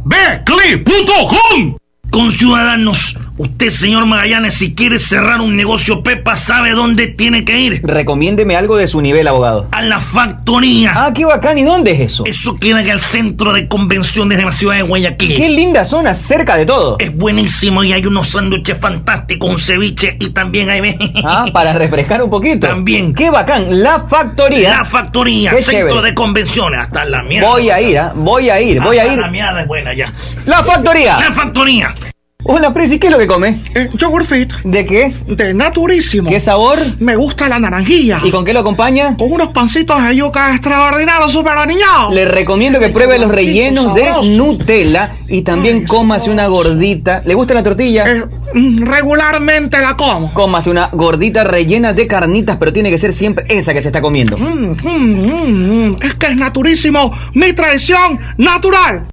Speaker 4: Betcris.com.
Speaker 2: Conciudadanos, usted, señor Magallanes, si quiere cerrar un negocio Pepa, sabe dónde tiene que ir. Recomiéndeme algo de su nivel, abogado.
Speaker 4: A la factoría.
Speaker 2: Ah, qué bacán. ¿Y dónde es eso?
Speaker 4: Eso queda en el centro de convenciones de la ciudad de Guayaquil.
Speaker 2: Qué linda zona, cerca de todo.
Speaker 4: Es buenísimo y hay unos sándwiches fantásticos, un ceviche y también hay... *laughs*
Speaker 2: Ah, para refrescar un poquito. También. Qué bacán, la factoría.
Speaker 4: La factoría,
Speaker 2: Qué
Speaker 4: centro
Speaker 2: chévere.
Speaker 4: de convenciones, hasta la mierda.
Speaker 2: Voy a ir, ¿ah? voy a ir, voy a
Speaker 4: Hasta
Speaker 2: ir.
Speaker 4: La mierda es buena ya.
Speaker 2: La factoría.
Speaker 4: La factoría.
Speaker 2: Hola, Prezi, ¿qué es lo que come?
Speaker 4: yogurfit.
Speaker 2: ¿De qué?
Speaker 4: Eh, De naturísimo.
Speaker 2: ¿Qué sabor?
Speaker 4: Me gusta la naranjilla.
Speaker 2: ¿Y con qué lo acompaña?
Speaker 4: Con unos pancitos de yuca extraordinarios, super aniñados.
Speaker 2: Le recomiendo que pruebe los rellenos de Nutella y también cómase una gordita. ¿Le gusta la tortilla?
Speaker 4: Eh, mm, Regularmente la como.
Speaker 2: Cómase una gordita rellena de carnitas, pero tiene que ser siempre esa que se está comiendo.
Speaker 4: Mm, mm, mm, mm. Es que es naturísimo, mi tradición natural.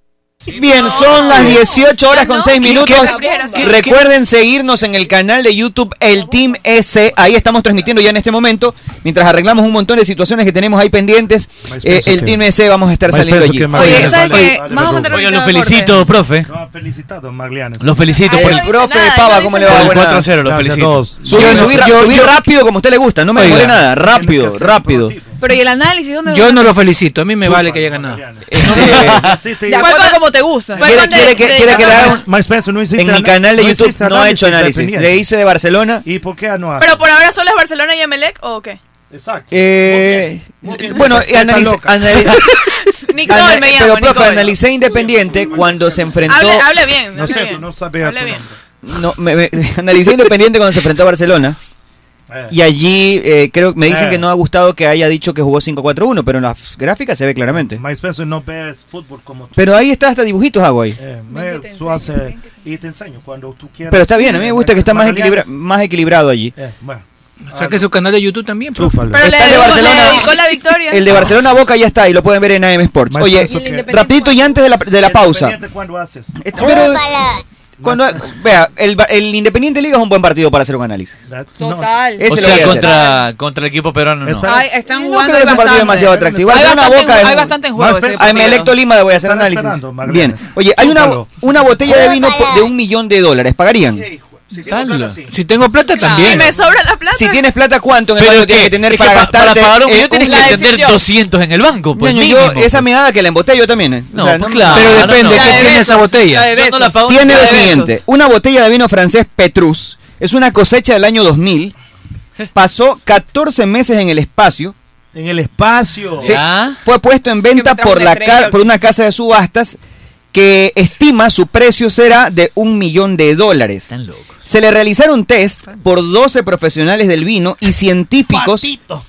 Speaker 2: Bien, son las 18 horas
Speaker 15: Ah,
Speaker 2: con 6 minutos.
Speaker 16: ¿Qué- qué-
Speaker 2: Recuerden seguirnos en el canal de YouTube El Team S. Ahí estamos transmitiendo ya en este momento. Mientras arreglamos un montón de situaciones que tenemos ahí pendientes, eh, el Team S vamos a estar
Speaker 15: Más
Speaker 2: saliendo
Speaker 15: peso
Speaker 2: allí.
Speaker 15: que más Oye, ¿sabes vale, qué? vale, Vamos a mandar un
Speaker 2: Oigan,
Speaker 15: video de corte.
Speaker 1: No, felicitado, Marlianes.
Speaker 15: Los felicito por
Speaker 2: El profe de Pava, ¿cómo le va?
Speaker 15: por el
Speaker 2: Buena.
Speaker 15: 4 a 0, los
Speaker 2: Gracias a
Speaker 15: felicito.
Speaker 2: todos. Subir, subir, subir rápido como a usted le gusta, no me
Speaker 15: Oiga.
Speaker 2: demore nada. Rápido, rápido.
Speaker 13: Pero y el análisis, ¿dónde
Speaker 14: Yo
Speaker 13: lo-
Speaker 14: no lo felicito, a mí me vale que haya ganado.
Speaker 13: De acuerdo a como te gusta.
Speaker 2: ¿Quiere, quiere que, quiere que le haga un-
Speaker 1: Más peso, no hiciste
Speaker 2: En mi
Speaker 1: ana-
Speaker 2: canal de YouTube
Speaker 1: hiciste
Speaker 2: no he hecho análisis.
Speaker 1: dependiente.
Speaker 2: Le hice de Barcelona.
Speaker 1: ¿Y por qué no hace?
Speaker 16: Pero por ahora solo es Barcelona y Emelec o qué?
Speaker 1: Exacto.
Speaker 2: Eh,
Speaker 1: bien.
Speaker 2: bueno,
Speaker 1: Está
Speaker 2: analiz-
Speaker 1: loca.
Speaker 2: analiz-
Speaker 16: *laughs* Nicole
Speaker 2: ana-
Speaker 16: me llamo,
Speaker 2: pero profe,
Speaker 16: Nicole.
Speaker 2: analicé Independiente cuando se enfrentó.
Speaker 16: Hable, hable bien.
Speaker 2: No
Speaker 16: hable
Speaker 2: sé,
Speaker 16: bien.
Speaker 1: no sabía
Speaker 16: Hable
Speaker 1: tu
Speaker 16: bien.
Speaker 2: No, me- me- *laughs* analicé Independiente cuando se enfrentó a Barcelona. Y allí eh, creo me dicen
Speaker 1: Eh.
Speaker 2: que no ha gustado que haya dicho que jugó 5-4-1, pero en las gráficas se ve claramente.
Speaker 1: Más peso no ves fútbol como tú.
Speaker 2: Pero ahí está hasta dibujitos hago ahí.
Speaker 1: Eh, me- tú haces- y te enseño cuando tú quieras. Eh,
Speaker 2: Pero está bien, a mí me gusta que está más, equilibra-
Speaker 1: Magallanes.
Speaker 2: más equilibrado allí.
Speaker 1: Eh, bueno.
Speaker 14: Saque su canal de YouTube también. pues. profe.
Speaker 2: Está el de Barcelona.
Speaker 16: dedicó la victoria.
Speaker 2: El de Barcelona Boca ya está y lo pueden ver en AM Sports.
Speaker 1: Más
Speaker 2: Oye,
Speaker 1: peso que-
Speaker 2: rapidito y antes de la, de la pausa.
Speaker 1: Independiente, ¿Cuándo haces?
Speaker 2: pero- Cuando, vea, el, Ba- el Independiente Liga es un buen partido para hacer un análisis.
Speaker 13: Total.
Speaker 2: Ese lo
Speaker 15: o
Speaker 2: voy a
Speaker 15: sea,
Speaker 2: hacer.
Speaker 15: contra, contra el equipo peruano no.
Speaker 1: Está-
Speaker 13: Ay, están
Speaker 2: No
Speaker 13: jugando.
Speaker 2: creo que es un partido
Speaker 13: bastante.
Speaker 2: demasiado atractivo.
Speaker 13: Hay
Speaker 2: Barcelona
Speaker 13: bastante,
Speaker 2: Boca
Speaker 13: en-
Speaker 2: es
Speaker 13: hay
Speaker 2: un-
Speaker 13: bastante en juego. ese
Speaker 2: A Emelec
Speaker 13: partido.
Speaker 2: Tolima le voy a hacer
Speaker 1: Están
Speaker 2: análisis.
Speaker 1: esperando, Magallanes.
Speaker 2: Bien. Oye, hay una,
Speaker 1: Chúpalo.
Speaker 2: una botella de vino po- de un millón de dólares. ¿Pagarían?
Speaker 14: Si tengo plata
Speaker 2: también.
Speaker 16: Si me sobra la plata.
Speaker 2: Si tienes plata, ¿cuánto en el
Speaker 15: Pero
Speaker 2: banco
Speaker 15: es que-
Speaker 2: tienes que tener
Speaker 15: es que
Speaker 2: para
Speaker 15: pa- para
Speaker 2: gastarte?
Speaker 15: pagar un
Speaker 2: eh,
Speaker 15: millón tienes
Speaker 2: un-
Speaker 15: que tener 200 en el banco, pues
Speaker 2: Ñaño,
Speaker 15: mínimo.
Speaker 2: yo esa meada que la emboté yo también. ¿eh?
Speaker 15: No,
Speaker 2: O sea,
Speaker 15: pues
Speaker 2: me-
Speaker 15: claro,
Speaker 2: Pero
Speaker 15: no,
Speaker 2: depende
Speaker 15: no.
Speaker 2: qué
Speaker 15: La de
Speaker 2: tiene
Speaker 15: besos,
Speaker 2: esa botella.
Speaker 15: la de Yo no la besos. pago ni
Speaker 2: Tiene
Speaker 15: la
Speaker 2: lo
Speaker 15: de
Speaker 2: siguiente,
Speaker 15: besos.
Speaker 2: una botella de vino francés Petrus, es una cosecha del año 2000, pasó 14 meses en el espacio.
Speaker 1: En el espacio.
Speaker 2: se- fue puesto en venta
Speaker 1: trajo
Speaker 2: por,
Speaker 1: una
Speaker 2: la
Speaker 1: estrella,
Speaker 2: ca- por una casa de subastas que estima su precio será de un millón de dólares. Se le realizaron test por 12 profesionales del vino y científicos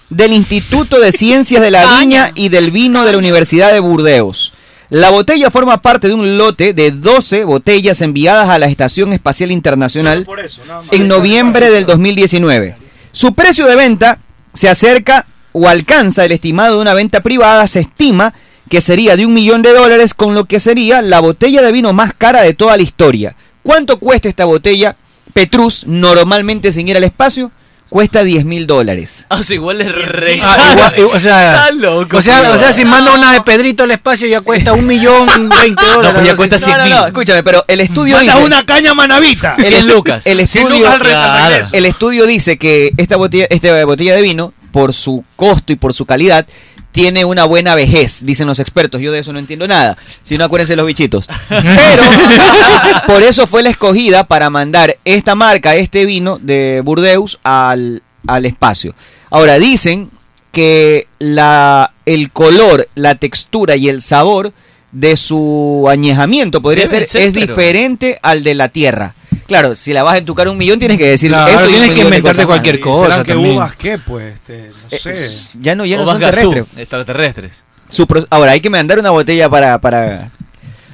Speaker 2: del Instituto de Ciencias de la Viña y del Vino de la Universidad de Burdeos. La botella forma parte de un lote de 12 botellas enviadas a la Estación Espacial Internacional en noviembre del 2019. Su precio de venta se acerca o alcanza el estimado de una venta privada, se estima que sería de un millón de dólares, con lo que sería la botella de vino más cara de toda la historia. ¿Cuánto cuesta esta botella? Petrus, normalmente sin ir al espacio, cuesta 10 mil dólares.
Speaker 15: Ah, o sea, igual es re.
Speaker 14: Ah, igual- igual- o sea,
Speaker 15: Está loco,
Speaker 14: o sea,
Speaker 15: tío.
Speaker 14: o sea, si mando una de Pedrito al espacio ya cuesta un millón veinte
Speaker 15: No,
Speaker 14: dólares.
Speaker 15: pues ya
Speaker 14: algo
Speaker 15: cuesta
Speaker 14: así.
Speaker 15: 100 mil.
Speaker 2: Escúchame, pero el estudio
Speaker 14: Manda
Speaker 2: dice-
Speaker 14: una
Speaker 1: caña manavita.
Speaker 2: El,
Speaker 15: Cien lucas.
Speaker 2: El
Speaker 15: Cien
Speaker 2: estudio,
Speaker 15: lucas al re- al Claro. regreso.
Speaker 2: el estudio dice que esta botella, esta botella de vino, por su costo y por su calidad, tiene una buena vejez, dicen los expertos. Yo de eso no entiendo nada. Si no, acuérdense los bichitos. Pero por eso fue la escogida para mandar esta marca, este vino de Burdeos al, al espacio. Ahora, dicen que la, el color, la textura y el sabor de su añejamiento podría
Speaker 15: Debe
Speaker 2: ser,
Speaker 15: ser,
Speaker 2: es
Speaker 15: pero-
Speaker 2: diferente al de la tierra. Claro, si la vas a entucar un millón tienes que decir
Speaker 14: Claro,
Speaker 2: eso. y un
Speaker 14: tienes
Speaker 2: millón
Speaker 14: que
Speaker 2: de
Speaker 14: inventarte
Speaker 2: cosas más.
Speaker 14: cualquier
Speaker 2: Y
Speaker 14: cosa
Speaker 2: será que
Speaker 14: también.
Speaker 2: uvas-
Speaker 1: ¿Qué, pues? Este, no sé.
Speaker 2: Eh, Ya no, ya no
Speaker 15: O
Speaker 2: son
Speaker 15: Vasco Azul,
Speaker 2: terrestres.
Speaker 15: Extraterrestres.
Speaker 2: Su pro- Ahora hay que mandar una botella para para.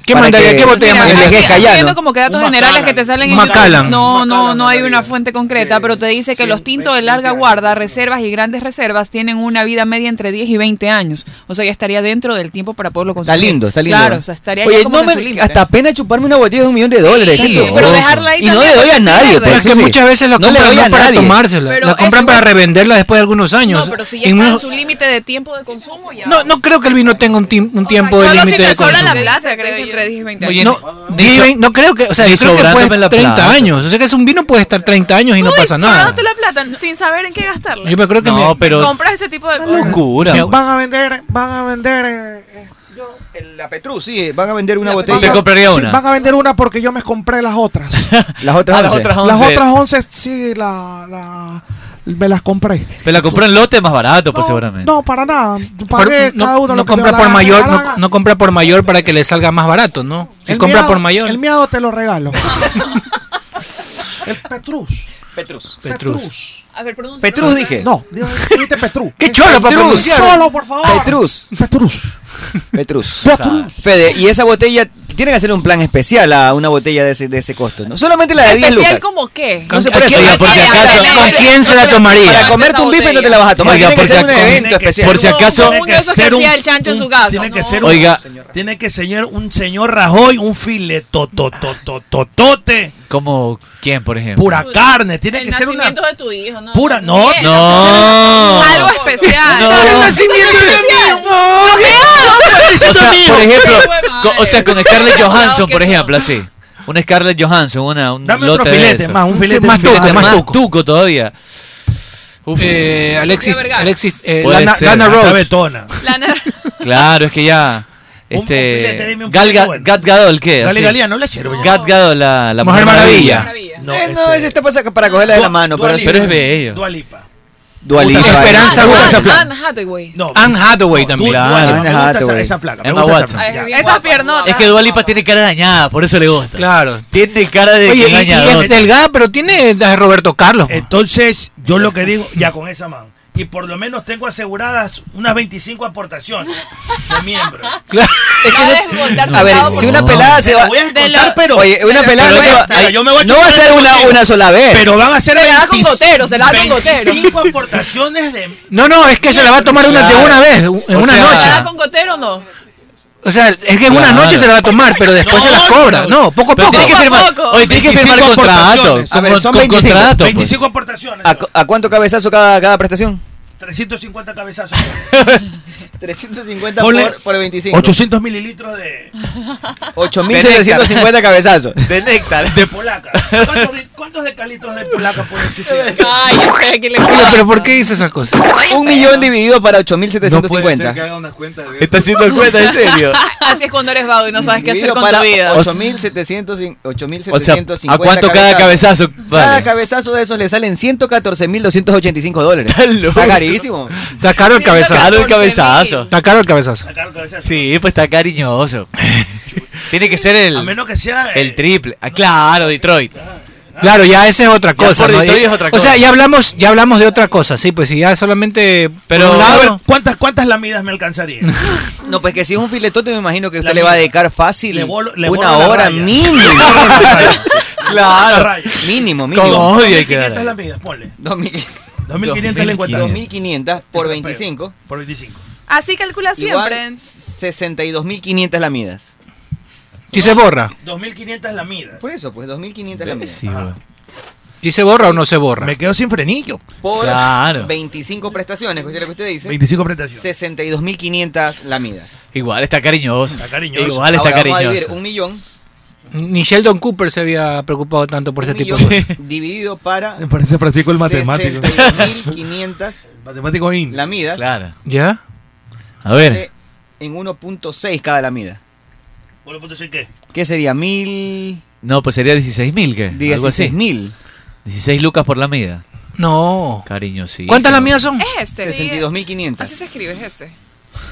Speaker 14: ¿Qué
Speaker 2: para
Speaker 14: mandaría?
Speaker 2: que
Speaker 14: ¿Qué botella
Speaker 2: envejezca
Speaker 14: mandaría?
Speaker 2: ya,
Speaker 14: Así,
Speaker 2: ¿no?
Speaker 14: haciendo
Speaker 13: Como que datos
Speaker 14: Un
Speaker 13: generales
Speaker 14: Macallan.
Speaker 13: que te salen en
Speaker 14: Un
Speaker 13: YouTube.
Speaker 14: Macallan.
Speaker 13: No, no, no hay una fuente concreta, pero te dice que los tintos de larga guarda, reservas y grandes reservas tienen una vida media entre 10 y 20 años. O sea, ya estaría dentro del tiempo para poderlo
Speaker 2: Está
Speaker 13: consumir.
Speaker 2: lindo, está lindo.
Speaker 13: Claro, o sea, estaría
Speaker 2: Oye,
Speaker 13: ya como
Speaker 2: no
Speaker 13: que en
Speaker 2: me-
Speaker 13: su límite.
Speaker 2: hasta apenas chuparme una botella de un millón de dólares.
Speaker 13: Sí,
Speaker 2: qué loco.
Speaker 13: pero dejarla ahí
Speaker 2: y no le
Speaker 13: también
Speaker 2: doy a
Speaker 13: para
Speaker 2: nadie.
Speaker 13: que
Speaker 2: por
Speaker 14: Pero es
Speaker 2: eso
Speaker 14: que
Speaker 2: sí.
Speaker 14: muchas veces la
Speaker 2: No le
Speaker 14: compran
Speaker 2: doy
Speaker 14: no
Speaker 2: a
Speaker 14: para
Speaker 2: nadie.
Speaker 14: tomársela,
Speaker 13: Pero
Speaker 14: la compran
Speaker 13: eso
Speaker 14: para
Speaker 13: igual-
Speaker 14: revenderla después de algunos años.
Speaker 13: No, pero si ya
Speaker 14: En
Speaker 13: está en
Speaker 14: unos-
Speaker 13: su límite de tiempo de consumo, ya.
Speaker 14: no, no creo que el vino tenga un, tim- un tiempo de
Speaker 13: Solo si
Speaker 14: límite
Speaker 13: te
Speaker 14: de
Speaker 13: sobra
Speaker 14: consumo.
Speaker 13: la plaza, creo entre 10 y 20 años.
Speaker 14: no, ni
Speaker 15: so-
Speaker 14: vein- no creo que, o sea,
Speaker 15: ni
Speaker 14: yo creo que
Speaker 15: sobrándome
Speaker 14: puede
Speaker 15: la
Speaker 14: 30
Speaker 15: plata.
Speaker 14: años, o sea que es un vino puede estar 30 años y no pasa nada.
Speaker 16: Dándote la plata sin saber en qué gastarla.
Speaker 14: Yo me creo que
Speaker 15: No,
Speaker 14: me-
Speaker 15: pero-
Speaker 16: Compras ese tipo de cosas.
Speaker 15: Locura.
Speaker 14: O sea,
Speaker 1: Van a vender, van a vender. eh, eh,
Speaker 2: La Petrus, sí, van a vender una botella.
Speaker 15: Usted compraría
Speaker 1: sí,
Speaker 15: una.
Speaker 1: van a vender una porque yo me compré las otras.
Speaker 2: Las otras
Speaker 15: Ah, las
Speaker 2: 11.
Speaker 15: otras
Speaker 1: Las
Speaker 15: 11.
Speaker 1: otras 11, sí, la, la- me las compré.
Speaker 15: Pero la compró en lote más barato, pues seguramente.
Speaker 1: No, para nada.
Speaker 14: Pero
Speaker 1: Pagué
Speaker 14: no,
Speaker 1: cada uno
Speaker 14: no
Speaker 1: lo que me
Speaker 14: compra
Speaker 1: dio
Speaker 14: por
Speaker 1: la
Speaker 14: mayor,
Speaker 1: gana, la
Speaker 14: no,
Speaker 1: gana.
Speaker 14: no compra por mayor para que le salga más barato, ¿no? Si
Speaker 1: El
Speaker 14: compra
Speaker 1: miado-
Speaker 14: por mayor.
Speaker 1: El miado te lo regalo. el Petrus.
Speaker 2: Petrus.
Speaker 1: Petrus.
Speaker 13: A ver, pronuncia.
Speaker 2: Petrus dije.
Speaker 1: No, dijiste Petrus.
Speaker 14: Qué cholo para
Speaker 2: Petrus.
Speaker 14: pronunciar.
Speaker 1: Solo, por favor.
Speaker 2: Petrus.
Speaker 1: Petrus.
Speaker 2: Petrus.
Speaker 1: Petrus.
Speaker 2: Fede, ¿y esa botella Tiene que hacer un plan especial a una botella de ese, de ese costo, ¿no? Solamente la de 10
Speaker 13: ¿Especial
Speaker 2: lucas.
Speaker 13: como qué?
Speaker 2: No sé
Speaker 13: ¿A
Speaker 2: por eso.
Speaker 13: quién-
Speaker 2: ya, por si
Speaker 13: a- a-
Speaker 2: acaso,
Speaker 13: a-
Speaker 2: ¿con
Speaker 13: a-
Speaker 2: quién se la tomaría? Para comerte un bife no te la vas a tomar,
Speaker 4: Oiga,
Speaker 2: tiene que
Speaker 4: por si
Speaker 2: ser un
Speaker 4: ac-
Speaker 2: evento
Speaker 4: tiene que
Speaker 2: especial.
Speaker 4: Por si
Speaker 13: Como-
Speaker 4: acaso.
Speaker 13: como uno de esos que hacía el chancho en su casa,
Speaker 4: Tiene que
Speaker 13: ¿no?
Speaker 4: ser
Speaker 15: Oiga.
Speaker 4: un. Tiene que ser un señor Rajoy, un filetotototote.
Speaker 15: Como quién, por
Speaker 4: *laughs*
Speaker 15: ejemplo.
Speaker 4: Pura carne. Tiene
Speaker 13: El
Speaker 4: que ser una.
Speaker 13: nacimiento de tu hijo, ¿no?
Speaker 4: Pura. No,
Speaker 13: Bien,
Speaker 15: No.
Speaker 13: Algo especial.
Speaker 15: No. El
Speaker 13: nacimiento de mi
Speaker 4: pues,
Speaker 15: O sea, por ejemplo, co- o sea, con Scarlett Johansson, por ejemplo, así. Un Scarlett Johansson, una, un
Speaker 4: Dame otro
Speaker 15: lote de
Speaker 4: filete
Speaker 15: eso.
Speaker 4: más, un
Speaker 15: Un
Speaker 4: filete,
Speaker 15: más
Speaker 4: un filete,
Speaker 15: tuco,
Speaker 4: más
Speaker 15: más
Speaker 4: tuco.
Speaker 15: tuco todavía.
Speaker 14: Eh, Alexis, Alexis eh,
Speaker 15: Puede
Speaker 14: Lana,
Speaker 15: ser,
Speaker 14: Lana
Speaker 15: Lana
Speaker 14: Rhodes.
Speaker 4: Betona.
Speaker 15: Claro, es que ya.
Speaker 4: filete,
Speaker 15: Este,
Speaker 4: dime un
Speaker 15: Gal,
Speaker 4: filete
Speaker 15: Ga-
Speaker 4: bueno.
Speaker 15: Gat Gadol, ¿qué?
Speaker 4: Gali
Speaker 15: Así.
Speaker 4: Galía, no le sirve pues ya.
Speaker 15: Gat Gadol, la, la
Speaker 4: Mujer
Speaker 15: Mujer
Speaker 4: Maravilla.
Speaker 15: Maravilla.
Speaker 2: No, eh, no, es esta pasa que para cogerla de la mano.
Speaker 15: Dua
Speaker 2: Pero,
Speaker 15: Lipa. Pero es bello.
Speaker 4: Dua Lipa.
Speaker 2: Dualipa.
Speaker 14: Esperanza Gómez
Speaker 16: Ah,
Speaker 13: Anne Hathaway.
Speaker 4: No.
Speaker 14: Anne Hathaway también.
Speaker 15: Claro.
Speaker 4: Me gusta esa, esa placa. me
Speaker 15: Emma
Speaker 4: gusta esa
Speaker 15: Watson.
Speaker 4: placa.
Speaker 13: Esa piernota.
Speaker 15: Es que Dua Lipa tiene cara dañada, por eso le gusta.
Speaker 14: Claro.
Speaker 15: Tiene cara de
Speaker 14: Oye,
Speaker 15: que
Speaker 14: y- y
Speaker 15: dañadota.
Speaker 4: este
Speaker 14: es delgada, pero tiene a Roberto Carlos.
Speaker 4: Entonces, yo lo que digo, ya con esa mano. Y por lo menos tengo aseguradas unas 25 aportaciones de miembros.
Speaker 2: a ver, si una pelada se va.
Speaker 4: Voy a contar, pero.
Speaker 2: Oye, una pelada no va-
Speaker 4: Mira, yo me voy
Speaker 2: no va a
Speaker 4: chupar
Speaker 2: ser
Speaker 4: el
Speaker 2: una,
Speaker 4: motivo.
Speaker 2: una sola vez.
Speaker 4: Pero van a ser
Speaker 13: Se la da con
Speaker 4: 25
Speaker 13: gotero, se la da con gotero.
Speaker 4: 25 aportaciones de.
Speaker 14: No, no, es que se la va a tomar una, de
Speaker 15: Claro.
Speaker 14: una vez, u- en
Speaker 15: O
Speaker 14: una
Speaker 15: sea-
Speaker 13: ¿Se la da
Speaker 14: noche.
Speaker 13: con gotero
Speaker 2: *laughs*
Speaker 13: o no?
Speaker 14: O sea, es que en una
Speaker 15: Claro.
Speaker 14: noche se la va a tomar, pero después se la cobra. No, poco a
Speaker 15: Pero
Speaker 14: poco.
Speaker 15: tiene que
Speaker 13: Poco a
Speaker 15: firmar,
Speaker 13: poco.
Speaker 15: oye, tiene que firmar
Speaker 2: 25
Speaker 15: contrato.
Speaker 2: aportaciones. A ver,
Speaker 15: con,
Speaker 2: son
Speaker 15: con
Speaker 2: 25.
Speaker 15: contrato. pues.
Speaker 4: 25 aportaciones.
Speaker 2: ¿A, cu- a cuánto cabezazo cada, cada prestación? *laughs*
Speaker 4: 350 cabezazos.
Speaker 2: 350
Speaker 4: Ponle
Speaker 2: por, por 25.
Speaker 4: 800 mililitros de,
Speaker 2: 8.750
Speaker 4: *laughs*
Speaker 2: cabezazos.
Speaker 15: De néctar.
Speaker 4: de polaca. ¿Cuántos, de- cuántos decalitros de polaca puede existir?
Speaker 13: Ay, yo sé que le
Speaker 14: Oye, pero ¿por qué dice esas cosas?
Speaker 2: Un millón dividido para
Speaker 4: ser
Speaker 2: 8.750.
Speaker 4: que haga unas cuentas de
Speaker 15: Está haciendo cuenta, en serio.
Speaker 13: *laughs* Así es cuando eres vago y no sabes qué hacer
Speaker 2: Dividido
Speaker 13: con tu
Speaker 2: para
Speaker 13: vida.
Speaker 2: 8.750.
Speaker 15: O sea,
Speaker 2: 8.750
Speaker 15: ¿a cuánto cada
Speaker 2: cabezazos.
Speaker 15: cabezazo?
Speaker 2: Cada
Speaker 15: Vale.
Speaker 2: cabezazo de esos le salen 114.285 dólares.
Speaker 15: loco.
Speaker 2: Está carísimo.
Speaker 14: Está caro el
Speaker 15: Caro
Speaker 14: cabezazo.
Speaker 15: el cabezazo.
Speaker 14: Está caro el cabezazo.
Speaker 15: Sí, pues está
Speaker 4: *laughs*
Speaker 15: cariñoso. Tiene que ser
Speaker 4: A
Speaker 15: el,
Speaker 4: menos que sea. eh,
Speaker 15: el triple. Ah, claro, Detroit.
Speaker 14: Claro, ya esa es otra
Speaker 15: Ya
Speaker 14: cosa.
Speaker 15: por
Speaker 14: ¿no?
Speaker 15: Detroit
Speaker 14: Ya-
Speaker 15: es otra
Speaker 14: O sea,
Speaker 15: cosa.
Speaker 14: ya hablamos, ya hablamos de otra cosa, sí, pues si ya solamente
Speaker 15: Pero-
Speaker 14: por un
Speaker 4: a ver,
Speaker 14: lado,
Speaker 4: ¿cuántas, ¿Cuántas lamidas me alcanzaría?
Speaker 2: *laughs* No, pues que si es un filetote, me imagino que usted
Speaker 4: La
Speaker 2: le va a
Speaker 4: mía.
Speaker 2: dedicar fácil
Speaker 4: Le bolo- le
Speaker 2: una
Speaker 4: bolo la
Speaker 2: hora
Speaker 4: raya.
Speaker 2: mínimo. *laughs*
Speaker 4: Una
Speaker 15: Claro.
Speaker 4: raya.
Speaker 2: mínimo,
Speaker 15: Con
Speaker 2: mínimo.
Speaker 15: odio hay que
Speaker 4: 500
Speaker 15: dar.
Speaker 4: lamidas, ponle.
Speaker 2: 2000
Speaker 4: 2500 le encuentras. Este
Speaker 2: 2.500 por 25.
Speaker 4: Por 25.
Speaker 16: Así calcula
Speaker 2: Igual
Speaker 16: siempre.
Speaker 2: 62.500 lamidas.
Speaker 14: si se borra,
Speaker 15: Ah.
Speaker 4: 2500 lamidas.
Speaker 2: Por eso, pues 2.500 lamidas.
Speaker 15: Sí, güey.
Speaker 14: si se borra o no se borra.
Speaker 4: Me quedo sin frenillo.
Speaker 2: Por
Speaker 15: Claro.
Speaker 2: 25 prestaciones, que es lo que usted dice.
Speaker 4: 25 prestaciones.
Speaker 2: 62.500 lamidas.
Speaker 15: Igual está cariñoso.
Speaker 4: Está cariñoso.
Speaker 15: Igual está
Speaker 2: Ahora vamos a dividir
Speaker 15: cariñoso.
Speaker 2: un millón,
Speaker 14: Ni Sheldon Cooper se había preocupado tanto por
Speaker 2: un
Speaker 14: ese tipo de
Speaker 2: millón
Speaker 14: cosas.
Speaker 2: dividido
Speaker 4: *laughs*
Speaker 2: para
Speaker 4: parece Francisco el *laughs*
Speaker 2: 62.500
Speaker 4: Matemático in.
Speaker 2: lamidas.
Speaker 15: Claro.
Speaker 14: ¿Ya?
Speaker 15: A ver.
Speaker 2: eh, En 1.6 cada lamida.
Speaker 4: Bueno, pues, ¿sí qué?
Speaker 2: ¿Qué sería? Mil...
Speaker 15: No, pues sería 16 mil, ¿qué? Algo así.
Speaker 2: 16.000.
Speaker 15: 16 lucas por la mida.
Speaker 14: No.
Speaker 15: Cariño, sí.
Speaker 14: ¿Cuántas lamidas son?
Speaker 13: Es este. sí.
Speaker 2: 62.500.
Speaker 13: Así se escribe, es este.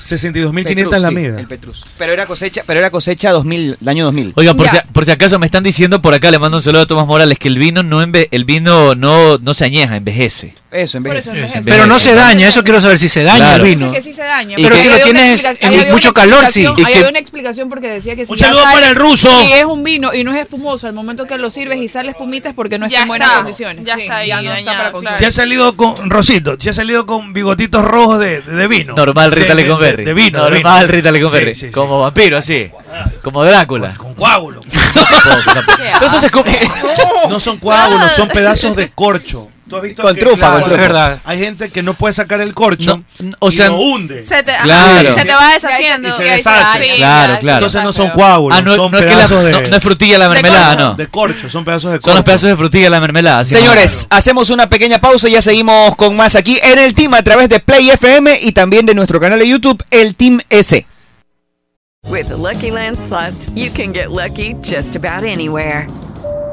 Speaker 4: 62500
Speaker 2: Petrus, sí,
Speaker 4: lamidas.
Speaker 2: el Petrus. Pero era cosecha, pero era cosecha 2000, el año 2000.
Speaker 15: Oiga, por,
Speaker 13: Ya.
Speaker 15: si, por si acaso me están diciendo por acá, le mando un saludo a Tomás Morales, que el vino no enve- el vino no, no se añeja, envejece.
Speaker 2: Eso, en
Speaker 13: Por
Speaker 2: vez
Speaker 13: eso
Speaker 2: de
Speaker 13: es
Speaker 15: sí.
Speaker 14: Pero no se daña, eso quiero saber si se daña
Speaker 15: Claro.
Speaker 14: el
Speaker 13: Dice
Speaker 14: vino.
Speaker 13: que sí se daña.
Speaker 15: Y
Speaker 13: pero
Speaker 15: que-
Speaker 13: ahí
Speaker 15: si
Speaker 14: lo
Speaker 13: había una
Speaker 14: tienes
Speaker 13: explicación-
Speaker 14: en
Speaker 13: ahí había
Speaker 14: mucho
Speaker 13: una
Speaker 14: calor, sí.
Speaker 13: explicación-
Speaker 15: Y
Speaker 13: Ahí
Speaker 15: que-
Speaker 13: había una explicación porque decía que
Speaker 4: Un
Speaker 13: si ya
Speaker 4: saludo
Speaker 13: sale-
Speaker 4: para el ruso.
Speaker 13: Si es un vino y no es espumoso, al momento que lo sirves y sale espumita es porque no está
Speaker 16: Ya
Speaker 13: en buenas
Speaker 16: está,
Speaker 13: condiciones.
Speaker 16: ya
Speaker 13: Sí,
Speaker 16: está ahí
Speaker 13: Ya no está
Speaker 16: dañado,
Speaker 13: para
Speaker 16: claro.
Speaker 13: consumir.
Speaker 4: Se ha salido con Rosito, se ha salido con bigotitos rojos de, de, de vino.
Speaker 15: Normal
Speaker 4: De-
Speaker 15: Rita
Speaker 4: de-
Speaker 15: con
Speaker 4: de,
Speaker 15: Berry.
Speaker 4: de vino. de
Speaker 15: Normal
Speaker 4: vino.
Speaker 15: Rita con Berry.
Speaker 4: Sí, sí, sí.
Speaker 15: Como vampiro, así. Como Drácula.
Speaker 4: Con
Speaker 6: *laughs*
Speaker 4: coágulo.
Speaker 15: Tampoco, tampoco. Pero eso se escupe.
Speaker 4: No son coágulos, son pedazos de corcho. ¿Tú has visto
Speaker 2: Con
Speaker 4: que-
Speaker 2: trufa,
Speaker 4: claro,
Speaker 2: con trufa.
Speaker 14: Es verdad.
Speaker 4: Hay gente que no puede sacar el corcho
Speaker 15: No, o
Speaker 4: y
Speaker 15: sea,
Speaker 4: lo hunde.
Speaker 16: Se te, ajá,
Speaker 15: Claro.
Speaker 16: se te va deshaciendo.
Speaker 4: Y se
Speaker 16: Y ahí
Speaker 4: deshace.
Speaker 16: sí,
Speaker 15: Claro,
Speaker 16: ya,
Speaker 15: claro.
Speaker 16: sí,
Speaker 4: Entonces no son
Speaker 16: pero-
Speaker 4: coágulos,
Speaker 15: Ah, no,
Speaker 4: son
Speaker 15: no es que la,
Speaker 4: pedazos de,
Speaker 15: no, no es frutilla la mermelada, no.
Speaker 4: de corcho, son pedazos de corcho.
Speaker 15: Son los pedazos de frutilla la mermelada. así
Speaker 2: Señores, hacemos una pequeña pausa y ya seguimos con más aquí en el team a través de Play FM y también de nuestro canal de YouTube, el Team S.
Speaker 1: With the Lucky Land slots, you can get lucky just about anywhere.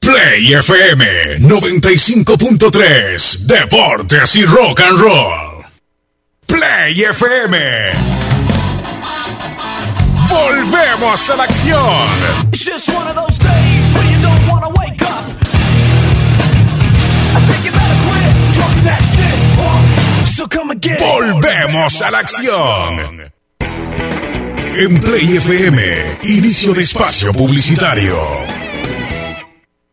Speaker 3: Play FM 95.3 Deportes y Rock and Roll. Play FM. Volvemos a la acción.
Speaker 20: It's just one of those days when you don't wanna wake up. I think you better quit talking that shit. or- So come again.
Speaker 3: Volvemos a la acción. En Play FM, inicio de espacio publicitario.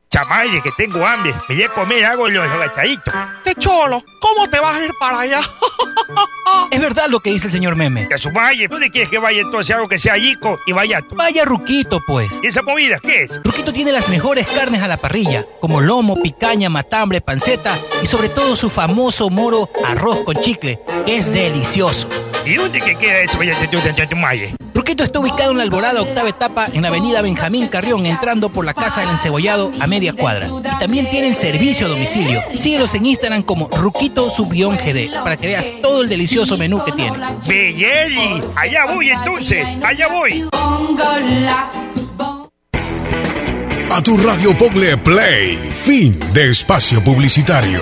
Speaker 23: Chamaye, que tengo hambre. Me voy a comer algo los agachaditos.
Speaker 20: ¡Qué cholo! ¿Cómo te vas a ir para allá? *laughs*
Speaker 10: Es verdad lo que dice el señor Meme.
Speaker 23: A su valle. ¿Dónde quieres que vaya entonces algo que sea yico y vaya?
Speaker 10: Vaya Ruquito, pues.
Speaker 23: ¿Y esa movida qué es?
Speaker 10: Ruquito tiene las mejores carnes a la parrilla, como lomo, picaña, matambre, panceta y sobre todo su famoso moro arroz con chicle, que es delicioso.
Speaker 23: ¿Y dónde que queda eso vaya Chamaye?
Speaker 10: Ruquito está ubicado en la Alborada Octava Etapa en la avenida Benjamín Carrión, entrando por la Casa del Encebollado a media cuadra. Y también tienen servicio a domicilio. Síguelos en Instagram como Ruquito-GD para que veas todo el delicioso menú que tiene.
Speaker 23: Belleli, allá voy entonces, allá voy.
Speaker 3: A tu radio Pogle Play. Fin de espacio publicitario.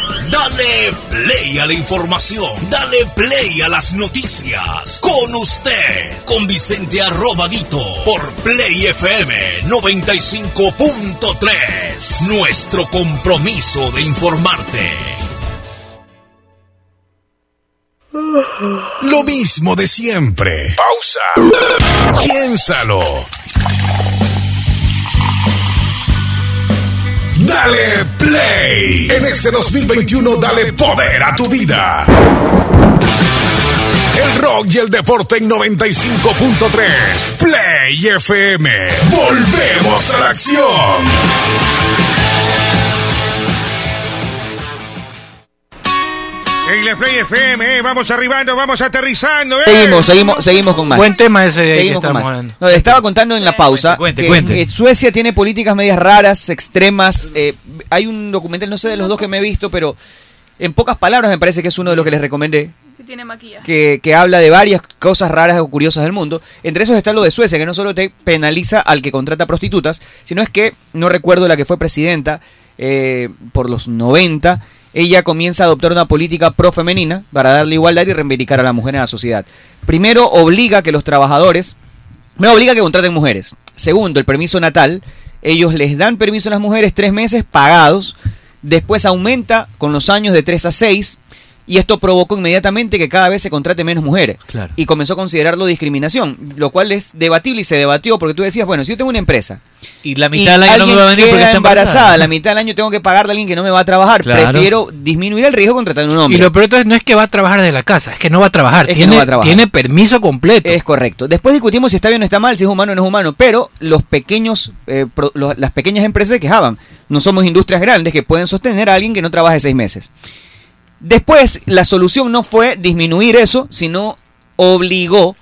Speaker 27: Dale play a la información. Dale play a las noticias. Con usted, con Vicente Arrobadito, por Play FM 95.3. Nuestro compromiso de informarte.
Speaker 3: Lo mismo de siempre. Pausa. Piénsalo. Dale play. En este 2021 dale poder a tu vida. El rock y el deporte en 95.3. Play FM. Volvemos a la acción.
Speaker 23: En la Play FM, eh, vamos arribando, vamos aterrizando. eh.
Speaker 2: Seguimos, seguimos, seguimos con más.
Speaker 14: Buen tema ese de ahí que
Speaker 2: Seguimos con
Speaker 14: estamos
Speaker 2: más.
Speaker 14: hablando.
Speaker 2: No, estaba contando en la pausa
Speaker 14: cuente,
Speaker 2: que
Speaker 14: cuente.
Speaker 2: eh, Suecia tiene políticas medias raras, extremas. eh, hay un documental, no sé de los dos que me he visto, pero en pocas palabras me parece que es uno de los que les recomendé.
Speaker 16: Si tiene maquillaje.
Speaker 2: que, que habla de varias cosas raras o curiosas del mundo. Entre esos está lo de Suecia, que no solo te penaliza al que contrata prostitutas, sino es que, no recuerdo la que fue presidenta eh, por los 90, ella comienza a adoptar una política pro-femenina para darle igualdad y reivindicar a la mujer en la sociedad. Primero, obliga a que los trabajadores, no obliga a que contraten mujeres. Segundo, el permiso natal. Ellos les dan permiso a las mujeres tres meses pagados. Después aumenta con los años de tres a seis. Y esto provocó inmediatamente que cada vez se contrate menos mujeres.
Speaker 15: Claro.
Speaker 2: Y comenzó a considerarlo discriminación, lo cual es debatible y se debatió porque tú decías, bueno, si yo tengo una empresa
Speaker 15: Y la
Speaker 2: y
Speaker 15: mitad del año no me
Speaker 2: alguien
Speaker 15: va a venir porque
Speaker 2: queda
Speaker 15: está
Speaker 2: embarazada,
Speaker 15: embarazada.
Speaker 2: la mitad del año tengo que pagarle a alguien que no me va a trabajar,
Speaker 14: Claro.
Speaker 2: prefiero disminuir el riesgo contratando un hombre.
Speaker 14: Y lo peor de todo es no es que va a trabajar de la casa, es que no va a trabajar.
Speaker 2: Es que
Speaker 14: tiene,
Speaker 2: no va a trabajar.
Speaker 14: tiene permiso completo.
Speaker 2: Es correcto. Después discutimos si está bien o está mal, si es humano o no es humano, pero los pequeños, eh, pro- lo- las pequeñas empresas se quejaban. No somos industrias grandes que pueden sostener a alguien que no trabaje seis meses. Después, la solución no fue disminuir eso, sino obligó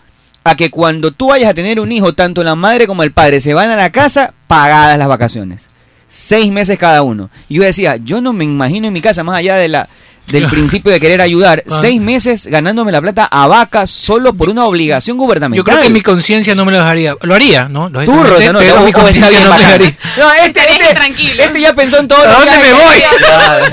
Speaker 2: a que cuando tú vayas a tener un hijo, tanto la madre como el padre se van a la casa pagadas las vacaciones. Seis meses cada uno. Y yo decía, yo no me imagino en mi casa, más allá de la,
Speaker 14: *laughs*
Speaker 2: del principio de querer ayudar,
Speaker 14: Ah.
Speaker 2: seis meses ganándome la plata a vaca solo por una obligación gubernamental.
Speaker 14: Yo creo que mi conciencia no me lo dejaría. Lo haría, ¿no? Lo
Speaker 2: Tú, Rosa, no, te
Speaker 14: pero
Speaker 2: vas a
Speaker 14: mi
Speaker 2: buscar una
Speaker 14: conciencia
Speaker 2: bien
Speaker 14: no me
Speaker 2: bacana.
Speaker 14: dejaría.
Speaker 2: No, este, este, este ya pensó en todo.
Speaker 14: ¿A
Speaker 2: lo que
Speaker 14: dónde
Speaker 2: hace.
Speaker 14: me voy?
Speaker 2: Claro.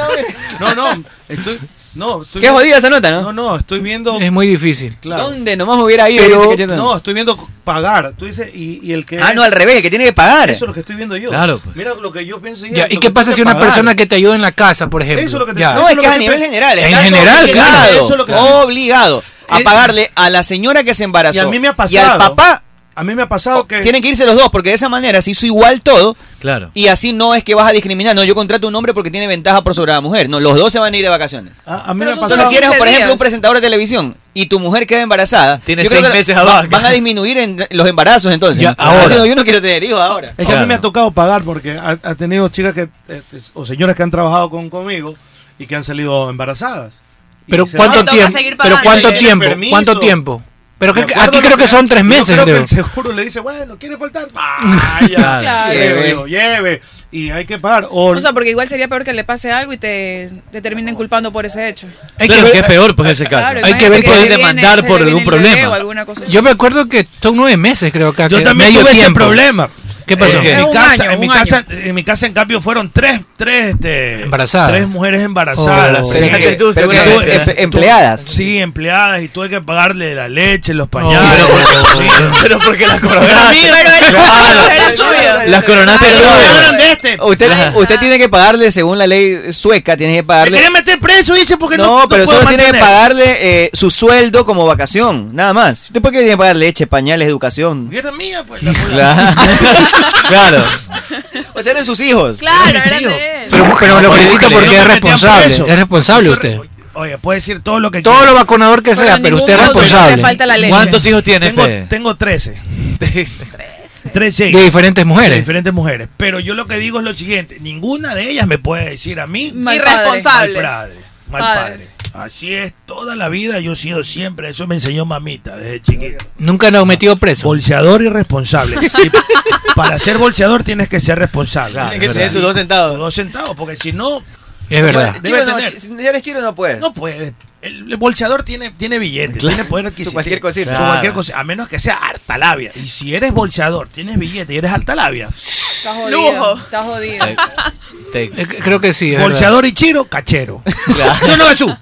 Speaker 15: No, no, estoy,
Speaker 6: No, estoy
Speaker 2: Qué
Speaker 6: viendo-
Speaker 2: jodida esa nota, ¿no?
Speaker 6: No, no, estoy viendo.
Speaker 14: Es muy difícil.
Speaker 6: Claro.
Speaker 2: ¿Dónde nomás me hubiera ido?
Speaker 6: Pero-
Speaker 2: Dice que yendo-
Speaker 6: no, estoy viendo pagar. Tú dices, y, y el que.
Speaker 2: Ah, no, al revés, el que tiene que pagar.
Speaker 6: Eso es lo que estoy viendo yo.
Speaker 2: Claro, pues.
Speaker 6: Mira lo que yo pienso.
Speaker 14: Ya,
Speaker 6: es
Speaker 14: ¿Y
Speaker 6: lo
Speaker 14: qué
Speaker 6: que
Speaker 14: pasa
Speaker 6: tengo
Speaker 14: si una
Speaker 6: pagar.
Speaker 14: persona que te ayuda en la casa, por ejemplo?
Speaker 6: Eso es lo que te-
Speaker 14: Ya.
Speaker 2: No, es que es a nivel general.
Speaker 14: En
Speaker 2: estás
Speaker 14: general,
Speaker 2: obligado,
Speaker 14: claro.
Speaker 2: Obligado a pagarle a la señora que se embarazó.
Speaker 6: Y a mí me ha
Speaker 2: Y al
Speaker 6: pasado.
Speaker 2: papá. Oh,
Speaker 6: A mí me ha pasado que.
Speaker 2: Tienen que irse los dos, porque de esa manera se hizo igual todo. *laughs*
Speaker 15: Claro.
Speaker 2: Y así no es que vas a discriminar. No, yo contrato a un hombre porque tiene ventaja por sobre la mujer. No, los dos se van a ir de vacaciones.
Speaker 6: A, a mí
Speaker 2: Pero
Speaker 6: me ha
Speaker 2: son
Speaker 6: pasado.
Speaker 2: solo si eres, por ejemplo, un presentador de televisión y tu mujer queda embarazada,
Speaker 15: Tiene
Speaker 2: yo creo
Speaker 15: seis
Speaker 2: que
Speaker 15: meses
Speaker 2: va-
Speaker 15: abajo.
Speaker 2: Van a disminuir en los embarazos entonces.
Speaker 6: Ya,
Speaker 2: Están
Speaker 6: ahora.
Speaker 2: diciendo, yo no quiero tener hijos ahora.
Speaker 6: Es que a mí me ha tocado pagar porque ha, ha tenido chicas que este, o señoras que han trabajado con, conmigo y que han salido embarazadas. Y
Speaker 14: Pero
Speaker 6: se
Speaker 14: ¿cuánto
Speaker 6: van.
Speaker 14: tiempo? Pero ¿cuánto
Speaker 4: Eh,
Speaker 14: tiempo? ¿Cuánto tiempo? Pero
Speaker 6: Me
Speaker 14: creo que-
Speaker 6: acuerdo
Speaker 14: aquí
Speaker 6: lo
Speaker 14: creo que son tres
Speaker 6: yo
Speaker 14: meses,
Speaker 6: creo que
Speaker 14: creo.
Speaker 6: el seguro le dice, bueno, ¿quiere faltar? *laughs* Vaya,
Speaker 14: Claro.
Speaker 6: lleve,
Speaker 14: Lleve.
Speaker 6: lleve. Y hay que pagar. O,
Speaker 13: O sea, porque igual sería peor que le pase algo y te, te terminen culpando por ese hecho.
Speaker 15: Hay que, que es peor, pues, ese caso.
Speaker 13: Claro,
Speaker 15: Hay que
Speaker 13: imagínate
Speaker 15: ver
Speaker 13: que
Speaker 15: puedes
Speaker 13: le viene- se
Speaker 15: demandar
Speaker 13: le
Speaker 15: por
Speaker 13: viene
Speaker 15: algún
Speaker 13: el bebé
Speaker 15: problema.
Speaker 13: o alguna cosa así.
Speaker 14: Yo me acuerdo que son nueve meses, creo que
Speaker 6: Yo
Speaker 14: que
Speaker 6: también
Speaker 14: medio
Speaker 6: tuve ese
Speaker 14: tiempo.
Speaker 6: problema.
Speaker 14: ¿Qué pasó?
Speaker 6: Eh, En mi,
Speaker 14: Un
Speaker 6: casa,
Speaker 14: año,
Speaker 6: en, mi
Speaker 14: un año.
Speaker 6: casa, en mi casa, en cambio, fueron tres, tres, este,
Speaker 14: Embarazadas.
Speaker 6: tres mujeres embarazadas.
Speaker 14: Oh.
Speaker 6: Sí.
Speaker 14: Pero que-
Speaker 6: Tuve-
Speaker 14: pero que-
Speaker 6: tuve-
Speaker 14: em-
Speaker 6: tuve-
Speaker 2: empleadas.
Speaker 6: Sí, empleadas. Y tuve que pagarle la leche,
Speaker 14: Oh.
Speaker 6: los pañales. *laughs* pero
Speaker 14: *laughs*
Speaker 6: porque las
Speaker 2: Las coronaste
Speaker 5: este.
Speaker 2: Usted,
Speaker 6: Ajá.
Speaker 2: usted tiene que pagarle, según la ley sueca, tiene que pagarle.
Speaker 6: meter preso, dice, porque
Speaker 2: No, pero
Speaker 6: puedo
Speaker 2: solo tiene que
Speaker 6: mantener.
Speaker 2: pagarle eh, su sueldo como vacación, nada más. ¿Usted por qué tiene que pagar leche, pañales, educación?
Speaker 6: Mierda mía, pues.
Speaker 2: Claro. claro. *laughs* O sea, Pues eran sus hijos.
Speaker 13: Claro,
Speaker 2: eran
Speaker 14: Pero, pero lo
Speaker 6: Oye,
Speaker 14: felicito
Speaker 6: que le-
Speaker 14: porque es
Speaker 6: no me metían
Speaker 14: responsable.
Speaker 6: preso.
Speaker 14: Es responsable usted.
Speaker 6: Oye, puede decir todo lo que
Speaker 14: Todo
Speaker 6: quiera.
Speaker 14: lo vacunador que sea, pero usted es responsable. ¿Cuántos hijos tiene,
Speaker 6: Tengo,
Speaker 14: Fede?
Speaker 6: tengo 13. 13.
Speaker 14: De diferentes mujeres.
Speaker 6: De diferentes mujeres. Pero yo lo que digo es lo siguiente: ninguna de ellas me puede decir a mí.
Speaker 13: Mal padre. Irresponsable.
Speaker 6: Mal padre. mal
Speaker 13: Padre.
Speaker 6: padre. Así es, toda la vida yo he sido siempre. Eso me enseñó mamita desde chiquito.
Speaker 14: Nunca nos metido preso.
Speaker 6: Bolseador irresponsable.
Speaker 14: *laughs*
Speaker 6: Y para ser bolseador tienes que ser responsable.
Speaker 14: Ah,
Speaker 2: que tener sus dos centavos.
Speaker 6: Dos centavos, porque si no.
Speaker 14: Es verdad.
Speaker 6: Debe
Speaker 2: Chiro no,
Speaker 6: tener.
Speaker 2: chi- si ya eres chiro no puedes.
Speaker 6: No puede. El, el bolseador tiene, tiene billetes, tiene poder adquisitivo.
Speaker 2: cualquier cosita.
Speaker 6: Su
Speaker 2: Claro.
Speaker 6: cualquier cosa, a menos que sea harta labia. Y si eres bolseador, tienes billete y eres harta labia.
Speaker 13: Está jodido.
Speaker 16: Lujo.
Speaker 13: Está jodido.
Speaker 14: Eh, Creo que sí. es
Speaker 6: Bolseador y chiro, cachero. Yo no Jesús.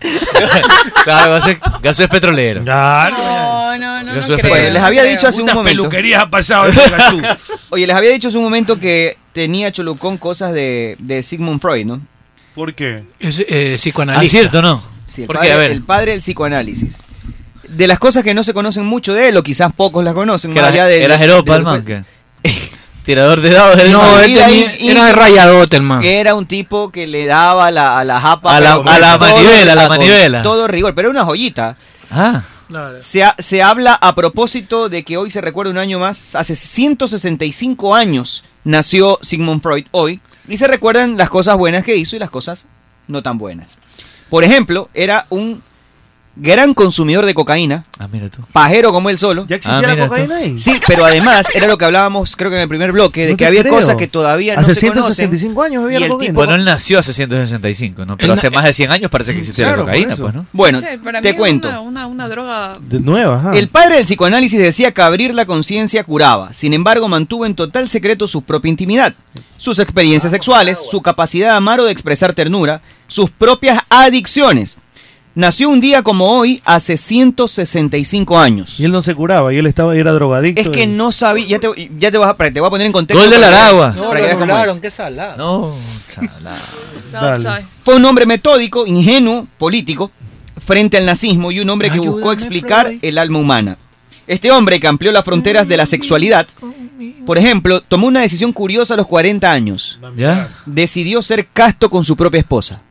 Speaker 15: Claro, Gaso es- Gaso es petrolero.
Speaker 6: Claro.
Speaker 13: No, no, no.
Speaker 15: Gaso
Speaker 2: Bueno, les
Speaker 15: es petrolero.
Speaker 2: había dicho hace un
Speaker 6: Unas
Speaker 2: momento.
Speaker 6: peluquerías ha
Speaker 2: *laughs*
Speaker 6: pasado ese Gasú.
Speaker 2: Oye, les había dicho hace un momento que tenía Cholucón cosas de, de Sigmund Freud, ¿no?
Speaker 6: ¿Por qué?
Speaker 14: Es, eh, psicoanalista.
Speaker 15: Ah, ¿cierto o no?
Speaker 2: Sí, el,
Speaker 15: ¿Por
Speaker 2: padre,
Speaker 15: qué? A ver.
Speaker 2: el padre del psicoanálisis. De las cosas que no se conocen mucho de él, o quizás pocos las conocen,
Speaker 15: Que
Speaker 2: más allá
Speaker 15: era,
Speaker 2: de.
Speaker 15: era
Speaker 2: de-
Speaker 15: Jeropa,
Speaker 2: de-
Speaker 15: el man, que- *laughs* Tirador de dados. el
Speaker 14: No,
Speaker 15: man.
Speaker 14: él tenía- era de rayadote el man.
Speaker 15: Eh,
Speaker 2: que era un tipo que le daba la, a la japa.
Speaker 15: A la-
Speaker 2: pero
Speaker 15: a la
Speaker 2: con
Speaker 15: manivela, a la
Speaker 2: con
Speaker 15: manivela.
Speaker 2: Todo rigor, pero era una joyita.
Speaker 15: Ah.
Speaker 2: Se, ha- se habla a propósito de que hoy se recuerda un año más, hace 165 años nació Sigmund Freud hoy, y se recuerdan las cosas buenas que hizo y las cosas no tan buenas. Por ejemplo, era un gran consumidor de cocaína,
Speaker 15: Ah, mira tú.
Speaker 2: pajero como él solo.
Speaker 6: ¿Ya
Speaker 15: existía Ah, la mira tú. cocaína
Speaker 6: ahí?
Speaker 2: Sí, pero además era lo que hablábamos creo que en el primer bloque, de
Speaker 6: No
Speaker 2: que
Speaker 6: te
Speaker 2: había
Speaker 6: creo.
Speaker 2: cosas que todavía no
Speaker 6: Hace
Speaker 2: se
Speaker 6: 165
Speaker 2: conocen.
Speaker 6: años había
Speaker 2: y
Speaker 6: la
Speaker 2: el
Speaker 6: cocaína.
Speaker 2: tipo-
Speaker 15: Bueno, él nació hace 165, ¿no? Pero hace más de 100 años parece que existía
Speaker 2: Claro,
Speaker 15: la
Speaker 2: por
Speaker 15: cocaína,
Speaker 2: eso.
Speaker 15: pues, ¿no?
Speaker 2: Bueno,
Speaker 13: No sé, para mí
Speaker 2: te
Speaker 13: es
Speaker 2: cuento.
Speaker 13: Una, una, una droga.
Speaker 6: De nueva, ajá.
Speaker 2: El padre del psicoanálisis decía que abrir la conciencia curaba, sin embargo mantuvo en total secreto su propia intimidad, sus experiencias sexuales, su capacidad de amar o de expresar ternura, sus propias adicciones. Nació un día como hoy, hace 165 años.
Speaker 6: Y él no se curaba, y él estaba y era drogadicto.
Speaker 2: Es que
Speaker 6: y-
Speaker 2: no sabía, ya te, ya te, vas a, te voy a poner en contexto.
Speaker 15: Gol del
Speaker 2: para que-
Speaker 15: Aragua.
Speaker 2: para que veas cómo es.
Speaker 14: qué salado.
Speaker 15: No, chala.
Speaker 2: Dale. Fue un hombre metódico, ingenuo, político, frente al nazismo y un hombre que buscó explicar el alma humana. Este hombre que amplió las fronteras de la sexualidad, por ejemplo, tomó una decisión curiosa a los 40 años.
Speaker 15: ¿Ya?
Speaker 2: Decidió ser casto con su propia esposa.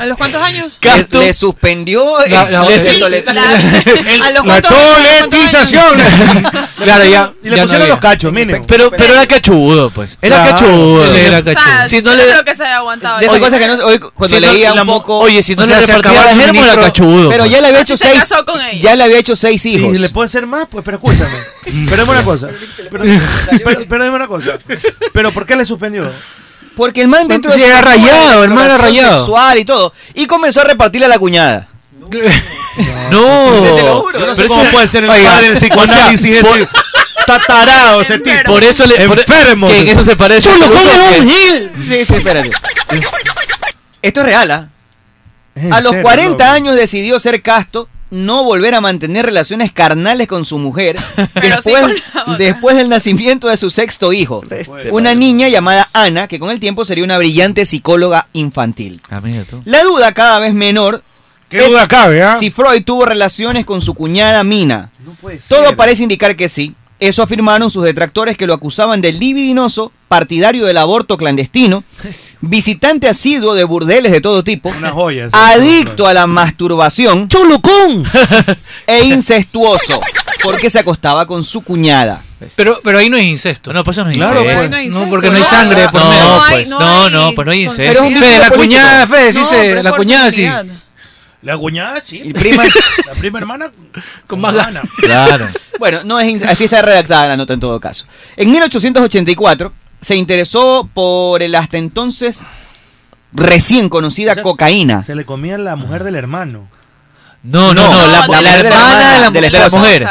Speaker 13: ¿A los cuántos años?
Speaker 2: Le, le suspendió el-
Speaker 14: La- la-
Speaker 2: el
Speaker 14: sí,
Speaker 2: toletaje.
Speaker 13: La- *laughs* a los
Speaker 2: la
Speaker 13: cuántos años, *laughs*
Speaker 14: Claro, ya.
Speaker 6: Y le
Speaker 14: ya no
Speaker 6: pusieron
Speaker 14: había.
Speaker 6: los cachos, mínimo.
Speaker 15: Pero, pero era cachudo, pues. Era
Speaker 14: Claro.
Speaker 15: cachudo.
Speaker 14: Sí, era
Speaker 13: O
Speaker 16: Ah,
Speaker 13: sea,
Speaker 15: Si no
Speaker 13: yo
Speaker 15: le-
Speaker 13: creo que se haya aguantado.
Speaker 2: De esas
Speaker 13: Oye,
Speaker 2: cosas que no, hoy cuando
Speaker 15: Si no,
Speaker 2: leía
Speaker 15: la
Speaker 2: un
Speaker 15: mo-
Speaker 2: poco.
Speaker 15: Oye, si no
Speaker 14: O
Speaker 15: le
Speaker 14: sea, se
Speaker 15: repartía
Speaker 14: acababa
Speaker 15: la
Speaker 14: su
Speaker 15: germo, era
Speaker 14: ministro-
Speaker 15: cachudo.
Speaker 2: Pero
Speaker 15: pues.
Speaker 2: ya le había
Speaker 13: Así
Speaker 2: hecho
Speaker 13: se
Speaker 2: seis.
Speaker 13: casó con ella.
Speaker 2: Ya le había hecho seis hijos.
Speaker 6: Y le puede ser más, pues, pero *laughs* escúchame. Pero dime una cosa. Pero, pero- pero dime una cosa. Pero ¿por qué le suspendió?
Speaker 2: Porque el man dentro
Speaker 14: Sí, era
Speaker 2: cuerpo,
Speaker 14: rayado,
Speaker 2: la
Speaker 14: el man era
Speaker 2: exploración
Speaker 14: rayado.
Speaker 2: sexual y todo. Y comenzó a repartirle a la cuñada. Te lo
Speaker 15: No.
Speaker 2: juro.
Speaker 6: Yo no sé
Speaker 15: Pero
Speaker 6: cómo
Speaker 15: ese-
Speaker 6: puede ser el
Speaker 15: Oiga,
Speaker 6: padre del psicoanálisis. ese. Está tarado ese tipo.
Speaker 15: Por eso le. por-
Speaker 6: Enfermo.
Speaker 15: Que en eso se parece. a
Speaker 14: ¡Solo
Speaker 15: Cholucón,
Speaker 14: come
Speaker 15: que-
Speaker 14: un gil!
Speaker 2: Sí, sí, espérate. Esto es real, ¿ah? A los 40 años decidió ser casto, no volver a mantener relaciones carnales con su mujer después, después del nacimiento de su sexto hijo. Una niña llamada Ana, que con el tiempo sería una brillante psicóloga infantil. La duda cada vez menor
Speaker 1: ¿Qué duda cabe, ah?
Speaker 2: si Freud tuvo relaciones con su cuñada Mina.
Speaker 1: puede
Speaker 2: Todo
Speaker 1: ser.
Speaker 2: parece indicar que sí. Eso afirmaron sus detractores que lo acusaban de libidinoso, partidario del aborto
Speaker 1: *laughs*
Speaker 2: clandestino, visitante asiduo de burdeles de todo tipo,
Speaker 6: joyas.
Speaker 2: adicto a la masturbación,
Speaker 5: chulucón
Speaker 2: e incestuoso, porque se acostaba con su cuñada.
Speaker 14: Pero, pero ahí no es incesto. No, pues no
Speaker 2: es
Speaker 14: Claro,
Speaker 2: incesto.
Speaker 14: pues,
Speaker 2: Ahí no hay
Speaker 14: no,
Speaker 2: incesto,
Speaker 14: porque no hay
Speaker 2: no.
Speaker 14: sangre por
Speaker 2: No,
Speaker 14: medio.
Speaker 2: pues, no hay-
Speaker 15: no, pues no hay incesto.
Speaker 2: Pero es un
Speaker 14: Fe,
Speaker 2: vínculo
Speaker 14: la
Speaker 2: político.
Speaker 14: cuñada, Fe, sí
Speaker 2: No,
Speaker 14: se-
Speaker 2: pero
Speaker 14: la
Speaker 2: por
Speaker 14: cuñada sí.
Speaker 2: seguridad.
Speaker 6: La cuñada, sí.
Speaker 2: prima-
Speaker 6: *laughs* la prima hermana
Speaker 14: con más
Speaker 6: ganas.
Speaker 2: Claro. Bueno, no es ins- así está redactada la nota en todo caso. En 1884 se interesó por el hasta entonces recién conocida cocaína.
Speaker 6: Se le comía la mujer del hermano.
Speaker 15: No, no, no, la, la
Speaker 2: mujer de
Speaker 15: hermana de la, de la
Speaker 2: esposa.
Speaker 15: mujer.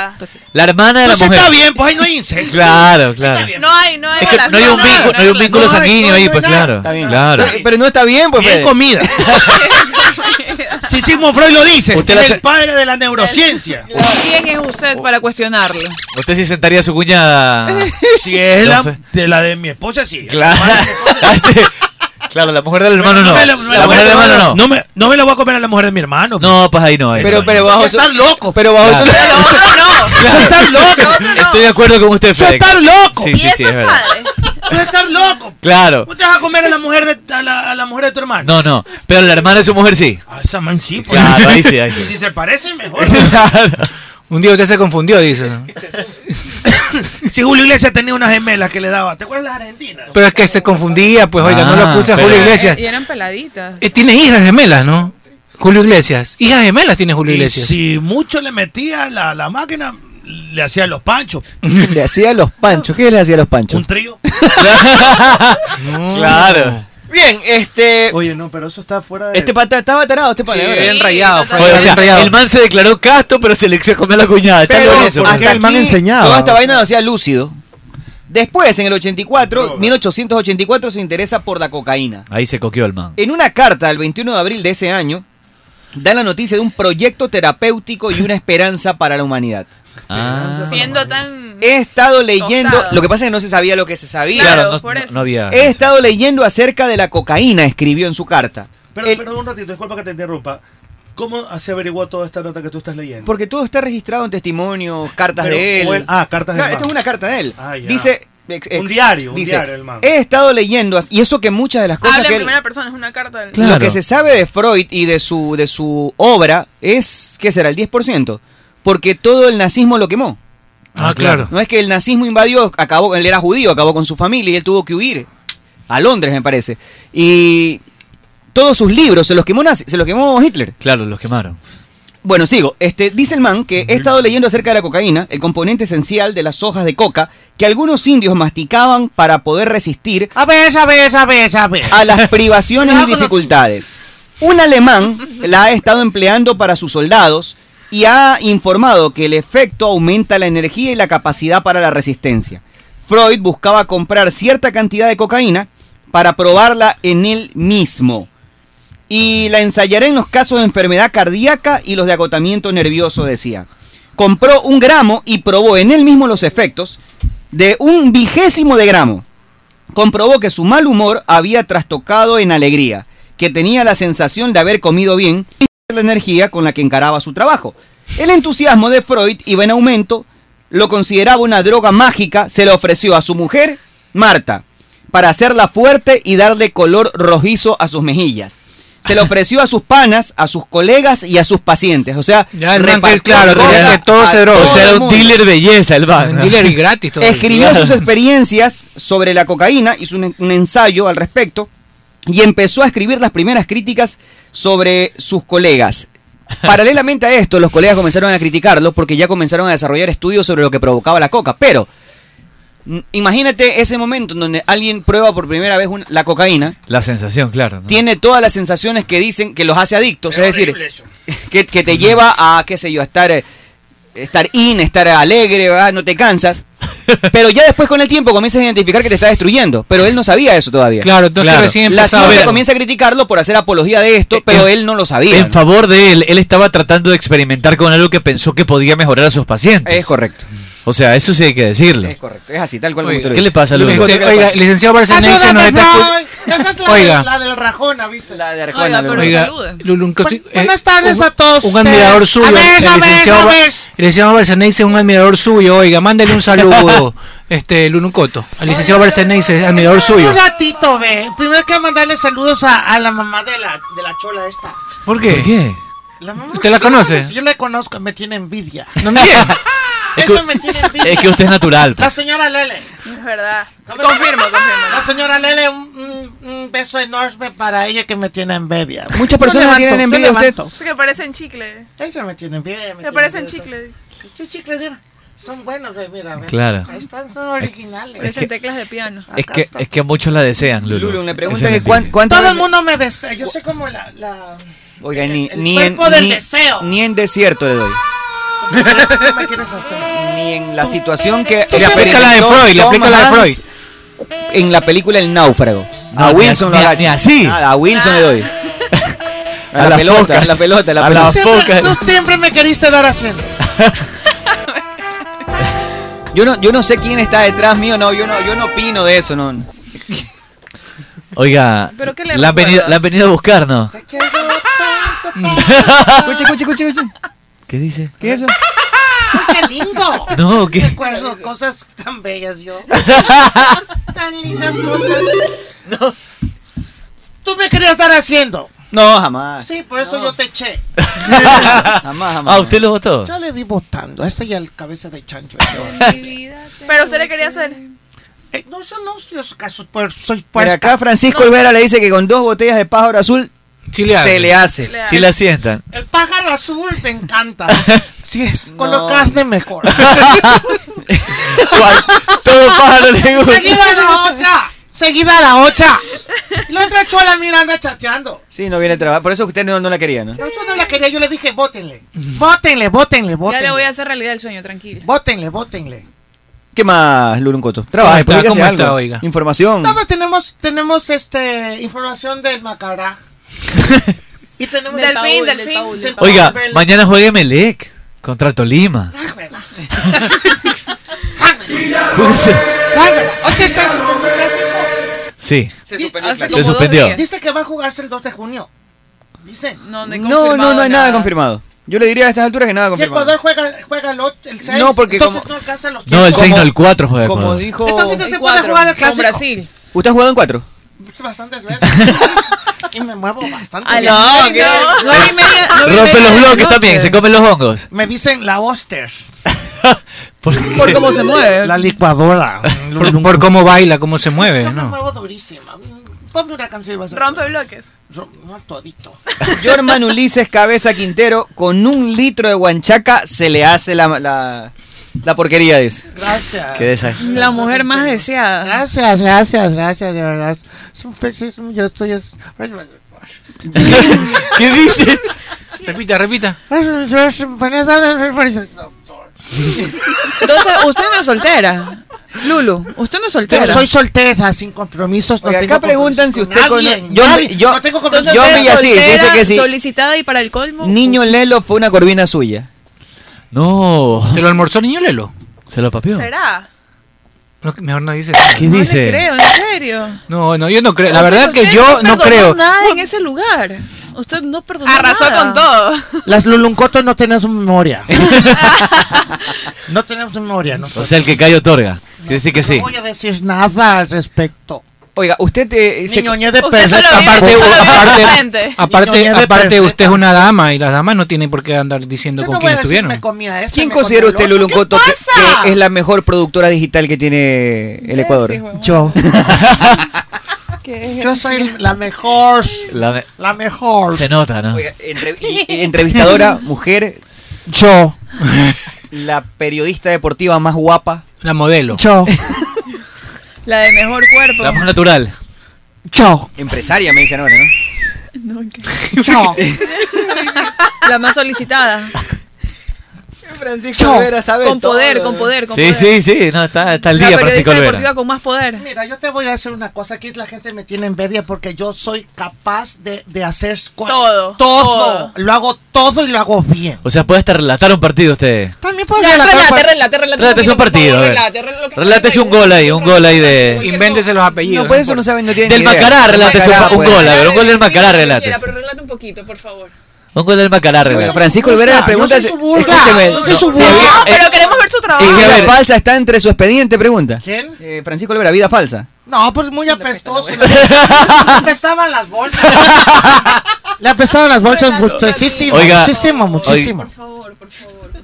Speaker 15: La hermana de la mujer.
Speaker 6: pues ahí no hay incesto.
Speaker 15: Claro, claro.
Speaker 16: No hay, no hay
Speaker 15: Es que no hay un vínculo, no hay un vínculo sanguíneo ahí, pues claro. Claro.
Speaker 2: Pero, pero no está bien, pues.
Speaker 6: Bien
Speaker 2: Fede.
Speaker 6: comida. Sí, Sigmund Freud lo dice.
Speaker 15: Usted la
Speaker 6: es
Speaker 15: se-
Speaker 6: el padre de la neurociencia.
Speaker 13: ¿Quién es usted para cuestionarlo?
Speaker 15: Usted sí sentaría a su cuñada.
Speaker 6: Si es
Speaker 15: No,
Speaker 6: la
Speaker 15: fe-
Speaker 6: de, la de mi esposa, sí.
Speaker 15: Claro. *laughs* Claro, la mujer del hermano no.
Speaker 6: me la-
Speaker 15: La
Speaker 6: no me la
Speaker 15: mujer del
Speaker 6: voy a
Speaker 15: hermano no.
Speaker 6: comer. No me, no me la voy a comer a la mujer de mi hermano.
Speaker 15: No, pues ahí no hay.
Speaker 6: Pero- pero bajo su- Estás loco.
Speaker 2: Pero bajo
Speaker 15: Claro. *laughs*
Speaker 6: Eso está loco.
Speaker 15: Estoy de acuerdo con usted,
Speaker 6: Eso
Speaker 15: Fede.
Speaker 6: está loco.
Speaker 15: Sí, sí, sí, es verdad.
Speaker 6: Eso es estar loco.
Speaker 15: Claro.
Speaker 6: ¿Cómo te vas a comer a la mujer de, a la, a la mujer de tu hermano?
Speaker 15: No, no. Pero la hermana de su mujer sí.
Speaker 6: Ah, esa man sí. pues.
Speaker 15: Claro, ahí sí, ahí sí.
Speaker 6: Y *laughs* si se
Speaker 15: *laughs*
Speaker 6: parecen, mejor.
Speaker 14: Un día usted se confundió, dice. ¿no?
Speaker 6: si Julio Iglesias tenía una gemela que le daba. ¿Te acuerdas de las argentinas? Eh,
Speaker 14: Pero es que se confundía, pues oiga, no lo
Speaker 15: Ah,
Speaker 14: acusa
Speaker 15: pero-
Speaker 14: Julio Iglesias.
Speaker 13: Y eran peladitas.
Speaker 14: Eh, tiene hijas gemelas, ¿no? Julio Iglesias. Hijas gemelas tiene Julio Iglesias.
Speaker 6: Si mucho le metía la, la máquina, le hacía los panchos.
Speaker 2: Le hacía los panchos. ¿Qué le hacía los panchos? Un
Speaker 6: trío.
Speaker 2: *laughs*
Speaker 15: Claro.
Speaker 2: Bien, este.
Speaker 6: Oye, no, pero eso está fuera
Speaker 2: Este pata estaba tarado, este pata. ¿verdad?
Speaker 15: Oye, o sea, el man se declaró casto, pero se le quiso comer la cuñada. Está
Speaker 2: Pero
Speaker 15: loco eso.
Speaker 2: hasta aquí Toda esta vaina lo hacía lúcido. Después, en el 84, 1884, se interesa por la cocaína.
Speaker 15: Ahí se coqueó el man.
Speaker 2: En una carta, el 21 de abril de ese año, da la noticia de un proyecto terapéutico y una esperanza para la humanidad.
Speaker 16: Siendo tan.
Speaker 2: He estado leyendo,
Speaker 16: Tostado.
Speaker 2: lo que pasa es que no se sabía lo que se sabía.
Speaker 15: Claro, no, no- no había.
Speaker 2: He estado leyendo acerca de la cocaína, escribió en su carta.
Speaker 24: Pero, pero un ratito, disculpa que te interrumpa.
Speaker 6: ¿Cómo se averiguó toda esta nota que tú estás leyendo?
Speaker 2: Porque todo está registrado en testimonios, cartas
Speaker 6: Pero,
Speaker 2: de
Speaker 6: o
Speaker 2: él.
Speaker 6: él- ah, cartas del
Speaker 2: Claro,
Speaker 6: man.
Speaker 2: Esta es una carta de él.
Speaker 6: Ah, ya.
Speaker 2: Dice. ex- ex-
Speaker 6: Un diario, un
Speaker 2: dice,
Speaker 6: diario del man.
Speaker 2: He estado leyendo, as- y eso que muchas de las cosas
Speaker 16: Habla
Speaker 2: que
Speaker 16: en
Speaker 2: él-
Speaker 16: primera persona, es una carta. del-
Speaker 2: Lo que se sabe de Freud y de su, de su obra es, ¿qué será? El 10%. Porque todo el nazismo lo quemó.
Speaker 14: Ah, claro.
Speaker 2: No es que el nazismo invadió, acabó, él era judío, acabó con su familia y él tuvo que huir a Londres, me parece. Y todos sus libros se los quemó, nazi- se los quemó Hitler.
Speaker 15: Claro, los quemaron.
Speaker 2: Bueno, sigo. Este, dice el man que he estado leyendo acerca de la cocaína, el componente esencial de las hojas de coca, que algunos indios masticaban para poder resistir
Speaker 20: A ver, a ver, a ver, a ver.
Speaker 2: a las privaciones y dificultades. Un alemán la ha estado empleando para sus soldados y ha informado que el efecto aumenta la energía y la capacidad para la resistencia. Freud buscaba comprar cierta cantidad de cocaína para probarla en él mismo. Y la ensayaré en los casos de enfermedad cardíaca y los de agotamiento nervioso, decía. Compró un gramo y probó en él mismo los efectos de un vigésimo de gramo comprobó que su mal humor había trastocado en alegría, que tenía la sensación de haber comido bien y la energía con la que encaraba su trabajo. El entusiasmo de Freud iba en aumento, lo consideraba una droga mágica, se la ofreció a su mujer, Marta, para hacerla fuerte y darle color rojizo a sus mejillas. Se la ofreció a sus panas, a sus colegas y a sus pacientes. O sea,
Speaker 14: Ya, el man que-
Speaker 2: repartió
Speaker 14: claro,
Speaker 2: coca
Speaker 14: tenía que todo
Speaker 2: a
Speaker 14: se droga.
Speaker 15: O sea, era
Speaker 2: el
Speaker 15: un
Speaker 2: mundo.
Speaker 15: dealer belleza el man.
Speaker 14: Un
Speaker 15: ¿no?
Speaker 14: dealer y gratis todo.
Speaker 2: Escribió sus experiencias sobre la cocaína, hizo un, un ensayo al respecto y empezó a escribir las primeras críticas sobre sus colegas.
Speaker 14: *laughs*
Speaker 2: Paralelamente a esto, los colegas comenzaron a criticarlo porque ya comenzaron a desarrollar estudios sobre lo que provocaba la coca. Pero, mm, imagínate ese momento en donde alguien prueba por primera vez un- la cocaína,
Speaker 15: La sensación, claro. ¿no?
Speaker 2: tiene todas las sensaciones que dicen que los hace adictos, es, decir, *laughs* que, que
Speaker 15: *laughs*
Speaker 2: te lleva a, qué sé yo, a estar, eh, estar in, estar alegre, ¿verdad? no te cansas. Pero ya después con el tiempo comienzas a identificar que te está destruyendo. Pero él no sabía eso todavía.
Speaker 15: Claro, entonces recién
Speaker 2: La
Speaker 15: empezaba. Eh,
Speaker 2: ciencia
Speaker 15: Pero-
Speaker 2: comienza a criticarlo por hacer apología de esto, pero él no lo sabía.
Speaker 15: En favor de él, él estaba tratando de experimentar con algo que pensó que podía mejorar a sus pacientes.
Speaker 2: Es correcto.
Speaker 15: O sea, eso sí hay que decirlo.
Speaker 2: Es correcto. Es así, tal cual como
Speaker 15: Oye,
Speaker 2: tú lo
Speaker 15: ¿Qué le
Speaker 2: dices.
Speaker 15: pasa, Luis? Este,
Speaker 2: Lo único que le
Speaker 14: Oiga,
Speaker 2: pasa-
Speaker 14: licenciado Barcelona se nos
Speaker 5: Ayúdame,
Speaker 14: está escu-
Speaker 5: Floyd. Esa es la,
Speaker 14: Oiga.
Speaker 5: del- la del Rajona, ¿viste? La de
Speaker 14: Rajona, Oiga, pero Oiga, salude.
Speaker 5: Buenas tardes a todos.
Speaker 14: eh, Un admirador
Speaker 5: ustedes.
Speaker 14: suyo.
Speaker 5: A ver,
Speaker 14: el
Speaker 5: a ver,
Speaker 14: licenciado
Speaker 5: a
Speaker 14: Ba-
Speaker 5: ver.
Speaker 14: el licenciado Barceneice es un admirador suyo, oiga, mándale un
Speaker 5: *laughs*
Speaker 14: saludo, este, Lununcoto. El licenciado Barceneice es admirador suyo.
Speaker 5: Un ratito, ve. Primero hay que mandarle saludos a, a la mamá de la, de la chola esta.
Speaker 14: ¿Por qué?
Speaker 5: La mamá-
Speaker 14: ¿Usted la conoce?
Speaker 5: Yo la conozco, me tiene envidia.
Speaker 14: No
Speaker 5: *laughs*
Speaker 14: me diga.
Speaker 15: Es
Speaker 5: Eso
Speaker 15: que-
Speaker 5: me tiene envidia.
Speaker 15: es que usted es natural, pues.
Speaker 5: La señora Lele.
Speaker 16: Es verdad.
Speaker 5: Confirmo, confirmo. La señora Lele, un, un- un beso enorme para ella que me tiene envidia.
Speaker 2: Muchas personas le
Speaker 5: Yo
Speaker 2: tienen
Speaker 5: levanto,
Speaker 2: envidia
Speaker 5: yo
Speaker 2: a usted.
Speaker 5: levanto.
Speaker 16: Es que parecen chicle.
Speaker 5: Ella me tiene envidia.
Speaker 16: Me parecen chicles.
Speaker 5: Estos Pues chicles, mira, son buenos, güey, mira. ve.
Speaker 15: Claro.
Speaker 5: Ahí están, son originales.
Speaker 15: Es que-
Speaker 5: teclas de piano.
Speaker 15: Es que, es que muchos la desean, Lulu.
Speaker 2: Lulu, le preguntan
Speaker 15: Esa
Speaker 2: que
Speaker 15: es la
Speaker 2: cuán-
Speaker 15: envidia.
Speaker 2: cuántas
Speaker 5: Todo el
Speaker 2: veces-
Speaker 5: mundo me desea. Yo soy como la... la...
Speaker 2: Oiga, ni,
Speaker 5: el
Speaker 2: ni
Speaker 5: cuerpo
Speaker 2: en,
Speaker 5: del
Speaker 2: ni-
Speaker 5: deseo.
Speaker 2: ni en desierto le doy.
Speaker 5: ¿Qué me quieres hacer?
Speaker 2: Ni en la situación que. Le aplica la de Freud, le aplica la de Freud. Ah, En la película El Náufrago. a
Speaker 15: No, ni
Speaker 2: Wilson
Speaker 15: a-
Speaker 2: lo
Speaker 15: ni a-
Speaker 2: agacho.
Speaker 15: ni así.
Speaker 2: Nada, a Wilson le doy. *laughs* A, la
Speaker 15: las
Speaker 2: pelota,
Speaker 15: focas.
Speaker 2: a la pelota, a la
Speaker 15: A
Speaker 2: pelota.
Speaker 15: las focas.
Speaker 5: Tú siempre me queriste
Speaker 15: *laughs*
Speaker 5: dar haciendo.
Speaker 2: Yo no, yo no sé quién está detrás mío, no, yo no, yo no opino de eso, no.
Speaker 15: Oiga,
Speaker 2: ¿Pero qué le
Speaker 15: la han,
Speaker 2: recuerda?
Speaker 15: venido, la han venido a buscar, ¿no?
Speaker 2: escuche, escuche, escuche, escuche.
Speaker 15: ¿Qué dice?
Speaker 2: ¿Qué es eso?
Speaker 5: ¡Qué lindo!
Speaker 15: No, ¿qué?
Speaker 5: Recuerdo cosas tan bellas yo. tan lindas cosas. Tú me querías dar haciendo.
Speaker 2: No, jamás.
Speaker 5: Sí, por eso yo te eché.
Speaker 2: *laughs* jamás, jamás.
Speaker 15: Ah, ¿usted lo votó?
Speaker 5: Yo le vi votando. Este ya el cabeza de
Speaker 15: *laughs*
Speaker 5: chancho.
Speaker 16: *laughs* Pero usted le quería hacer.
Speaker 5: Eh, no, yo no soy eso, caso. Por, soy
Speaker 2: Por
Speaker 5: puesta.
Speaker 2: acá Francisco Olvera le dice que con dos botellas de pájaro azul
Speaker 15: Sí le
Speaker 2: se
Speaker 15: hace.
Speaker 2: le hace.
Speaker 5: Sí le
Speaker 15: Si la sientan.
Speaker 5: El pájaro azul te encanta. Si es con
Speaker 2: No.
Speaker 5: lo carne mejor. *laughs*
Speaker 15: Todo pájaro le
Speaker 5: Seguida la otra. Seguida la otra. Y la otra chola mira anda chateando.
Speaker 2: Sí, no viene a trabajar. Por eso usted no, no la quería, ¿no?
Speaker 5: No, yo no la quería, yo le dije, votenle. Votenle, votenle,
Speaker 13: Ya
Speaker 5: votenle.
Speaker 13: le voy a hacer realidad el sueño, tranquilo.
Speaker 5: Votenle, votenle.
Speaker 2: ¿Qué más, Luluncoto? Trabaja,
Speaker 15: ¿Cómo está?
Speaker 2: publica
Speaker 15: ¿Cómo
Speaker 2: algo.
Speaker 15: está, oiga?
Speaker 2: Información.
Speaker 5: No, pues tenemos, tenemos este, información del Macará. y tenemos
Speaker 16: Del
Speaker 5: Paul,
Speaker 16: fin, del fin.
Speaker 5: Paul, del Paul
Speaker 15: Oiga,
Speaker 5: Vélez.
Speaker 15: mañana juegue Melec contra Tolima. Júguese.
Speaker 5: Cámara, oye, se suspendió el clásico.
Speaker 15: Sí.
Speaker 5: Di-
Speaker 15: el clásico. Se suspendió.
Speaker 5: Dice que va a jugarse el 2 de junio. Dice. No,
Speaker 2: No, no, no hay nada confirmado. Yo le diría a estas alturas que nada
Speaker 5: Y
Speaker 2: confirmado.
Speaker 5: Ecuador juega, juega el, ot- el 6.
Speaker 2: No, porque
Speaker 5: entonces
Speaker 2: como-
Speaker 5: no alcanza los
Speaker 15: No, el
Speaker 5: tiempos.
Speaker 15: 6 no, el 4 juega.
Speaker 2: Como
Speaker 15: Ecuador.
Speaker 2: dijo-
Speaker 5: Entonces no
Speaker 2: El
Speaker 5: se puede
Speaker 2: cuatro,
Speaker 5: jugar el
Speaker 2: con
Speaker 5: clásico.
Speaker 2: Brasil. ¿Usted ha jugado en cuatro?
Speaker 5: Bastantes
Speaker 2: *laughs*
Speaker 5: veces. y me muevo bastante.
Speaker 2: A
Speaker 5: bien.
Speaker 2: la- No, que-
Speaker 5: Nueve y media- nueve y
Speaker 15: Rompe
Speaker 5: media
Speaker 15: los
Speaker 5: de la
Speaker 15: bloques
Speaker 5: noche.
Speaker 15: también, se comen los hongos.
Speaker 5: Me dicen la Oster.
Speaker 15: ¿Por,
Speaker 5: Por cómo se mueve.
Speaker 14: La
Speaker 5: licuadora.
Speaker 14: Por, por cómo baila, cómo se mueve,
Speaker 5: Me
Speaker 14: ¿no?
Speaker 5: muevo durísima. Mm, Ponme una canción y vas a
Speaker 16: Rompe bloques.
Speaker 5: Ro- No, todito.
Speaker 2: *laughs* Jorman Ulises Cabeza Quintero, con un litro de guanchaca se le hace la, la, la porquería, dice.
Speaker 5: Gracias.
Speaker 2: Qué desastre.
Speaker 13: La mujer más deseada.
Speaker 5: Gracias, gracias, gracias, de verdad. Es un pez, es un- yo estoy. es-
Speaker 15: ¿Qué dice?
Speaker 14: Repita, repita.
Speaker 5: Buenas tardes, buenas-
Speaker 13: Entonces, usted no es soltera. Lulu, usted no es soltera.
Speaker 5: Yo soy soltera, sin compromisos. No
Speaker 2: Oiga,
Speaker 5: tengo
Speaker 2: acá preguntan si usted
Speaker 5: con
Speaker 2: cono-
Speaker 5: nadie,
Speaker 2: John-
Speaker 5: nadie.
Speaker 2: yo-
Speaker 5: no tengo
Speaker 2: Entonces,
Speaker 5: compromisos.
Speaker 2: John
Speaker 13: Usted es
Speaker 2: Villasí dice
Speaker 13: soltera,
Speaker 2: que sí.
Speaker 13: Solicitada y para el colmo.
Speaker 2: Niño Lelo fue una corvina suya.
Speaker 15: No.
Speaker 14: ¿Se lo almorzó niño Lelo?
Speaker 15: Se lo papió.
Speaker 13: ¿Será?
Speaker 14: No, mejor no dice.
Speaker 15: ¿Qué
Speaker 13: No
Speaker 15: dice?
Speaker 13: le creo, en serio.
Speaker 14: No, no, yo no creo. La
Speaker 13: O sea,
Speaker 14: verdad que
Speaker 13: usted
Speaker 14: yo no
Speaker 13: perdonó
Speaker 14: creo.
Speaker 13: nada en ese lugar. Usted no perdonó
Speaker 16: Arrasó
Speaker 13: nada. *laughs*
Speaker 16: con todo.
Speaker 5: Las Luluncotos no tenemos memoria. no tenemos memoria, no.
Speaker 15: O sea, el que cae otorga. Quiere decir que sí.
Speaker 5: No voy a decir nada al respecto.
Speaker 2: Oiga, usted eh,
Speaker 5: Ni ñoñez de
Speaker 16: Usted
Speaker 5: perro.
Speaker 16: solo vive-
Speaker 14: Aparte,
Speaker 16: solo vive
Speaker 14: aparte, *laughs*
Speaker 16: presente.
Speaker 14: aparte,
Speaker 5: Niño, ya de
Speaker 14: aparte
Speaker 5: perfecta.
Speaker 14: usted es una dama y las damas no tienen por qué andar diciendo con
Speaker 5: No
Speaker 14: quién
Speaker 5: voy a decir,
Speaker 14: estuvieron.
Speaker 5: me comía esto,
Speaker 2: ¿Quién
Speaker 5: me
Speaker 2: considera
Speaker 5: comía
Speaker 2: usted,
Speaker 5: lo otro.
Speaker 2: Lulun Coto, que,
Speaker 5: pasa?
Speaker 2: que es la mejor productora digital que tiene el Ecuador?
Speaker 5: Yo. Yo soy la mejor.
Speaker 15: La me-
Speaker 5: La mejor.
Speaker 15: Se nota, ¿no?
Speaker 2: Entrevistadora,
Speaker 5: *laughs*
Speaker 2: mujer,
Speaker 5: Yo.
Speaker 2: la periodista deportiva más guapa.
Speaker 14: *laughs* La modelo.
Speaker 5: Yo.
Speaker 13: La de mejor cuerpo.
Speaker 2: La más
Speaker 15: natural.
Speaker 5: Yo.
Speaker 2: Empresaria, me dicen ahora, ¿no? *laughs*
Speaker 13: No, ok. La más solicitada. Francisco Olvera sabe
Speaker 16: Con
Speaker 13: todo,
Speaker 16: poder, con
Speaker 13: eh.
Speaker 16: poder, con
Speaker 15: Sí,
Speaker 16: poder.
Speaker 15: sí, sí. No, está, está al
Speaker 16: La
Speaker 15: día,
Speaker 16: periodista
Speaker 15: Francisco Olvera.
Speaker 16: deportiva con más poder.
Speaker 5: Mira, yo te voy a decir una cosa. Aquí la gente me tiene envidia porque yo soy capaz de, de hacer squa-
Speaker 16: Todo,
Speaker 5: todo.
Speaker 16: todo.
Speaker 5: Lo hago todo y lo hago bien.
Speaker 15: O sea, puede hasta relatar un partido usted.
Speaker 5: También
Speaker 16: Ya,
Speaker 5: puedo
Speaker 16: relate,
Speaker 5: relatar
Speaker 16: relate,
Speaker 5: cual-
Speaker 16: relate,
Speaker 15: Relátese
Speaker 16: poquito,
Speaker 15: un
Speaker 16: por
Speaker 15: partido,
Speaker 16: favor,
Speaker 15: a ver.
Speaker 16: relate, relate lo que-
Speaker 15: Relátese un gol ahí, un gol ahí de.
Speaker 14: Invéntese los apellidos.
Speaker 18: No, pues eso no saben, no tienen
Speaker 15: Del
Speaker 18: ni idea.
Speaker 15: Macará,
Speaker 18: Del
Speaker 15: relátese
Speaker 18: Macará,
Speaker 15: un, un
Speaker 18: pues.
Speaker 15: gol, a ver, un gol del Macará,
Speaker 16: Lo que quiera,
Speaker 15: relátese.
Speaker 16: Pero relate un poquito, por favor.
Speaker 15: Un gol del Macará, relátese.
Speaker 18: Francisco Olvera le pregunta. si- Escúcheme.
Speaker 16: No,
Speaker 18: no, si
Speaker 16: no,
Speaker 2: eh,
Speaker 18: había-
Speaker 16: pero queremos ver su trabajo.
Speaker 18: Si vida falsa está entre su expediente, pregunta.
Speaker 5: ¿Quién?
Speaker 18: Eh, Francisco Olvera, vida falsa.
Speaker 5: No, pues muy apestoso. *laughs* Le apestaban las bolsas. Le apestaban las bolsas muchísimo,
Speaker 15: Oiga,
Speaker 5: muchísimo, muchísimo.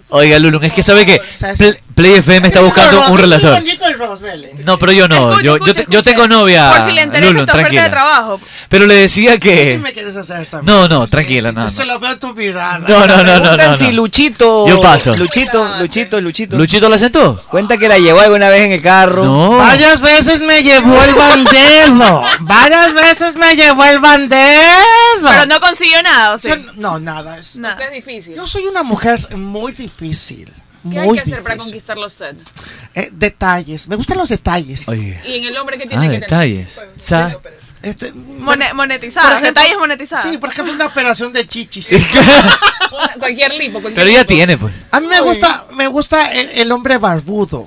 Speaker 15: Oiga, Lulun, es que sabe que
Speaker 5: ¿Sabes?
Speaker 15: Pl- Play FM está buscando un relator.
Speaker 5: relator.
Speaker 15: No, pero yo no. Yo, yo, te- yo tengo novia.
Speaker 5: Por si le interesa
Speaker 15: Lulun,
Speaker 5: esta oferta
Speaker 15: Ah, tranquila.
Speaker 5: de trabajo.
Speaker 15: Pero le decía
Speaker 5: Sí
Speaker 15: que.
Speaker 5: me quieres hacer esto,
Speaker 15: No, no, tranquila, no.
Speaker 5: Yo
Speaker 15: no.
Speaker 5: se lo veo en tu mirada.
Speaker 15: No, no, no, no,
Speaker 18: Preguntan
Speaker 15: no,
Speaker 18: si
Speaker 15: no.
Speaker 18: Luchito.
Speaker 15: Yo paso.
Speaker 18: Luchito, Luchito, Luchito.
Speaker 15: ¿Luchito la sentó?
Speaker 18: Cuenta que la llevó alguna vez en el carro.
Speaker 5: Varias veces me llevó el bandero. Varias veces me llevó el bandero.
Speaker 28: Pero no consiguió nada, o sea.
Speaker 5: No, nada. Es,
Speaker 16: Es difícil.
Speaker 5: Yo soy una mujer muy difícil.
Speaker 16: ¿Qué hay
Speaker 5: muy
Speaker 16: que hacer para
Speaker 5: difícil.
Speaker 16: conquistar los sets?
Speaker 5: Eh, detalles. Me gustan los detalles.
Speaker 16: Y en el hombre que tiene
Speaker 15: Ah,
Speaker 16: que tener.
Speaker 15: detalles. Sa-
Speaker 5: Este,
Speaker 16: Mone- monetizadas, detalles monetizados.
Speaker 5: Sí, por ejemplo, una operación
Speaker 15: *laughs*
Speaker 5: de chichis.
Speaker 16: Una- cualquier lipo. Cualquier
Speaker 15: Pero ya
Speaker 16: lipo.
Speaker 15: tiene, pues.
Speaker 5: A mí me gusta, me gusta el, el hombre barbudo.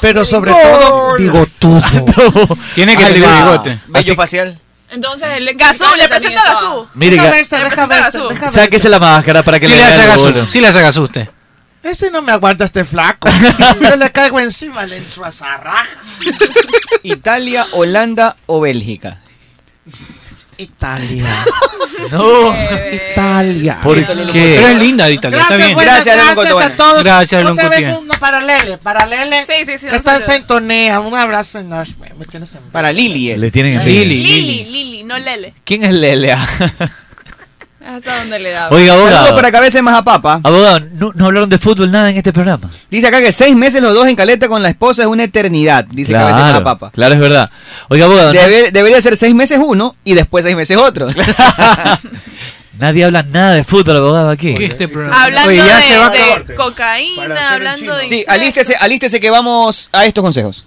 Speaker 5: pero sobre
Speaker 16: No.
Speaker 5: todo bigotudo.
Speaker 14: Tiene que
Speaker 5: Ahí
Speaker 14: tener
Speaker 5: va.
Speaker 14: bigote.
Speaker 18: Ah, Bello facial.
Speaker 16: Entonces el ex Gazú, le presento a Gazú.
Speaker 15: Mire,
Speaker 5: Deja
Speaker 15: Ga-
Speaker 5: verse, deja verse, deja verse.
Speaker 15: Sáquese la máscara para que
Speaker 14: Sí
Speaker 15: le
Speaker 14: le
Speaker 15: vea
Speaker 14: hace
Speaker 15: el
Speaker 14: agasu-
Speaker 15: bolo.
Speaker 14: sí le hace agasu usted.
Speaker 5: Este no me aguanta este flaco.
Speaker 6: *laughs*
Speaker 5: Yo le caigo encima, le entro a zarraja.
Speaker 18: *laughs* Italia, Holanda o Bélgica.
Speaker 5: Italia.
Speaker 15: *laughs* No.
Speaker 5: Italia.
Speaker 15: ¿Por qué?
Speaker 14: Pero es linda de Italia. está
Speaker 5: Gracias,
Speaker 14: bien.
Speaker 5: buenas, gracias, a todos.
Speaker 14: Gracias, Lulun
Speaker 5: Otra vez
Speaker 14: Cotier.
Speaker 5: uno para Lele, para Lele. Sí, sí, sí. Que está en sintonía. Un abrazo enorme. Me tienes
Speaker 2: Eh,
Speaker 5: en-
Speaker 18: Para Lili.
Speaker 15: Le tienen envidia.
Speaker 14: Lili,
Speaker 16: Lili, Lili, no Lele.
Speaker 15: ¿Quién es Lelea?
Speaker 16: Hasta donde le da.
Speaker 15: Oiga, abogado.
Speaker 18: Saludos para cabeza de Majapapa.
Speaker 15: Abogado, no, no hablaron de fútbol nada en este programa.
Speaker 18: Dice acá que seis meses los dos en caleta con la esposa es una eternidad. Dice cabeza de
Speaker 15: Claro,
Speaker 18: Majapapa.
Speaker 15: claro, es verdad. Oiga, abogado, no-
Speaker 18: Debe- debería ser seis meses uno y después seis meses otro.
Speaker 15: nadie habla nada de fútbol, abogado, aquí.
Speaker 14: este
Speaker 16: Hablando
Speaker 18: Oye, ya
Speaker 16: de,
Speaker 18: se va a
Speaker 16: de
Speaker 18: acabar.
Speaker 16: cocaína, hablando de.
Speaker 18: Sí, alístese, alístese que vamos a estos consejos.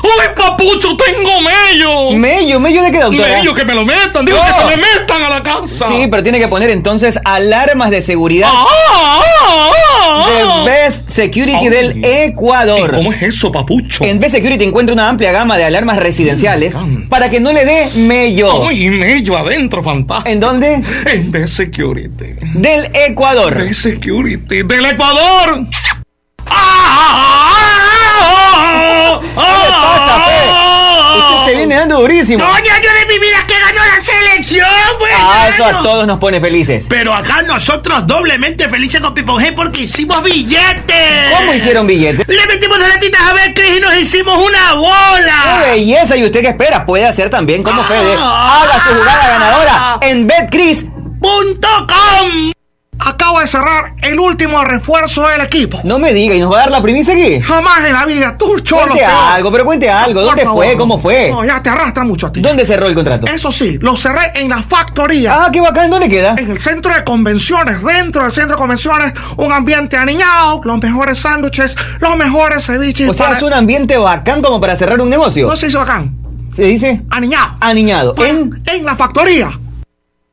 Speaker 2: ¡Uy, papucho, tengo mello! ¿Mello? ¿Mello de qué, doctora?
Speaker 6: Mello, que me lo metan, digo que se le metan a la casa.
Speaker 2: Sí, pero tiene que poner entonces alarmas de seguridad.
Speaker 6: Ah, ah, ah.
Speaker 2: De Best Security
Speaker 6: Ay.
Speaker 2: del Ecuador.
Speaker 6: ¿Cómo es eso, papucho?
Speaker 2: En Best Security encuentra una amplia gama de alarmas residenciales para que no le dé mello.
Speaker 6: Ay, mello adentro, fantástico.
Speaker 2: ¿En dónde?
Speaker 6: En Best Security.
Speaker 2: Del Ecuador.
Speaker 6: Best Security. ¡Del Ecuador!
Speaker 2: Usted se viene dando durísimo.
Speaker 6: ¡Doña, yo de mi vida que ganó la selección, güey!
Speaker 2: Ah, eso a todos nos pone felices.
Speaker 6: Pero acá nosotros doblemente felices con Pipon G porque hicimos billetes.
Speaker 2: ¿Cómo hicieron billetes?
Speaker 6: Le metimos de latitas a ver, Cris, y nos hicimos una bola.
Speaker 2: ¡Qué belleza! ¿Y usted qué espera? Puede hacer también
Speaker 6: Ah.
Speaker 2: como Fede. Haga su jugada ganadora en BetCris.com.
Speaker 6: Acabo de cerrar el último refuerzo del equipo.
Speaker 2: No me diga, ¿y nos va a dar la primicia aquí?
Speaker 6: Jamás en la vida, tú, cholo.
Speaker 2: Cuente
Speaker 6: peor.
Speaker 2: algo, pero cuente algo.
Speaker 6: Por
Speaker 2: ¿Dónde
Speaker 6: favor.
Speaker 2: fue? ¿Cómo fue?
Speaker 6: No, ya te arrastra mucho a ti.
Speaker 2: ¿Dónde cerró el contrato?
Speaker 6: Eso sí, lo cerré en la factoría.
Speaker 2: Ah, qué bacán, ¿dónde queda?
Speaker 6: En el centro de convenciones, dentro del centro de convenciones, un ambiente aniñado, los mejores sándwiches, los mejores ceviches.
Speaker 2: O sea,
Speaker 6: para-
Speaker 2: es un ambiente bacán como para cerrar un negocio.
Speaker 6: No se hizo bacán.
Speaker 2: ¿Se dice?
Speaker 6: Aniñado.
Speaker 2: Aniñado. ¿En?
Speaker 6: En la factoría.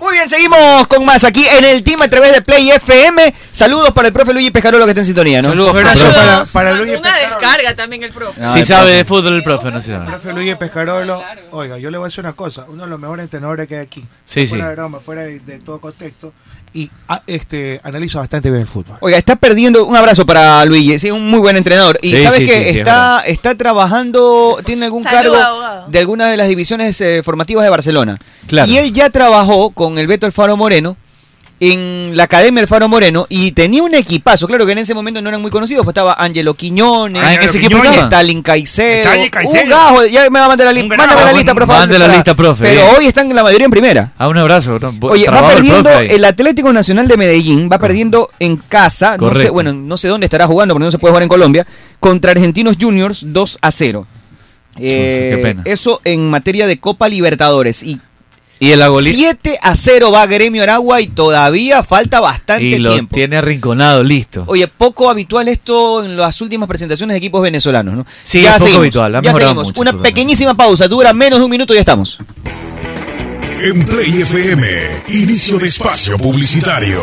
Speaker 18: Muy bien, seguimos con más aquí en el team a través de Play FM. Saludos para el profe Luigi Pescarolo que está en sintonía, ¿no?
Speaker 5: Saludos,
Speaker 18: Saludos.
Speaker 5: para, para Luis
Speaker 16: Una descarga también el profe.
Speaker 18: Ah,
Speaker 15: Si
Speaker 18: el
Speaker 15: sabe
Speaker 18: profe.
Speaker 15: de fútbol el profe, no se sabe.
Speaker 5: Profe Luis Pescarolo, oiga, yo le voy a decir una cosa, uno de los mejores entrenadores que hay aquí,
Speaker 15: Sí,
Speaker 5: fuera
Speaker 15: sí.
Speaker 5: de broma, fuera de, de todo contexto,
Speaker 6: y ah, este, analiza bastante bien el fútbol.
Speaker 2: Oiga, está perdiendo. Un abrazo para Luigi, sí, un muy buen entrenador. Y
Speaker 6: Sí,
Speaker 2: sabes
Speaker 6: sí,
Speaker 2: que
Speaker 6: sí, sí, es
Speaker 2: está, está trabajando, tiene algún
Speaker 16: Salud,
Speaker 2: cargo
Speaker 16: abogado.
Speaker 2: de alguna de las divisiones eh, formativas de Barcelona.
Speaker 15: Claro.
Speaker 2: Y él ya trabajó con el Beto Alfaro Moreno en la Academia Alfaro Moreno y tenía un equipazo. Claro que en ese momento no eran muy conocidos, pues estaba Angelo Quiñones,
Speaker 15: Ah, ¿en ese equipo estaba?
Speaker 2: Stalin Caicedo,
Speaker 15: Stalin Caicedo.
Speaker 2: un gajo, ya me va a mandar la lista,
Speaker 15: gran-
Speaker 2: mándame la lista, por favor.
Speaker 15: Mande la lista, profe.
Speaker 2: Pero
Speaker 15: Bien.
Speaker 2: hoy están la mayoría en primera.
Speaker 15: Ah, un abrazo. ¿no? Bu-
Speaker 2: Oye, va
Speaker 15: trabajo del
Speaker 2: perdiendo
Speaker 15: profe ahí.
Speaker 2: el Atlético Nacional de Medellín, va perdiendo en casa, no sé,
Speaker 15: Correcto.
Speaker 2: bueno, no sé dónde estará jugando, porque no se puede jugar en Colombia, contra Argentinos Juniors 2 a 0. Eh,
Speaker 15: qué pena.
Speaker 2: Eso en materia de Copa Libertadores. Y,
Speaker 15: Y el agolí-
Speaker 2: 7 a 0 va Gremio Aragua y todavía falta bastante
Speaker 15: Y lo
Speaker 2: tiempo.
Speaker 15: tiene arrinconado, listo.
Speaker 2: Oye, poco habitual esto en las últimas presentaciones de equipos venezolanos, ¿no?
Speaker 15: Sí, es poco habitual, ha
Speaker 2: ya
Speaker 15: mejorado
Speaker 2: seguimos.
Speaker 15: mucho,
Speaker 2: Una
Speaker 15: por lo menos.
Speaker 2: pequeñísima pausa, dura menos de un minuto y ya estamos.
Speaker 3: En Play FM, inicio de espacio publicitario.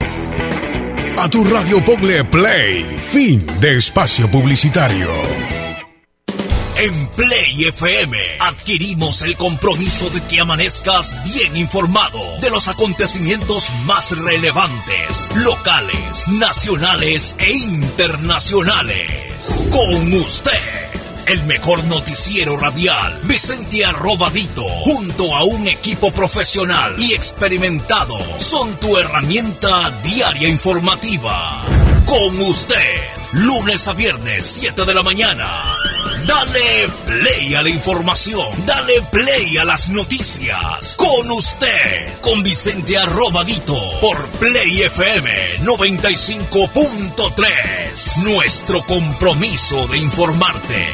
Speaker 3: A tu radio Pogle Play, fin de espacio publicitario.
Speaker 27: En Play FM adquirimos el compromiso de que amanezcas bien informado de los acontecimientos más relevantes, locales, nacionales e internacionales. Con usted, el mejor noticiero radial, Vicente Arrobadito, junto a un equipo profesional y experimentado, son tu herramienta diaria informativa. Con usted, lunes a viernes, 7 de la mañana. Dale play a la información. Dale play a las noticias. Con usted, con Vicente Arrobadito, por Play FM 95.3. Nuestro compromiso de informarte.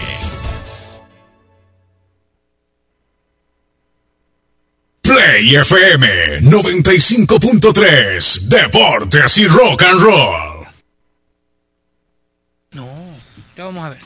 Speaker 3: Play FM 95.3, deportes y rock and roll.
Speaker 10: Ya vamos a ver.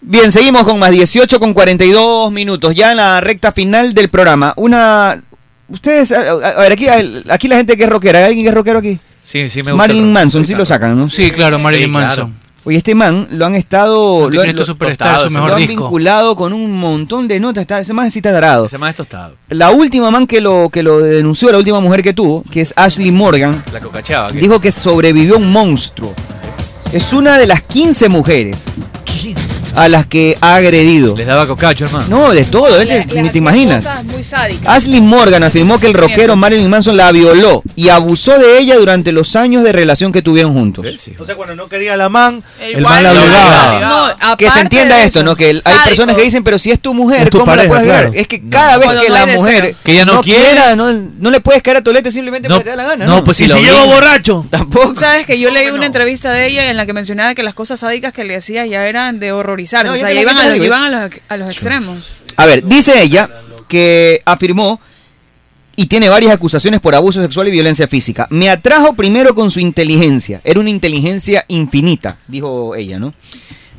Speaker 2: Bien, seguimos con más 18 con 42 minutos, ya en la recta final del programa. Una ustedes a, a- a ver aquí aquí la gente que es rockera, ¿hay alguien que es rockero aquí?
Speaker 15: Sí, sí, me gusta.
Speaker 2: Marilyn Manson, sí lo sacan, ¿no?
Speaker 14: Sí, claro, Marilyn Manson.
Speaker 2: Oye, este man lo han estado lo, han-
Speaker 14: Cristo
Speaker 2: lo-
Speaker 14: este Superstar, su
Speaker 2: tostado,
Speaker 14: mejor
Speaker 2: lo han
Speaker 14: disco.
Speaker 2: vinculado con un montón de notas, está, ese man sí está tarado.
Speaker 15: Ese más es tostado.
Speaker 2: La última man que lo que lo denunció, la última mujer que tuvo, que es Ashley Morgan,
Speaker 15: La cocachaba. que-
Speaker 2: dijo que sobrevivió a un monstruo. Es una de las 15 mujeres a las que ha agredido.
Speaker 15: Les daba cocacho, hermano.
Speaker 2: No, de todo, ¿eh?
Speaker 13: Le-
Speaker 2: ni
Speaker 13: les
Speaker 2: te
Speaker 13: hacía
Speaker 2: imaginas.
Speaker 13: cosas Muy sádicas.
Speaker 2: Ashley Morgan afirmó que el rockero Marilyn Manson la violó y abusó de ella durante los años de relación que tuvieron juntos.
Speaker 6: Entonces, cuando no quería la man, el,
Speaker 2: Igual
Speaker 6: man la
Speaker 2: no,
Speaker 6: violaba.
Speaker 2: no, Que se entienda esto, ¿no? Que el- hay Sádico. personas que dicen, pero si es tu mujer,
Speaker 6: Es tu
Speaker 2: ¿cómo
Speaker 6: pareja,
Speaker 2: la puedes violar?
Speaker 6: claro.
Speaker 2: Es que cada vez
Speaker 6: Cuando
Speaker 2: que
Speaker 6: no
Speaker 2: la
Speaker 6: hay
Speaker 2: mujer
Speaker 6: deseo. Que ella no quiere.
Speaker 2: no, no le puedes caer a tolete simplemente porque te da la gana.
Speaker 6: no, pues si ¿Y la si obliga? llego borracho?
Speaker 2: Tampoco.
Speaker 13: Sabes que yo leí una entrevista de ella en la que mencionaba que las cosas sádicas que le hacía ya eran de horrorizar,
Speaker 2: No,
Speaker 13: o
Speaker 2: yo
Speaker 13: sea,
Speaker 2: te la
Speaker 13: ya iban,
Speaker 2: quito
Speaker 13: a los,
Speaker 2: ahí,
Speaker 13: iban a los, a los extremos.
Speaker 2: A ver, dice ella que afirmó y tiene varias acusaciones por abuso sexual y violencia física. Me atrajo primero con su inteligencia. Era una inteligencia infinita, dijo ella, ¿no?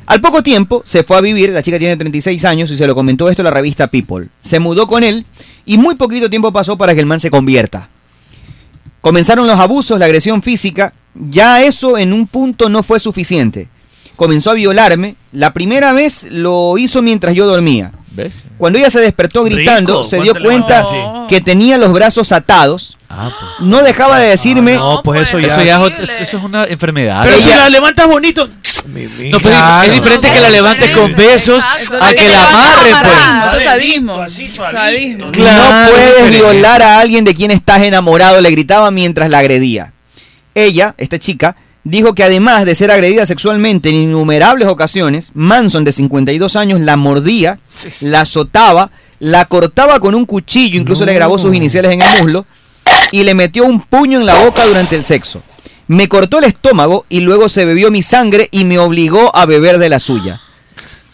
Speaker 2: Al poco tiempo se fue a vivir, la chica tiene 36 años y se lo comentó esto a la revista People. Se mudó con él y muy poquito tiempo pasó para que el man se convierta. Comenzaron los abusos, la agresión física, ya eso en un punto no fue suficiente. Comenzó a violarme, la primera vez lo hizo mientras yo dormía.
Speaker 15: ¿Ves?
Speaker 2: Cuando ella se despertó gritando,
Speaker 15: Rico,
Speaker 2: se dio
Speaker 15: cuéntale
Speaker 2: cuenta
Speaker 15: más, sí.
Speaker 2: que tenía los brazos atados. No dejaba de decirme.
Speaker 15: Ah, pues. No, pues eso ya. Eso ya es- eso es una enfermedad.
Speaker 6: Pero si
Speaker 15: Ella-
Speaker 6: la levantas bonito.
Speaker 15: No, pero es diferente que la levantes con besos a que la amarre, pues.
Speaker 13: Eso es sadismo. Sadismo.
Speaker 2: no puedes
Speaker 13: diferente.
Speaker 2: violar a alguien de quien estás enamorado, le gritaba mientras la agredía. Ella, esta chica, dijo que además de ser agredida sexualmente en innumerables ocasiones, Manson, de 52 años, la mordía, la azotaba, la cortaba con un cuchillo, incluso le grabó sus iniciales en el muslo, y le metió un puño en la boca durante el sexo. Me cortó el estómago y luego se bebió mi sangre y me obligó a beber de la suya.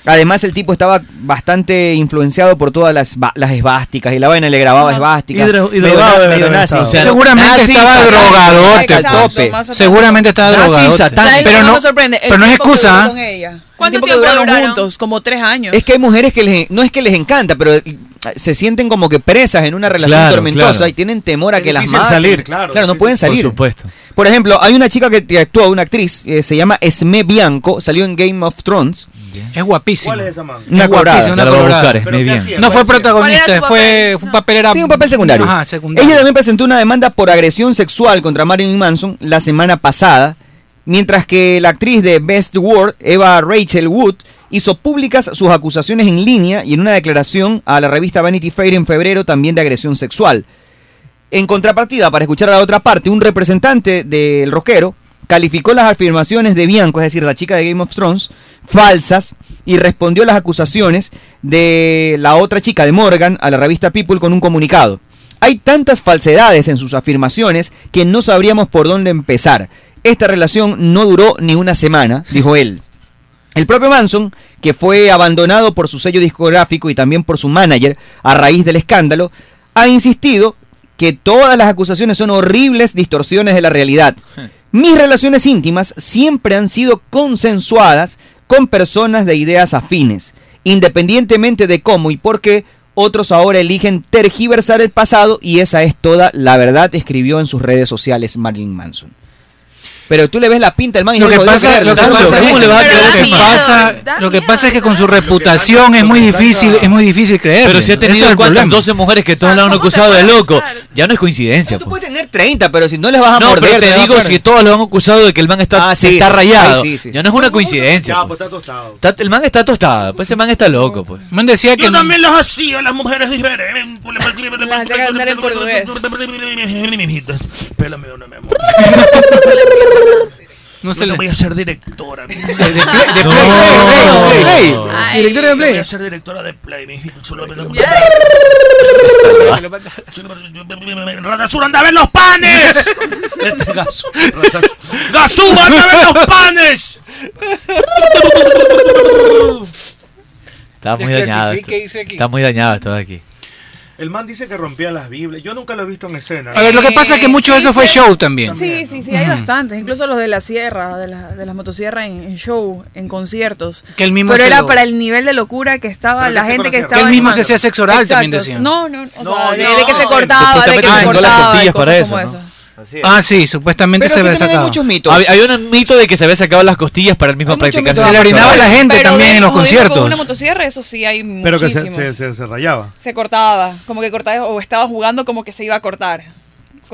Speaker 2: Además, el tipo estaba bastante influenciado por todas las, ba- las esvásticas y la vaina le grababa esvásticas.
Speaker 14: Y dro- y
Speaker 2: medio
Speaker 14: drogado
Speaker 2: na-
Speaker 14: debe
Speaker 2: medio
Speaker 14: haber
Speaker 2: nazi.
Speaker 14: estado. Seguramente estaba drogadote,
Speaker 2: al
Speaker 14: pues.
Speaker 2: tope.
Speaker 14: Más o menos. Seguramente estaba
Speaker 2: Nazi,
Speaker 14: drogadote.
Speaker 2: satán.
Speaker 13: ¿Sabes lo que
Speaker 2: Pero
Speaker 13: más
Speaker 2: no-
Speaker 13: me sorprende? El
Speaker 2: pero no es
Speaker 13: tiempo que
Speaker 2: excusa,
Speaker 14: ¿eh?
Speaker 13: duró
Speaker 2: ¿ah?
Speaker 13: con ella. ¿Cuánto tiempo, duraron juntos? Como tres años.
Speaker 14: Este
Speaker 2: Es que hay mujeres que les- no es que les encanta, pero eh, se sienten como que presas en una relación
Speaker 15: Claro,
Speaker 2: tormentosa
Speaker 15: claro.
Speaker 2: y tienen temor a
Speaker 15: Es
Speaker 2: que las
Speaker 15: difícil
Speaker 2: maten.
Speaker 15: salir, claro.
Speaker 2: no pueden salir.
Speaker 15: Por supuesto.
Speaker 2: Por ejemplo, hay una chica que actúa, una actriz, eh, se llama Esme Bianco, salió en Game of Thrones.
Speaker 14: Es guapísimo. ¿Cuál es esa
Speaker 2: Una colorada.
Speaker 14: Una colorada. No fue protagonista, fue fue un papel era-
Speaker 2: Sí, un papel secundario.
Speaker 14: Ajá, secundario.
Speaker 2: Ella también presentó una demanda por agresión sexual contra Marilyn Manson la semana pasada, mientras que la actriz de Best World, Eva Rachel Wood, hizo públicas sus acusaciones en línea y en una declaración a la revista Vanity Fair en febrero también de agresión sexual. En contrapartida, para escuchar a la otra parte, un representante del rockero calificó las afirmaciones de Bianco, es decir, la chica de Game of Thrones, falsas y respondió las acusaciones de la otra chica de Morgan a la revista People con un comunicado. Hay tantas falsedades en sus afirmaciones que no sabríamos por dónde empezar. Esta relación no duró ni una semana, dijo él. El propio Manson, que fue abandonado por su sello discográfico y también por su manager a raíz del escándalo, ha insistido que todas las acusaciones son horribles distorsiones de la realidad. Mis relaciones íntimas siempre han sido consensuadas con personas de ideas afines, independientemente de cómo y por qué otros ahora eligen tergiversar el pasado y esa es toda la verdad, escribió en sus redes sociales Marilyn Manson. Pero tú le ves la pinta del man y
Speaker 14: Lo
Speaker 2: no
Speaker 14: que
Speaker 2: podía
Speaker 14: pasa,
Speaker 2: creer,
Speaker 14: lo que
Speaker 2: tanto
Speaker 14: pasa,
Speaker 2: que-
Speaker 14: lo que pasa- lo que pasa es que con su reputación es muy difícil, es muy difícil creer.
Speaker 15: Pero si ha tenido cuántas 12 mujeres que todas la han acusado de loco, ya no es coincidencia. pues.
Speaker 2: Puede tener 30, pero si no les vas a
Speaker 15: no,
Speaker 2: morder,
Speaker 15: pero te
Speaker 2: vas a
Speaker 15: digo,
Speaker 2: parar.
Speaker 15: si todos lo han acusado de que el man está,
Speaker 2: Ah, sí.
Speaker 15: está rayado,
Speaker 2: Ay, sí, sí.
Speaker 15: ya no es una coincidencia. pues. Está- el man está tostado, pues ese man está loco. Pues.
Speaker 14: Man decía
Speaker 20: Yo también los hacía, las mujeres diferentes. Las hacía cantar en portugués. Pélame una, mi amor. No se le voy a ser directora. De,
Speaker 14: de Play, Play, Play, Play.
Speaker 20: Directora de Play. Voy a ser directora de Play, mi hijito. Solo me lo- Ratasur, anda a ver los panes. Este gaso. Gasú, anda a ver los panes.
Speaker 6: *laughs*
Speaker 15: Está muy dañado.
Speaker 20: Desclasifique,
Speaker 15: esto.
Speaker 20: dice aquí.
Speaker 15: Está muy dañado todo aquí.
Speaker 4: El man dice que rompía las Biblias. Yo nunca lo he visto en escena.
Speaker 14: A ver, lo que pasa es que mucho de eso fue show también. Mm.
Speaker 13: Sí, sí, sí, hay
Speaker 14: Ujú.
Speaker 13: bastantes. Incluso los de la sierra, de, la- de las motosierras en, en show, en conciertos.
Speaker 14: Que él mismo
Speaker 13: Pero
Speaker 14: se
Speaker 13: era
Speaker 14: lo-
Speaker 13: para el nivel de locura que estaba
Speaker 14: Pero
Speaker 13: la
Speaker 14: que se
Speaker 13: gente que
Speaker 14: conocieron.
Speaker 13: estaba.
Speaker 14: Que él mismo
Speaker 13: animando.
Speaker 14: se hacía sexo oral, también decían.
Speaker 13: No, no, o sea, de,
Speaker 20: no,
Speaker 13: de que se
Speaker 20: no.
Speaker 13: cortaba, de que se
Speaker 15: Supuestamente se sacó las
Speaker 13: cortaba. y
Speaker 15: costillas para
Speaker 13: Ah, cosas
Speaker 15: eso,
Speaker 13: como
Speaker 15: ¿no?
Speaker 13: esas.
Speaker 14: Ah, sí, supuestamente se había sacado.
Speaker 15: Había- Hay un mito de que se había sacado las costillas para el mismo practicante.
Speaker 14: mitos. Se le orinaba la gente
Speaker 13: Pero
Speaker 14: también
Speaker 13: de-
Speaker 14: en los
Speaker 13: como digo, Con
Speaker 15: conciertos.
Speaker 13: una motosierra, eso sí, hay muchísimos.
Speaker 4: Pero que se, se, se, se rayaba.
Speaker 13: Se cortaba, como que cortaba o estaba jugando como que se iba a cortar.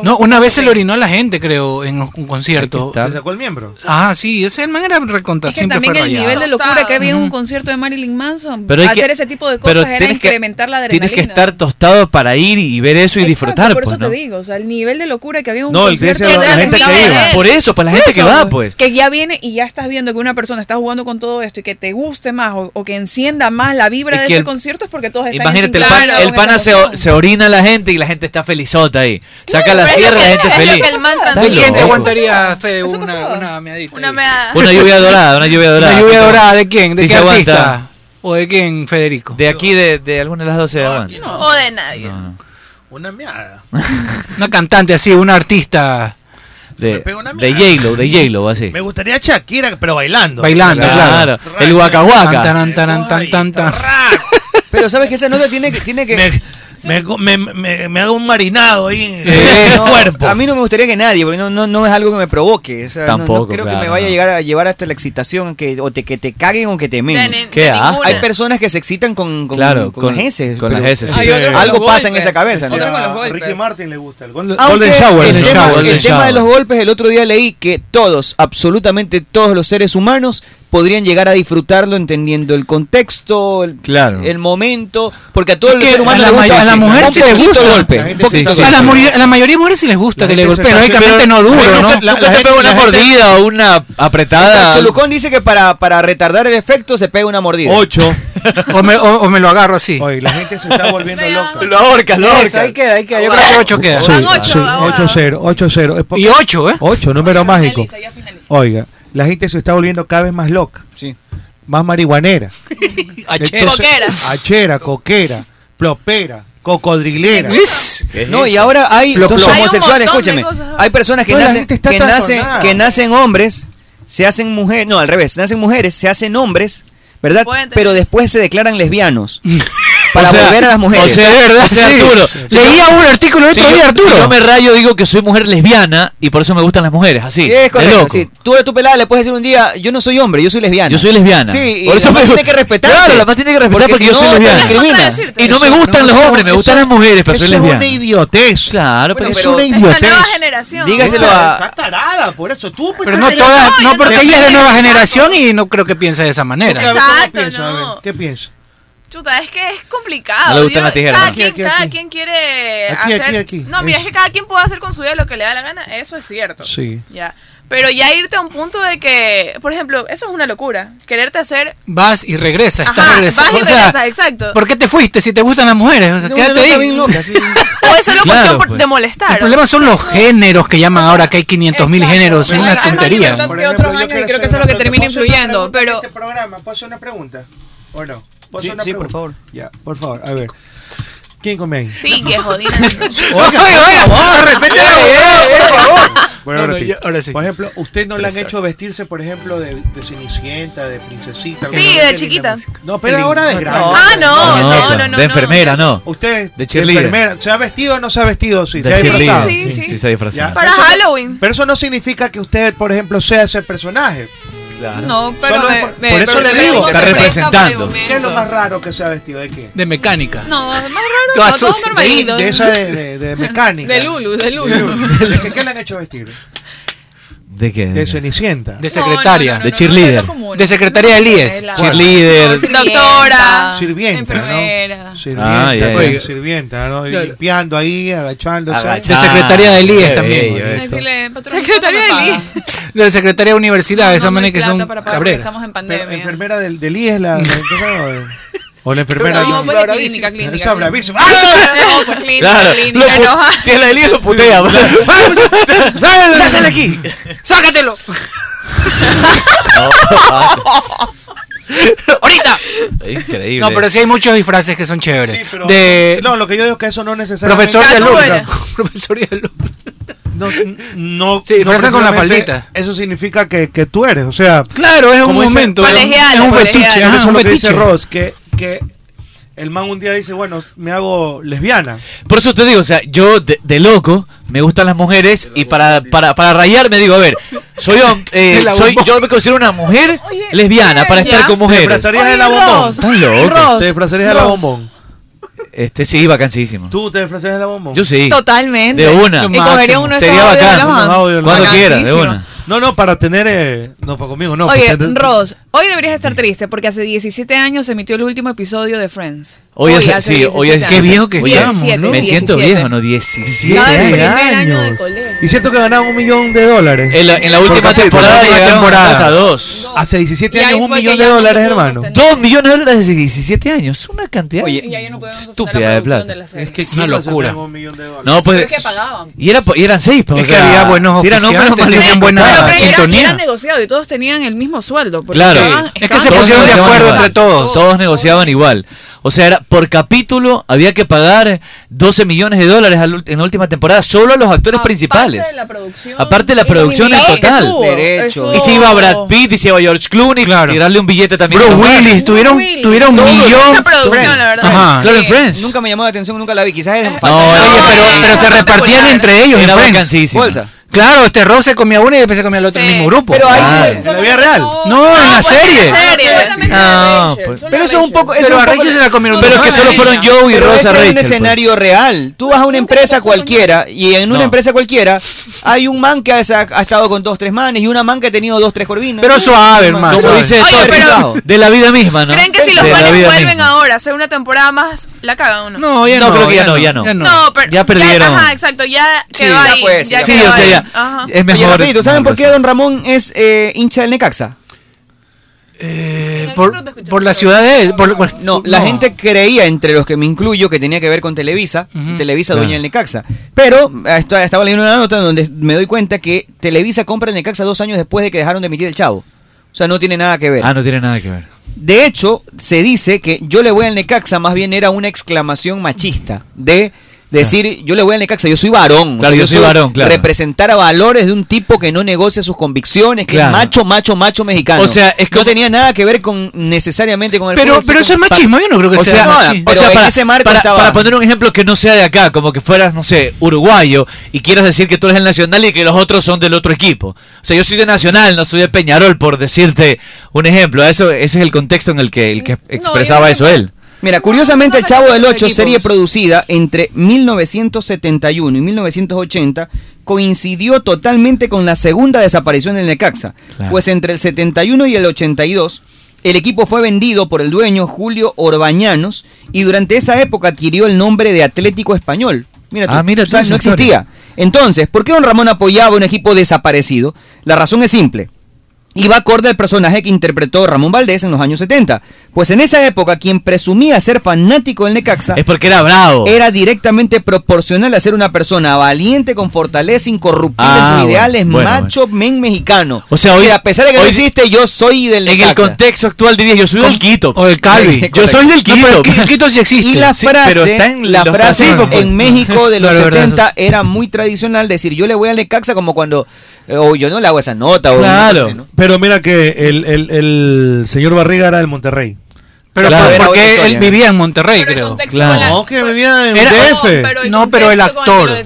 Speaker 14: No, una vez se le orinó a la gente, creo, en un concierto.
Speaker 4: Se sacó el miembro.
Speaker 14: Ah, sí, ese man era recontra,
Speaker 13: Es que
Speaker 14: siempre
Speaker 13: también
Speaker 14: fue
Speaker 13: el
Speaker 14: rayado.
Speaker 13: nivel de locura que había en un concierto de Marilyn Manson,
Speaker 15: Pero hay
Speaker 13: hacer
Speaker 15: que-
Speaker 13: ese tipo de
Speaker 15: pero
Speaker 13: cosas era
Speaker 15: tienes que-
Speaker 13: incrementar la adrenalina.
Speaker 15: Tienes que estar tostado para ir y ver eso y disfrutar.
Speaker 13: por eso
Speaker 15: pues, ¿no?
Speaker 13: te digo, o sea, el nivel de locura que había en un
Speaker 15: No, el
Speaker 13: concierto.
Speaker 15: dice la-
Speaker 13: era
Speaker 15: la gente
Speaker 13: sentado
Speaker 15: que
Speaker 13: en
Speaker 15: iba.
Speaker 13: él.
Speaker 15: Por eso, pues, la gente que va, pues.
Speaker 13: Que ya viene y ya estás viendo que una persona está jugando con todo esto y que te guste más o, o que encienda más la vibra
Speaker 15: Es
Speaker 13: de
Speaker 15: que
Speaker 13: ese
Speaker 15: el-
Speaker 13: concierto es porque todos están
Speaker 15: Imagínate, el,
Speaker 13: sincronizados
Speaker 15: pana- el
Speaker 13: con
Speaker 15: pana
Speaker 13: esa
Speaker 15: se,
Speaker 13: emoción.
Speaker 15: se orina a la gente y la gente está felizota ahí. Saca la
Speaker 13: pero es lo
Speaker 15: sierra y la
Speaker 13: que-
Speaker 15: gente
Speaker 13: es lo
Speaker 15: feliz.
Speaker 13: que el man
Speaker 15: Está
Speaker 13: transmite.
Speaker 15: loco.
Speaker 14: ¿Quién te aguantaría, Fe, una, una meadita?
Speaker 16: Una mea.
Speaker 15: Una lluvia dorada, una lluvia dorada.
Speaker 14: ¿Una lluvia
Speaker 15: Sí,
Speaker 14: dorada
Speaker 15: se-
Speaker 14: de quién? ¿De
Speaker 15: sí
Speaker 14: qué
Speaker 15: se aguanta.
Speaker 14: artista? ¿O de quién, Federico?
Speaker 15: De aquí, de, de alguna de las dos se aguanta.
Speaker 16: O de nadie.
Speaker 20: Una meada.
Speaker 14: Una cantante así, una artista.
Speaker 15: De, de J-Lo, de J-Lo, así.
Speaker 20: Me gustaría Shakira, pero bailando.
Speaker 14: Bailando, *laughs* claro.
Speaker 15: El Waka
Speaker 14: Tan,
Speaker 15: Waka.
Speaker 14: taran, taran, tan, tan, tan.
Speaker 2: Pero sabes que ese no te tiene que. Tiene que
Speaker 20: Me, me, me, me hago un marinado ahí en el
Speaker 2: No,
Speaker 20: cuerpo.
Speaker 2: Eh, A mí no me gustaría que nadie, porque no, no, no es algo que me provoque. o sea, no- no
Speaker 15: Tampoco,
Speaker 2: creo
Speaker 15: claro,
Speaker 2: que me vaya
Speaker 15: no.
Speaker 2: a llegar a llevar hasta la excitación que, o te, que te caguen o que te
Speaker 15: De ni-
Speaker 2: memen.
Speaker 15: ¿Qué de asco? ninguna.
Speaker 2: Hay personas que se excitan con, con,
Speaker 15: Claro,
Speaker 2: con, las
Speaker 15: con-
Speaker 2: heces.
Speaker 15: con las
Speaker 2: pero
Speaker 15: heces, sí. Hay otros con
Speaker 2: Algo
Speaker 15: los
Speaker 2: pasa en
Speaker 15: golpes,
Speaker 2: esa cabeza. ¿no?
Speaker 15: otros con los
Speaker 4: A Ricky Martin le gusta. El Golden,
Speaker 2: Aunque
Speaker 4: Golden Shower.
Speaker 2: El,
Speaker 4: Golden
Speaker 2: tema,
Speaker 4: Shower,
Speaker 2: el
Speaker 4: Golden
Speaker 2: tema de
Speaker 4: Shower.
Speaker 2: los golpes, el otro día leí que todos, absolutamente todos los seres humanos podrían llegar a disfrutarlo entendiendo el contexto, el,
Speaker 15: Claro.
Speaker 2: el momento, porque a todo el
Speaker 14: Que
Speaker 2: ser
Speaker 14: a
Speaker 2: humano
Speaker 14: la,
Speaker 2: le
Speaker 14: may-
Speaker 2: gusta
Speaker 14: a la mujer
Speaker 2: un
Speaker 14: sí le
Speaker 2: poquito
Speaker 14: gusta.
Speaker 2: el golpe. un
Speaker 14: Sí,
Speaker 2: poquito
Speaker 14: sí,
Speaker 2: el
Speaker 14: a, la
Speaker 2: golpe.
Speaker 14: muri- a la mayoría de mujeres sí les gusta que le
Speaker 2: gente se
Speaker 14: golpeen. Pero
Speaker 2: está-
Speaker 14: lógicamente
Speaker 2: pero-
Speaker 14: no duro,
Speaker 2: pero
Speaker 14: ¿no?
Speaker 2: la- la-
Speaker 15: La, gente Ah. pega una mordida o una apretada.
Speaker 2: Cholucón dice que para, para retardar el efecto se pega una mordida.
Speaker 15: Ocho.
Speaker 14: O me, o- o me lo agarro así.
Speaker 4: la gente se
Speaker 14: *laughs*
Speaker 4: está volviendo loca.
Speaker 15: Lo ahorcas, lo
Speaker 14: Sí,
Speaker 15: ahorcas.
Speaker 14: Ahí queda, ahí queda. Yo creo que 8 queda.
Speaker 4: Sí, sí, 8-0, 8-0. Es po-
Speaker 14: Y 8, ¿eh?
Speaker 4: 8, número mágico. Oiga, la gente se está volviendo cada vez más loca.
Speaker 2: Sí.
Speaker 6: más marihuanera.
Speaker 21: *laughs*
Speaker 16: Achera. Coquera.
Speaker 6: Achera, coquera, plopera, cocodrilera.
Speaker 2: No, y ahora hay los homosexuales, escúchame. Hay personas que
Speaker 6: No, la
Speaker 2: nacen,
Speaker 6: gente está
Speaker 2: que nacen,
Speaker 6: trastornada.
Speaker 2: que nacen hombres, se hacen mujeres, no, al revés, nacen mujeres, se hacen hombres, ¿verdad? Pero después se declaran lesbianos. Para
Speaker 15: O sea,
Speaker 2: volver a las mujeres.
Speaker 15: O sea, o sea, Arturo. si yo- si yo- Si yo me rayo, digo que soy mujer lesbiana y por eso me gustan las mujeres, así.
Speaker 2: Sí, es
Speaker 15: de
Speaker 2: correcto.
Speaker 15: loco.
Speaker 2: sí. Tú a tu pelada le puedes decir un día, yo no soy hombre, yo soy lesbiana.
Speaker 15: Yo soy lesbiana.
Speaker 2: Sí, y
Speaker 15: Por eso
Speaker 2: la
Speaker 15: me-
Speaker 2: mamá tiene que respetar.
Speaker 15: Claro, la mamá tiene que respetar porque, yo soy lesbiana. Y no me gustan los hombres, me gustan las mujeres, pero soy lesbiana.
Speaker 6: idiotez.
Speaker 15: Claro, pero
Speaker 6: Bueno,
Speaker 15: es
Speaker 6: pero-
Speaker 15: una
Speaker 6: Es
Speaker 15: idiotez.
Speaker 6: la nueva
Speaker 16: generación.
Speaker 2: Dígaselo
Speaker 6: Está-
Speaker 2: a-
Speaker 6: está tarada, por eso tú. pues,
Speaker 14: Pero
Speaker 6: estás
Speaker 14: no
Speaker 6: de la-
Speaker 14: todas, no porque ella es de nueva
Speaker 6: Porque,
Speaker 14: generación y no creo que piense de esa
Speaker 6: a ver,
Speaker 14: manera.
Speaker 6: ¿cómo
Speaker 16: Exacto,
Speaker 6: piensa? A ver,
Speaker 16: no.
Speaker 6: ¿Qué piensa?
Speaker 16: Chuta, es que es complicado.
Speaker 6: No le gustan
Speaker 16: Yo-
Speaker 6: las tijeras,
Speaker 16: Cada,
Speaker 6: ¿no?
Speaker 16: quien,
Speaker 6: Aquí, aquí,
Speaker 16: cada
Speaker 6: aquí.
Speaker 16: quien quiere
Speaker 6: Aquí,
Speaker 16: hacer.
Speaker 6: aquí, aquí.
Speaker 16: No, mira, es
Speaker 6: Eso.
Speaker 16: que cada quien puede hacer con su vida lo que le da la gana. Eso es cierto.
Speaker 6: Sí.
Speaker 16: Ya. Pero ya irte a un punto de que, por ejemplo, eso es una locura. Quererte hacer.
Speaker 14: Vas y regresas,
Speaker 16: Ajá,
Speaker 14: estás regresando.
Speaker 16: vas y
Speaker 14: O sea,
Speaker 16: regresas, exacto.
Speaker 14: ¿Por qué te fuiste si te gustan las mujeres? O sea,
Speaker 16: No,
Speaker 14: quédate
Speaker 16: no, no,
Speaker 14: ahí.
Speaker 16: no, *laughs* O es solo
Speaker 14: Claro,
Speaker 16: cuestión por-
Speaker 14: pues.
Speaker 16: de molestar.
Speaker 14: El problema son los géneros que llaman ahora que hay 500 mil géneros. Es
Speaker 16: Hay
Speaker 14: una
Speaker 16: más
Speaker 14: tontería.
Speaker 16: libertad que otros años y creo que eso es lo que termina influyendo. Pero.
Speaker 6: este programa, ¿puedo hacer una pregunta? ¿O no? ¿Puedo hacer una
Speaker 2: sí, por
Speaker 6: pregunta?
Speaker 2: favor.
Speaker 6: Ya, por favor, a ver. ¿Quién come ahí? *laughs*
Speaker 16: Sigue, jodida.
Speaker 6: Oiga, por favor. Bueno,
Speaker 14: No,
Speaker 6: ahora
Speaker 14: no,
Speaker 6: sí.
Speaker 14: ya- ahora sí.
Speaker 6: Por ejemplo, usted no le han
Speaker 14: Exacto.
Speaker 6: hecho vestirse, por ejemplo, de, de cenicienta, de princesita.
Speaker 16: Sí, de chiquita.
Speaker 6: No, pero ahora de grande.
Speaker 16: Ah, no, no, no, no.
Speaker 15: de enfermera, no.
Speaker 6: Usted,
Speaker 15: De cheerleader.
Speaker 6: enfermera, ¿se ha vestido o no se ha vestido? Sí,
Speaker 15: De
Speaker 6: se ha
Speaker 15: cheerleader.
Speaker 6: disfrazado.
Speaker 15: Sí, sí. Sí, se ha disfrazado.
Speaker 6: Ya.
Speaker 16: Para
Speaker 6: Eso no-
Speaker 16: Halloween.
Speaker 6: Pero eso no significa que usted, por ejemplo, sea ese personaje.
Speaker 15: Claro.
Speaker 16: No, pero
Speaker 6: Solo es
Speaker 16: me-
Speaker 6: por,
Speaker 16: me-
Speaker 6: por eso
Speaker 16: pero
Speaker 6: le
Speaker 16: me
Speaker 6: digo.
Speaker 16: Está representando. por el
Speaker 6: ¿Qué es lo más raro que se ha vestido? ¿De qué?
Speaker 14: De mecánica. ah,
Speaker 16: No, más raro.
Speaker 14: Lo
Speaker 16: No, todo
Speaker 14: asocias.
Speaker 16: normalito.
Speaker 6: De esa de,
Speaker 16: *laughs*
Speaker 6: de, de mecánica.
Speaker 16: De Lulu, de Lulu.
Speaker 6: *laughs* ¿De qué, qué le han hecho vestir?
Speaker 15: ¿De qué?
Speaker 6: De cenicienta.
Speaker 14: De secretaria.
Speaker 15: De cheerleader.
Speaker 14: De secretaria de IES.
Speaker 15: Cheerleader.
Speaker 16: Doctora.
Speaker 6: Sirvienta, ¿no? Sirvienta,
Speaker 15: Ah, ya, ya.
Speaker 6: oiga, sirvienta, ¿no? Y
Speaker 14: Claro.
Speaker 6: Limpiando ahí, agachándose.
Speaker 14: De secretaria de IES también.
Speaker 16: Secretaria de Lee.
Speaker 14: De secretaria de universidad. De esa manera que son cabreras.
Speaker 16: Estamos en
Speaker 6: Pero
Speaker 16: pandemia.
Speaker 6: enfermera del, del IES, la, la enfermera o de- o la enfermera
Speaker 16: No,
Speaker 6: del-
Speaker 16: pues, clínica, clínica,
Speaker 6: Esa
Speaker 16: clínica.
Speaker 6: bravísima. *laughs*
Speaker 16: No, pues clínica,
Speaker 6: Claro, pues,
Speaker 16: clínica,
Speaker 6: lo pu-
Speaker 16: no.
Speaker 15: Si es la de Elías, lo putea. bro.
Speaker 14: ¡Sácale
Speaker 15: aquí!
Speaker 6: *laughs*
Speaker 14: ¡Sácatelo! ¡Ahorita!
Speaker 15: Increíble.
Speaker 14: No, pero sí hay muchos disfraces que son chéveres.
Speaker 6: Sí, pero-
Speaker 14: de
Speaker 6: No, lo que yo digo es que eso no necesariamente.
Speaker 14: profesor de
Speaker 6: alumna.
Speaker 14: alumno. *laughs* profesor de alumno.
Speaker 6: No, no.
Speaker 14: Se disfrazan
Speaker 6: no
Speaker 14: con la
Speaker 6: precisamente
Speaker 14: faldita.
Speaker 6: Eso significa que, que tú eres, o sea.
Speaker 14: Claro, es un
Speaker 6: como dice-
Speaker 14: momento.
Speaker 16: Colegial,
Speaker 14: es un
Speaker 16: colegial.
Speaker 14: fetiche.
Speaker 6: Pero
Speaker 14: ajá,
Speaker 6: eso es
Speaker 14: un
Speaker 6: lo que dice
Speaker 14: fetiche.
Speaker 6: Ross, que, que el man un día dice, bueno, me hago lesbiana.
Speaker 15: Por eso te digo, o sea, yo de, de loco me gustan las mujeres y para, para, para rayarme digo, a ver, soy, hom- eh,
Speaker 6: *laughs* De la
Speaker 15: soy
Speaker 6: bombón.
Speaker 15: yo me considero una mujer lesbiana para estar
Speaker 6: ¿Ya?
Speaker 15: con
Speaker 6: ¿Te
Speaker 15: mujeres.
Speaker 6: disfrazarías de la
Speaker 15: Oye,
Speaker 6: bombón?
Speaker 15: Ross, ¿Estás loco?
Speaker 6: ¿Te disfrazarías de la
Speaker 15: Ross.
Speaker 6: bombón?
Speaker 15: Este sí, vacancísimo.
Speaker 6: ¿Tú te disfrazarías de la bombón?
Speaker 15: Yo sí.
Speaker 16: Totalmente.
Speaker 15: De una.
Speaker 16: Y cogería uno de esos
Speaker 15: Sería
Speaker 16: audios de
Speaker 15: bacán.
Speaker 16: la
Speaker 6: Unos
Speaker 16: mano.
Speaker 6: audios, ¿no?
Speaker 15: Cuando quieras, de
Speaker 6: Bacanísimo.
Speaker 15: una.
Speaker 6: No, no, para tener... eh, no, para conmigo, no.
Speaker 15: pues,
Speaker 16: Oye,
Speaker 6: porque-
Speaker 16: Ross, hoy deberías estar triste porque hace 17 años se emitió el último episodio de Friends.
Speaker 15: Hoy hace- sí, hoy
Speaker 16: 17
Speaker 15: hace- qué
Speaker 16: años.
Speaker 15: viejo que
Speaker 16: 17,
Speaker 15: estamos, ¿no? Me siento
Speaker 16: 17.
Speaker 15: viejo, ¿no? 17
Speaker 16: Estaba en primer año
Speaker 6: años.
Speaker 16: de colegio.
Speaker 6: Y cierto que ganaban un millón de dólares.
Speaker 15: En la, en la
Speaker 6: Por
Speaker 15: última
Speaker 6: capítulo,
Speaker 15: temporada
Speaker 6: en la última
Speaker 15: llegaron
Speaker 6: temporada.
Speaker 15: hasta dos.
Speaker 6: Hace 17
Speaker 15: Y ahí
Speaker 6: años un
Speaker 15: fue que
Speaker 6: millón
Speaker 15: ya
Speaker 6: de
Speaker 15: no
Speaker 6: dólares, hermano.
Speaker 15: Dos millones de dólares desde 17 años. Una cantidad estúpida de plata.
Speaker 6: Es que
Speaker 15: una
Speaker 6: ¿quién va a
Speaker 15: locura.
Speaker 6: hacer un millón de dólares?
Speaker 15: No, pues.
Speaker 16: Creo que pagaban.
Speaker 15: Y, era, po- y eran seis, pues.
Speaker 14: Es que había buenos
Speaker 15: eran hombres más
Speaker 14: oficiantes, tenían
Speaker 15: lentos,
Speaker 14: buena
Speaker 15: claro.
Speaker 16: Pero era- Era negociado y todos tenían el mismo sueldo. porque
Speaker 15: Claro.
Speaker 16: estaban- estaban-
Speaker 15: Todos
Speaker 14: pusieron de
Speaker 15: negociaban
Speaker 14: acuerdo
Speaker 15: igual.
Speaker 14: entre todos.
Speaker 15: Todos negociaban igual. O sea, era por capítulo había que pagar 12 millones de dólares al ult- en la última temporada solo a los actores principales.
Speaker 16: Aparte de la producción.
Speaker 15: Aparte de la
Speaker 16: y los
Speaker 15: producción en
Speaker 16: invitados que
Speaker 15: total.
Speaker 16: tuvo. Estuvo-
Speaker 15: Y si iba Brad Pitt, y si iba George Clooney, y darle un billete también.
Speaker 14: Bruce Willis, tuvieron-
Speaker 15: Willis.
Speaker 14: tuvieron
Speaker 15: Todos.
Speaker 14: millón- Esa producción,
Speaker 15: Friends.
Speaker 14: la verdad.
Speaker 15: Ajá.
Speaker 14: Sí.
Speaker 15: Ah. Claro, en Friends.
Speaker 2: Nunca me llamó la atención, nunca la vi. Quizás eres
Speaker 15: No, oye,
Speaker 14: Pero, pero se repartían entre ellos.
Speaker 15: Era
Speaker 14: en Friends.
Speaker 15: vacancísimo. Bolsa.
Speaker 14: Claro, este Ross se comía una y después se comía el otro en el mismo grupo.
Speaker 2: Pero ahí
Speaker 14: Ah.
Speaker 2: sí,
Speaker 6: ¿En la vida real?
Speaker 14: No, en la serie. Ah,
Speaker 15: No, pues-
Speaker 2: Pero eso es un poco. eso
Speaker 14: Pero
Speaker 2: es
Speaker 14: a
Speaker 2: un poco-
Speaker 14: Rachel se la comieron
Speaker 15: Pero que solo fueron Joe y
Speaker 2: Pero
Speaker 15: Rosa
Speaker 2: ese Es un
Speaker 15: Rachel,
Speaker 2: escenario real. Tú vas a una empresa cualquiera y en una
Speaker 15: No.
Speaker 2: empresa cualquiera hay un man que ha, ha estado con dos, tres manes y una man que ha tenido dos, tres corvinas.
Speaker 14: Pero suave, hermano.
Speaker 15: Como
Speaker 14: suave.
Speaker 15: dice Thor, de la vida misma, ¿no?
Speaker 16: ¿Creen que si los
Speaker 15: De la
Speaker 16: panes
Speaker 15: vida
Speaker 16: vuelven
Speaker 15: misma.
Speaker 16: ahora a hacer una temporada más, la cagan o no?
Speaker 14: No, ya
Speaker 15: No,
Speaker 14: no.
Speaker 15: creo que ya no, ya no.
Speaker 14: Ya
Speaker 16: No, pero
Speaker 15: Ya perdieron.
Speaker 16: ajá, exacto, ya
Speaker 2: Sí,
Speaker 16: quedó
Speaker 2: ya
Speaker 16: ahí.
Speaker 2: fue, sí,
Speaker 16: ya
Speaker 2: ya
Speaker 15: Sí,
Speaker 16: quedó
Speaker 15: o sea,
Speaker 16: ahí.
Speaker 15: ya-
Speaker 16: Ajá.
Speaker 15: es mejor.
Speaker 2: Oye, rapidito, ¿saben por qué
Speaker 15: Razón.
Speaker 2: don Ramón es eh, hincha del Necaxa?
Speaker 14: Eh, por, por la ciudad de él. Por, por-
Speaker 2: No, la gente creía, entre los que me incluyo, que tenía que ver con Televisa, Televisa dueña
Speaker 15: Claro.
Speaker 2: del Necaxa. Pero eh, esta- estaba leyendo una nota donde me doy cuenta que Televisa compra el Necaxa dos años después de que dejaron de emitir el Chavo. O sea, no tiene nada que ver.
Speaker 15: Ah, no tiene nada que ver.
Speaker 2: De hecho, se dice que yo le voy al Necaxa más bien era una exclamación machista de decir yo le voy al Necaxa, yo soy varón.
Speaker 15: Claro, yo soy varón, claro.
Speaker 2: Representar a valores de un tipo que no negocia sus convicciones, que
Speaker 15: Claro.
Speaker 2: es macho, macho, macho mexicano.
Speaker 15: O sea, es
Speaker 2: no tenía nada que ver con necesariamente con el
Speaker 14: Pero-
Speaker 2: fútbol,
Speaker 14: pero
Speaker 2: sí,
Speaker 14: eso es
Speaker 2: con-
Speaker 14: machismo, yo no creo que
Speaker 2: o
Speaker 14: sea machismo.
Speaker 2: O
Speaker 14: Pero
Speaker 2: sea,
Speaker 14: en
Speaker 2: para,
Speaker 14: ese
Speaker 2: marco
Speaker 15: para,
Speaker 2: estaba-
Speaker 15: para poner un ejemplo que no sea de acá, como que fueras, no sé, uruguayo y quieras decir que tú eres el Nacional y que los otros son del otro equipo. O sea, yo soy de Nacional, no soy de Peñarol, por decirte un ejemplo. Eso, ese es el contexto en el que, el que expresaba eso él.
Speaker 2: Mira, curiosamente, El Chavo del 8, serie producida entre 1971 y 1980, coincidió totalmente con la segunda desaparición del Necaxa,
Speaker 15: Claro.
Speaker 2: pues entre el 71 y el 82, el equipo fue vendido por el dueño Julio Orbañanos y durante esa época adquirió el nombre de Atlético Español. Mira tú,
Speaker 15: Ah, mira tú
Speaker 2: o sea,
Speaker 15: esa
Speaker 2: no existía.
Speaker 15: historia.
Speaker 2: Entonces, ¿por qué don Ramón apoyaba un equipo desaparecido? La razón es simple y va acorde al personaje que interpretó Ramón Valdés en los años 70. Pues en esa época, quien presumía ser fanático del Necaxa.
Speaker 15: Es porque era bravo.
Speaker 2: Era directamente proporcional a ser una persona valiente, con fortaleza, incorruptible
Speaker 15: Ah,
Speaker 2: en sus
Speaker 15: bueno,
Speaker 2: ideales,
Speaker 15: bueno,
Speaker 2: macho men mexicano.
Speaker 15: O sea, hoy-
Speaker 2: Que a pesar de que
Speaker 15: hoy-
Speaker 2: no existe, yo soy del
Speaker 15: En el
Speaker 2: Necaxa.
Speaker 15: contexto actual dirías, yo soy del Quito. O del
Speaker 14: *laughs*
Speaker 2: Calvi.
Speaker 15: Yo soy del
Speaker 2: No,
Speaker 15: Quito.
Speaker 2: pero el Qui- el
Speaker 15: Quito sí existe.
Speaker 2: Y la frase,
Speaker 15: pero está en
Speaker 2: la
Speaker 15: los
Speaker 2: frase
Speaker 15: pasillos, pues.
Speaker 2: en México
Speaker 15: *laughs*
Speaker 2: de los
Speaker 15: Claro, verdad,
Speaker 2: 70 era muy tradicional decir yo le voy al Necaxa como cuando eh, o yo no le hago esa nota o una cosa así, ¿no?
Speaker 25: Pero mira que el, el- el señor Barriga era del Monterrey.
Speaker 14: Pero
Speaker 25: Claro.
Speaker 14: por-
Speaker 25: Era otra
Speaker 14: porque
Speaker 25: historia.
Speaker 14: él vivía en Monterrey, creo.
Speaker 25: Claro. No, que vivía en DF.
Speaker 14: No, pero el actor. Eh,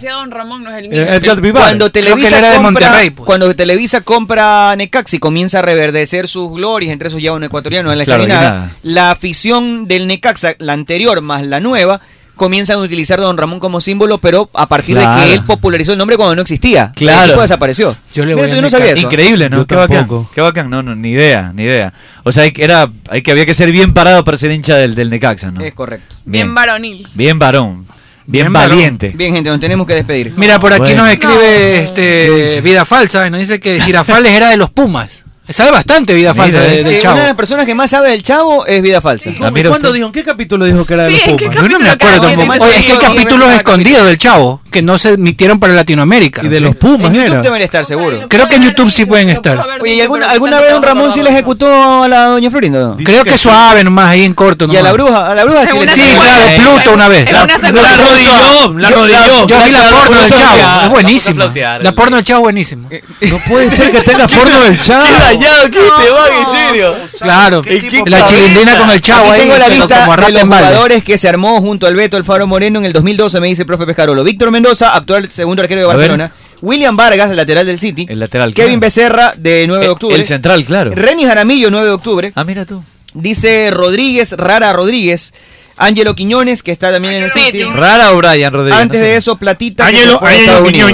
Speaker 15: Eh,
Speaker 2: eh, Cuando Televisa,
Speaker 14: era de
Speaker 2: compra,
Speaker 14: Monterrey.
Speaker 15: pues.
Speaker 2: cuando Televisa compra Necaxa y comienza a reverdecer sus glorias, entre esos ya un ecuatoriano en la
Speaker 15: Claro,
Speaker 2: escalinada,
Speaker 15: y nada.
Speaker 2: la afición del Necaxa, la anterior más la nueva, comienzan a utilizar a Don Ramón como símbolo, pero a partir
Speaker 15: Claro.
Speaker 2: de que él popularizó el nombre cuando no existía.
Speaker 15: Claro.
Speaker 2: El equipo desapareció.
Speaker 15: Yo le
Speaker 2: Mira,
Speaker 15: voy
Speaker 2: tú,
Speaker 15: a
Speaker 2: yo no
Speaker 15: Necaxa.
Speaker 2: sabía eso.
Speaker 15: Increíble, ¿no?
Speaker 2: Yo
Speaker 15: Qué bacán.
Speaker 2: tampoco.
Speaker 15: Qué bacán. No, no, ni idea, ni idea. O sea, hay que- era, hay que había que ser bien parado para ser hincha del, del Necaxa, ¿no?
Speaker 2: Es correcto.
Speaker 15: Bien,
Speaker 16: varonil.
Speaker 15: bien varón. Bien, valiente.
Speaker 2: Bien, gente, nos tenemos que despedir.
Speaker 14: Mira, por aquí
Speaker 15: Bueno.
Speaker 14: nos escribe este Vida Falsa y nos dice que Girafales era de los Pumas. Eh, Sabe bastante Vida Falsa de- del
Speaker 2: Eh,
Speaker 14: Chavo.
Speaker 2: Una de las personas que más sabe del chavo es Vida Falsa.
Speaker 25: ¿Cuándo dijo? ¿En qué capítulo dijo que era de los Pumas?
Speaker 14: Yo no me acuerdo tampoco. Oye, es que hay capítulos escondidos del Chavo que no se emitieron para Latinoamérica. Y de los
Speaker 25: Pumas
Speaker 2: YouTube debería estar seguro.
Speaker 14: Creo que en YouTube sí pueden estar.
Speaker 2: Oye, ¿y alguna, alguna vez don Ramón sí le ejecutó a la doña Florinda? no?
Speaker 14: Creo que suave nomás, ahí en corto
Speaker 2: Y a
Speaker 14: nomás.
Speaker 2: la bruja, a la bruja sí le
Speaker 14: Sí, claro,
Speaker 2: Eh,
Speaker 14: Pluto una vez.
Speaker 2: La- la rodilló, la rodilló.
Speaker 14: Yo, vi la
Speaker 2: La- la
Speaker 14: porno del
Speaker 2: puso a
Speaker 14: chavo,
Speaker 2: flautear,
Speaker 14: es
Speaker 2: la
Speaker 14: buenísima.
Speaker 2: puso a flautear.
Speaker 14: La porno del chavo es buenísima.
Speaker 25: No puede ser que tenga
Speaker 14: porno del chavo.
Speaker 15: te va, en serio.
Speaker 14: Claro, la chilindrina con el chavo
Speaker 2: Aquí
Speaker 14: ahí.
Speaker 2: tengo la
Speaker 14: como
Speaker 2: lista de
Speaker 14: rato
Speaker 2: los
Speaker 14: en balde.
Speaker 2: jugadores que se armó junto al Beto Alfaro Moreno en el 2012, me dice el profe Pescarolo. Víctor Mendoza, actual segundo arquero de
Speaker 15: ver.
Speaker 2: Barcelona. William Vargas, lateral del City.
Speaker 15: El lateral.
Speaker 2: Kevin Becerra, de 9 de octubre.
Speaker 15: El central, claro.
Speaker 2: Reni Jaramillo, 9 de octubre.
Speaker 15: Ah, mira tú.
Speaker 2: Dice Rodríguez, Rara Rodríguez. Ángelo Quiñones, que está también en el City.
Speaker 15: Rara o Brian Rodríguez.
Speaker 2: Antes
Speaker 15: no sé.
Speaker 2: de eso, Platita. que
Speaker 15: Ángelo-
Speaker 2: se fue a
Speaker 15: Ángelo
Speaker 2: Estados Unidos.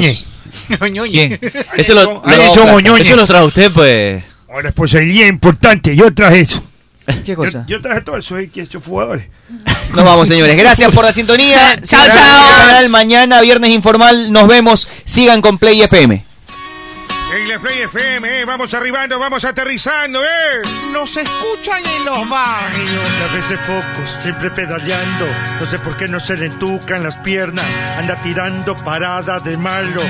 Speaker 15: Quiñoñe. ¿Quién?
Speaker 1: *laughs*
Speaker 15: Eso lo,
Speaker 1: Ahí
Speaker 15: lo-
Speaker 1: son Oñoñe.
Speaker 15: eso lo trajo usted, pues.
Speaker 1: Una responsabilidad importante, yo traje eso.
Speaker 2: *laughs* ¿Qué cosa?
Speaker 1: Yo, traje todo eso, eh, que estos jugadores.
Speaker 2: Nos vamos, señores. Gracias por la sintonía.
Speaker 1: *laughs* Chao,
Speaker 2: Sigan
Speaker 1: chao.
Speaker 2: en el canal. Mañana, viernes informal. Nos vemos. Sigan con Play FM.
Speaker 3: En la Play FM, eh, vamos arribando, vamos aterrizando, eh.
Speaker 18: Nos escuchan en los barrios.
Speaker 11: A veces focos, siempre pedaleando. No sé por qué no se le entucan las piernas. Anda tirando parada de malo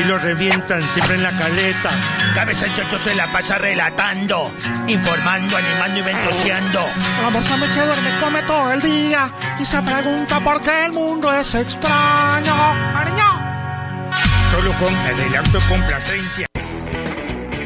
Speaker 11: y lo revientan siempre en la caleta.
Speaker 23: Cabeza el chocho se la pasa relatando, informando, animando y ventoseando.
Speaker 18: La morsa me que duerme come todo el día y se pregunta por qué el mundo es extraño. Ariño.
Speaker 3: Solo con adelanto y complacencia.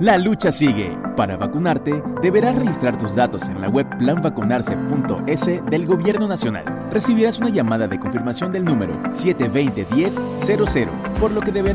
Speaker 27: La lucha sigue. Para vacunarte, deberás registrar tus datos en la web planvacunarse.es del Gobierno Nacional. Recibirás una llamada de confirmación del número 720-1000, por lo que deberás...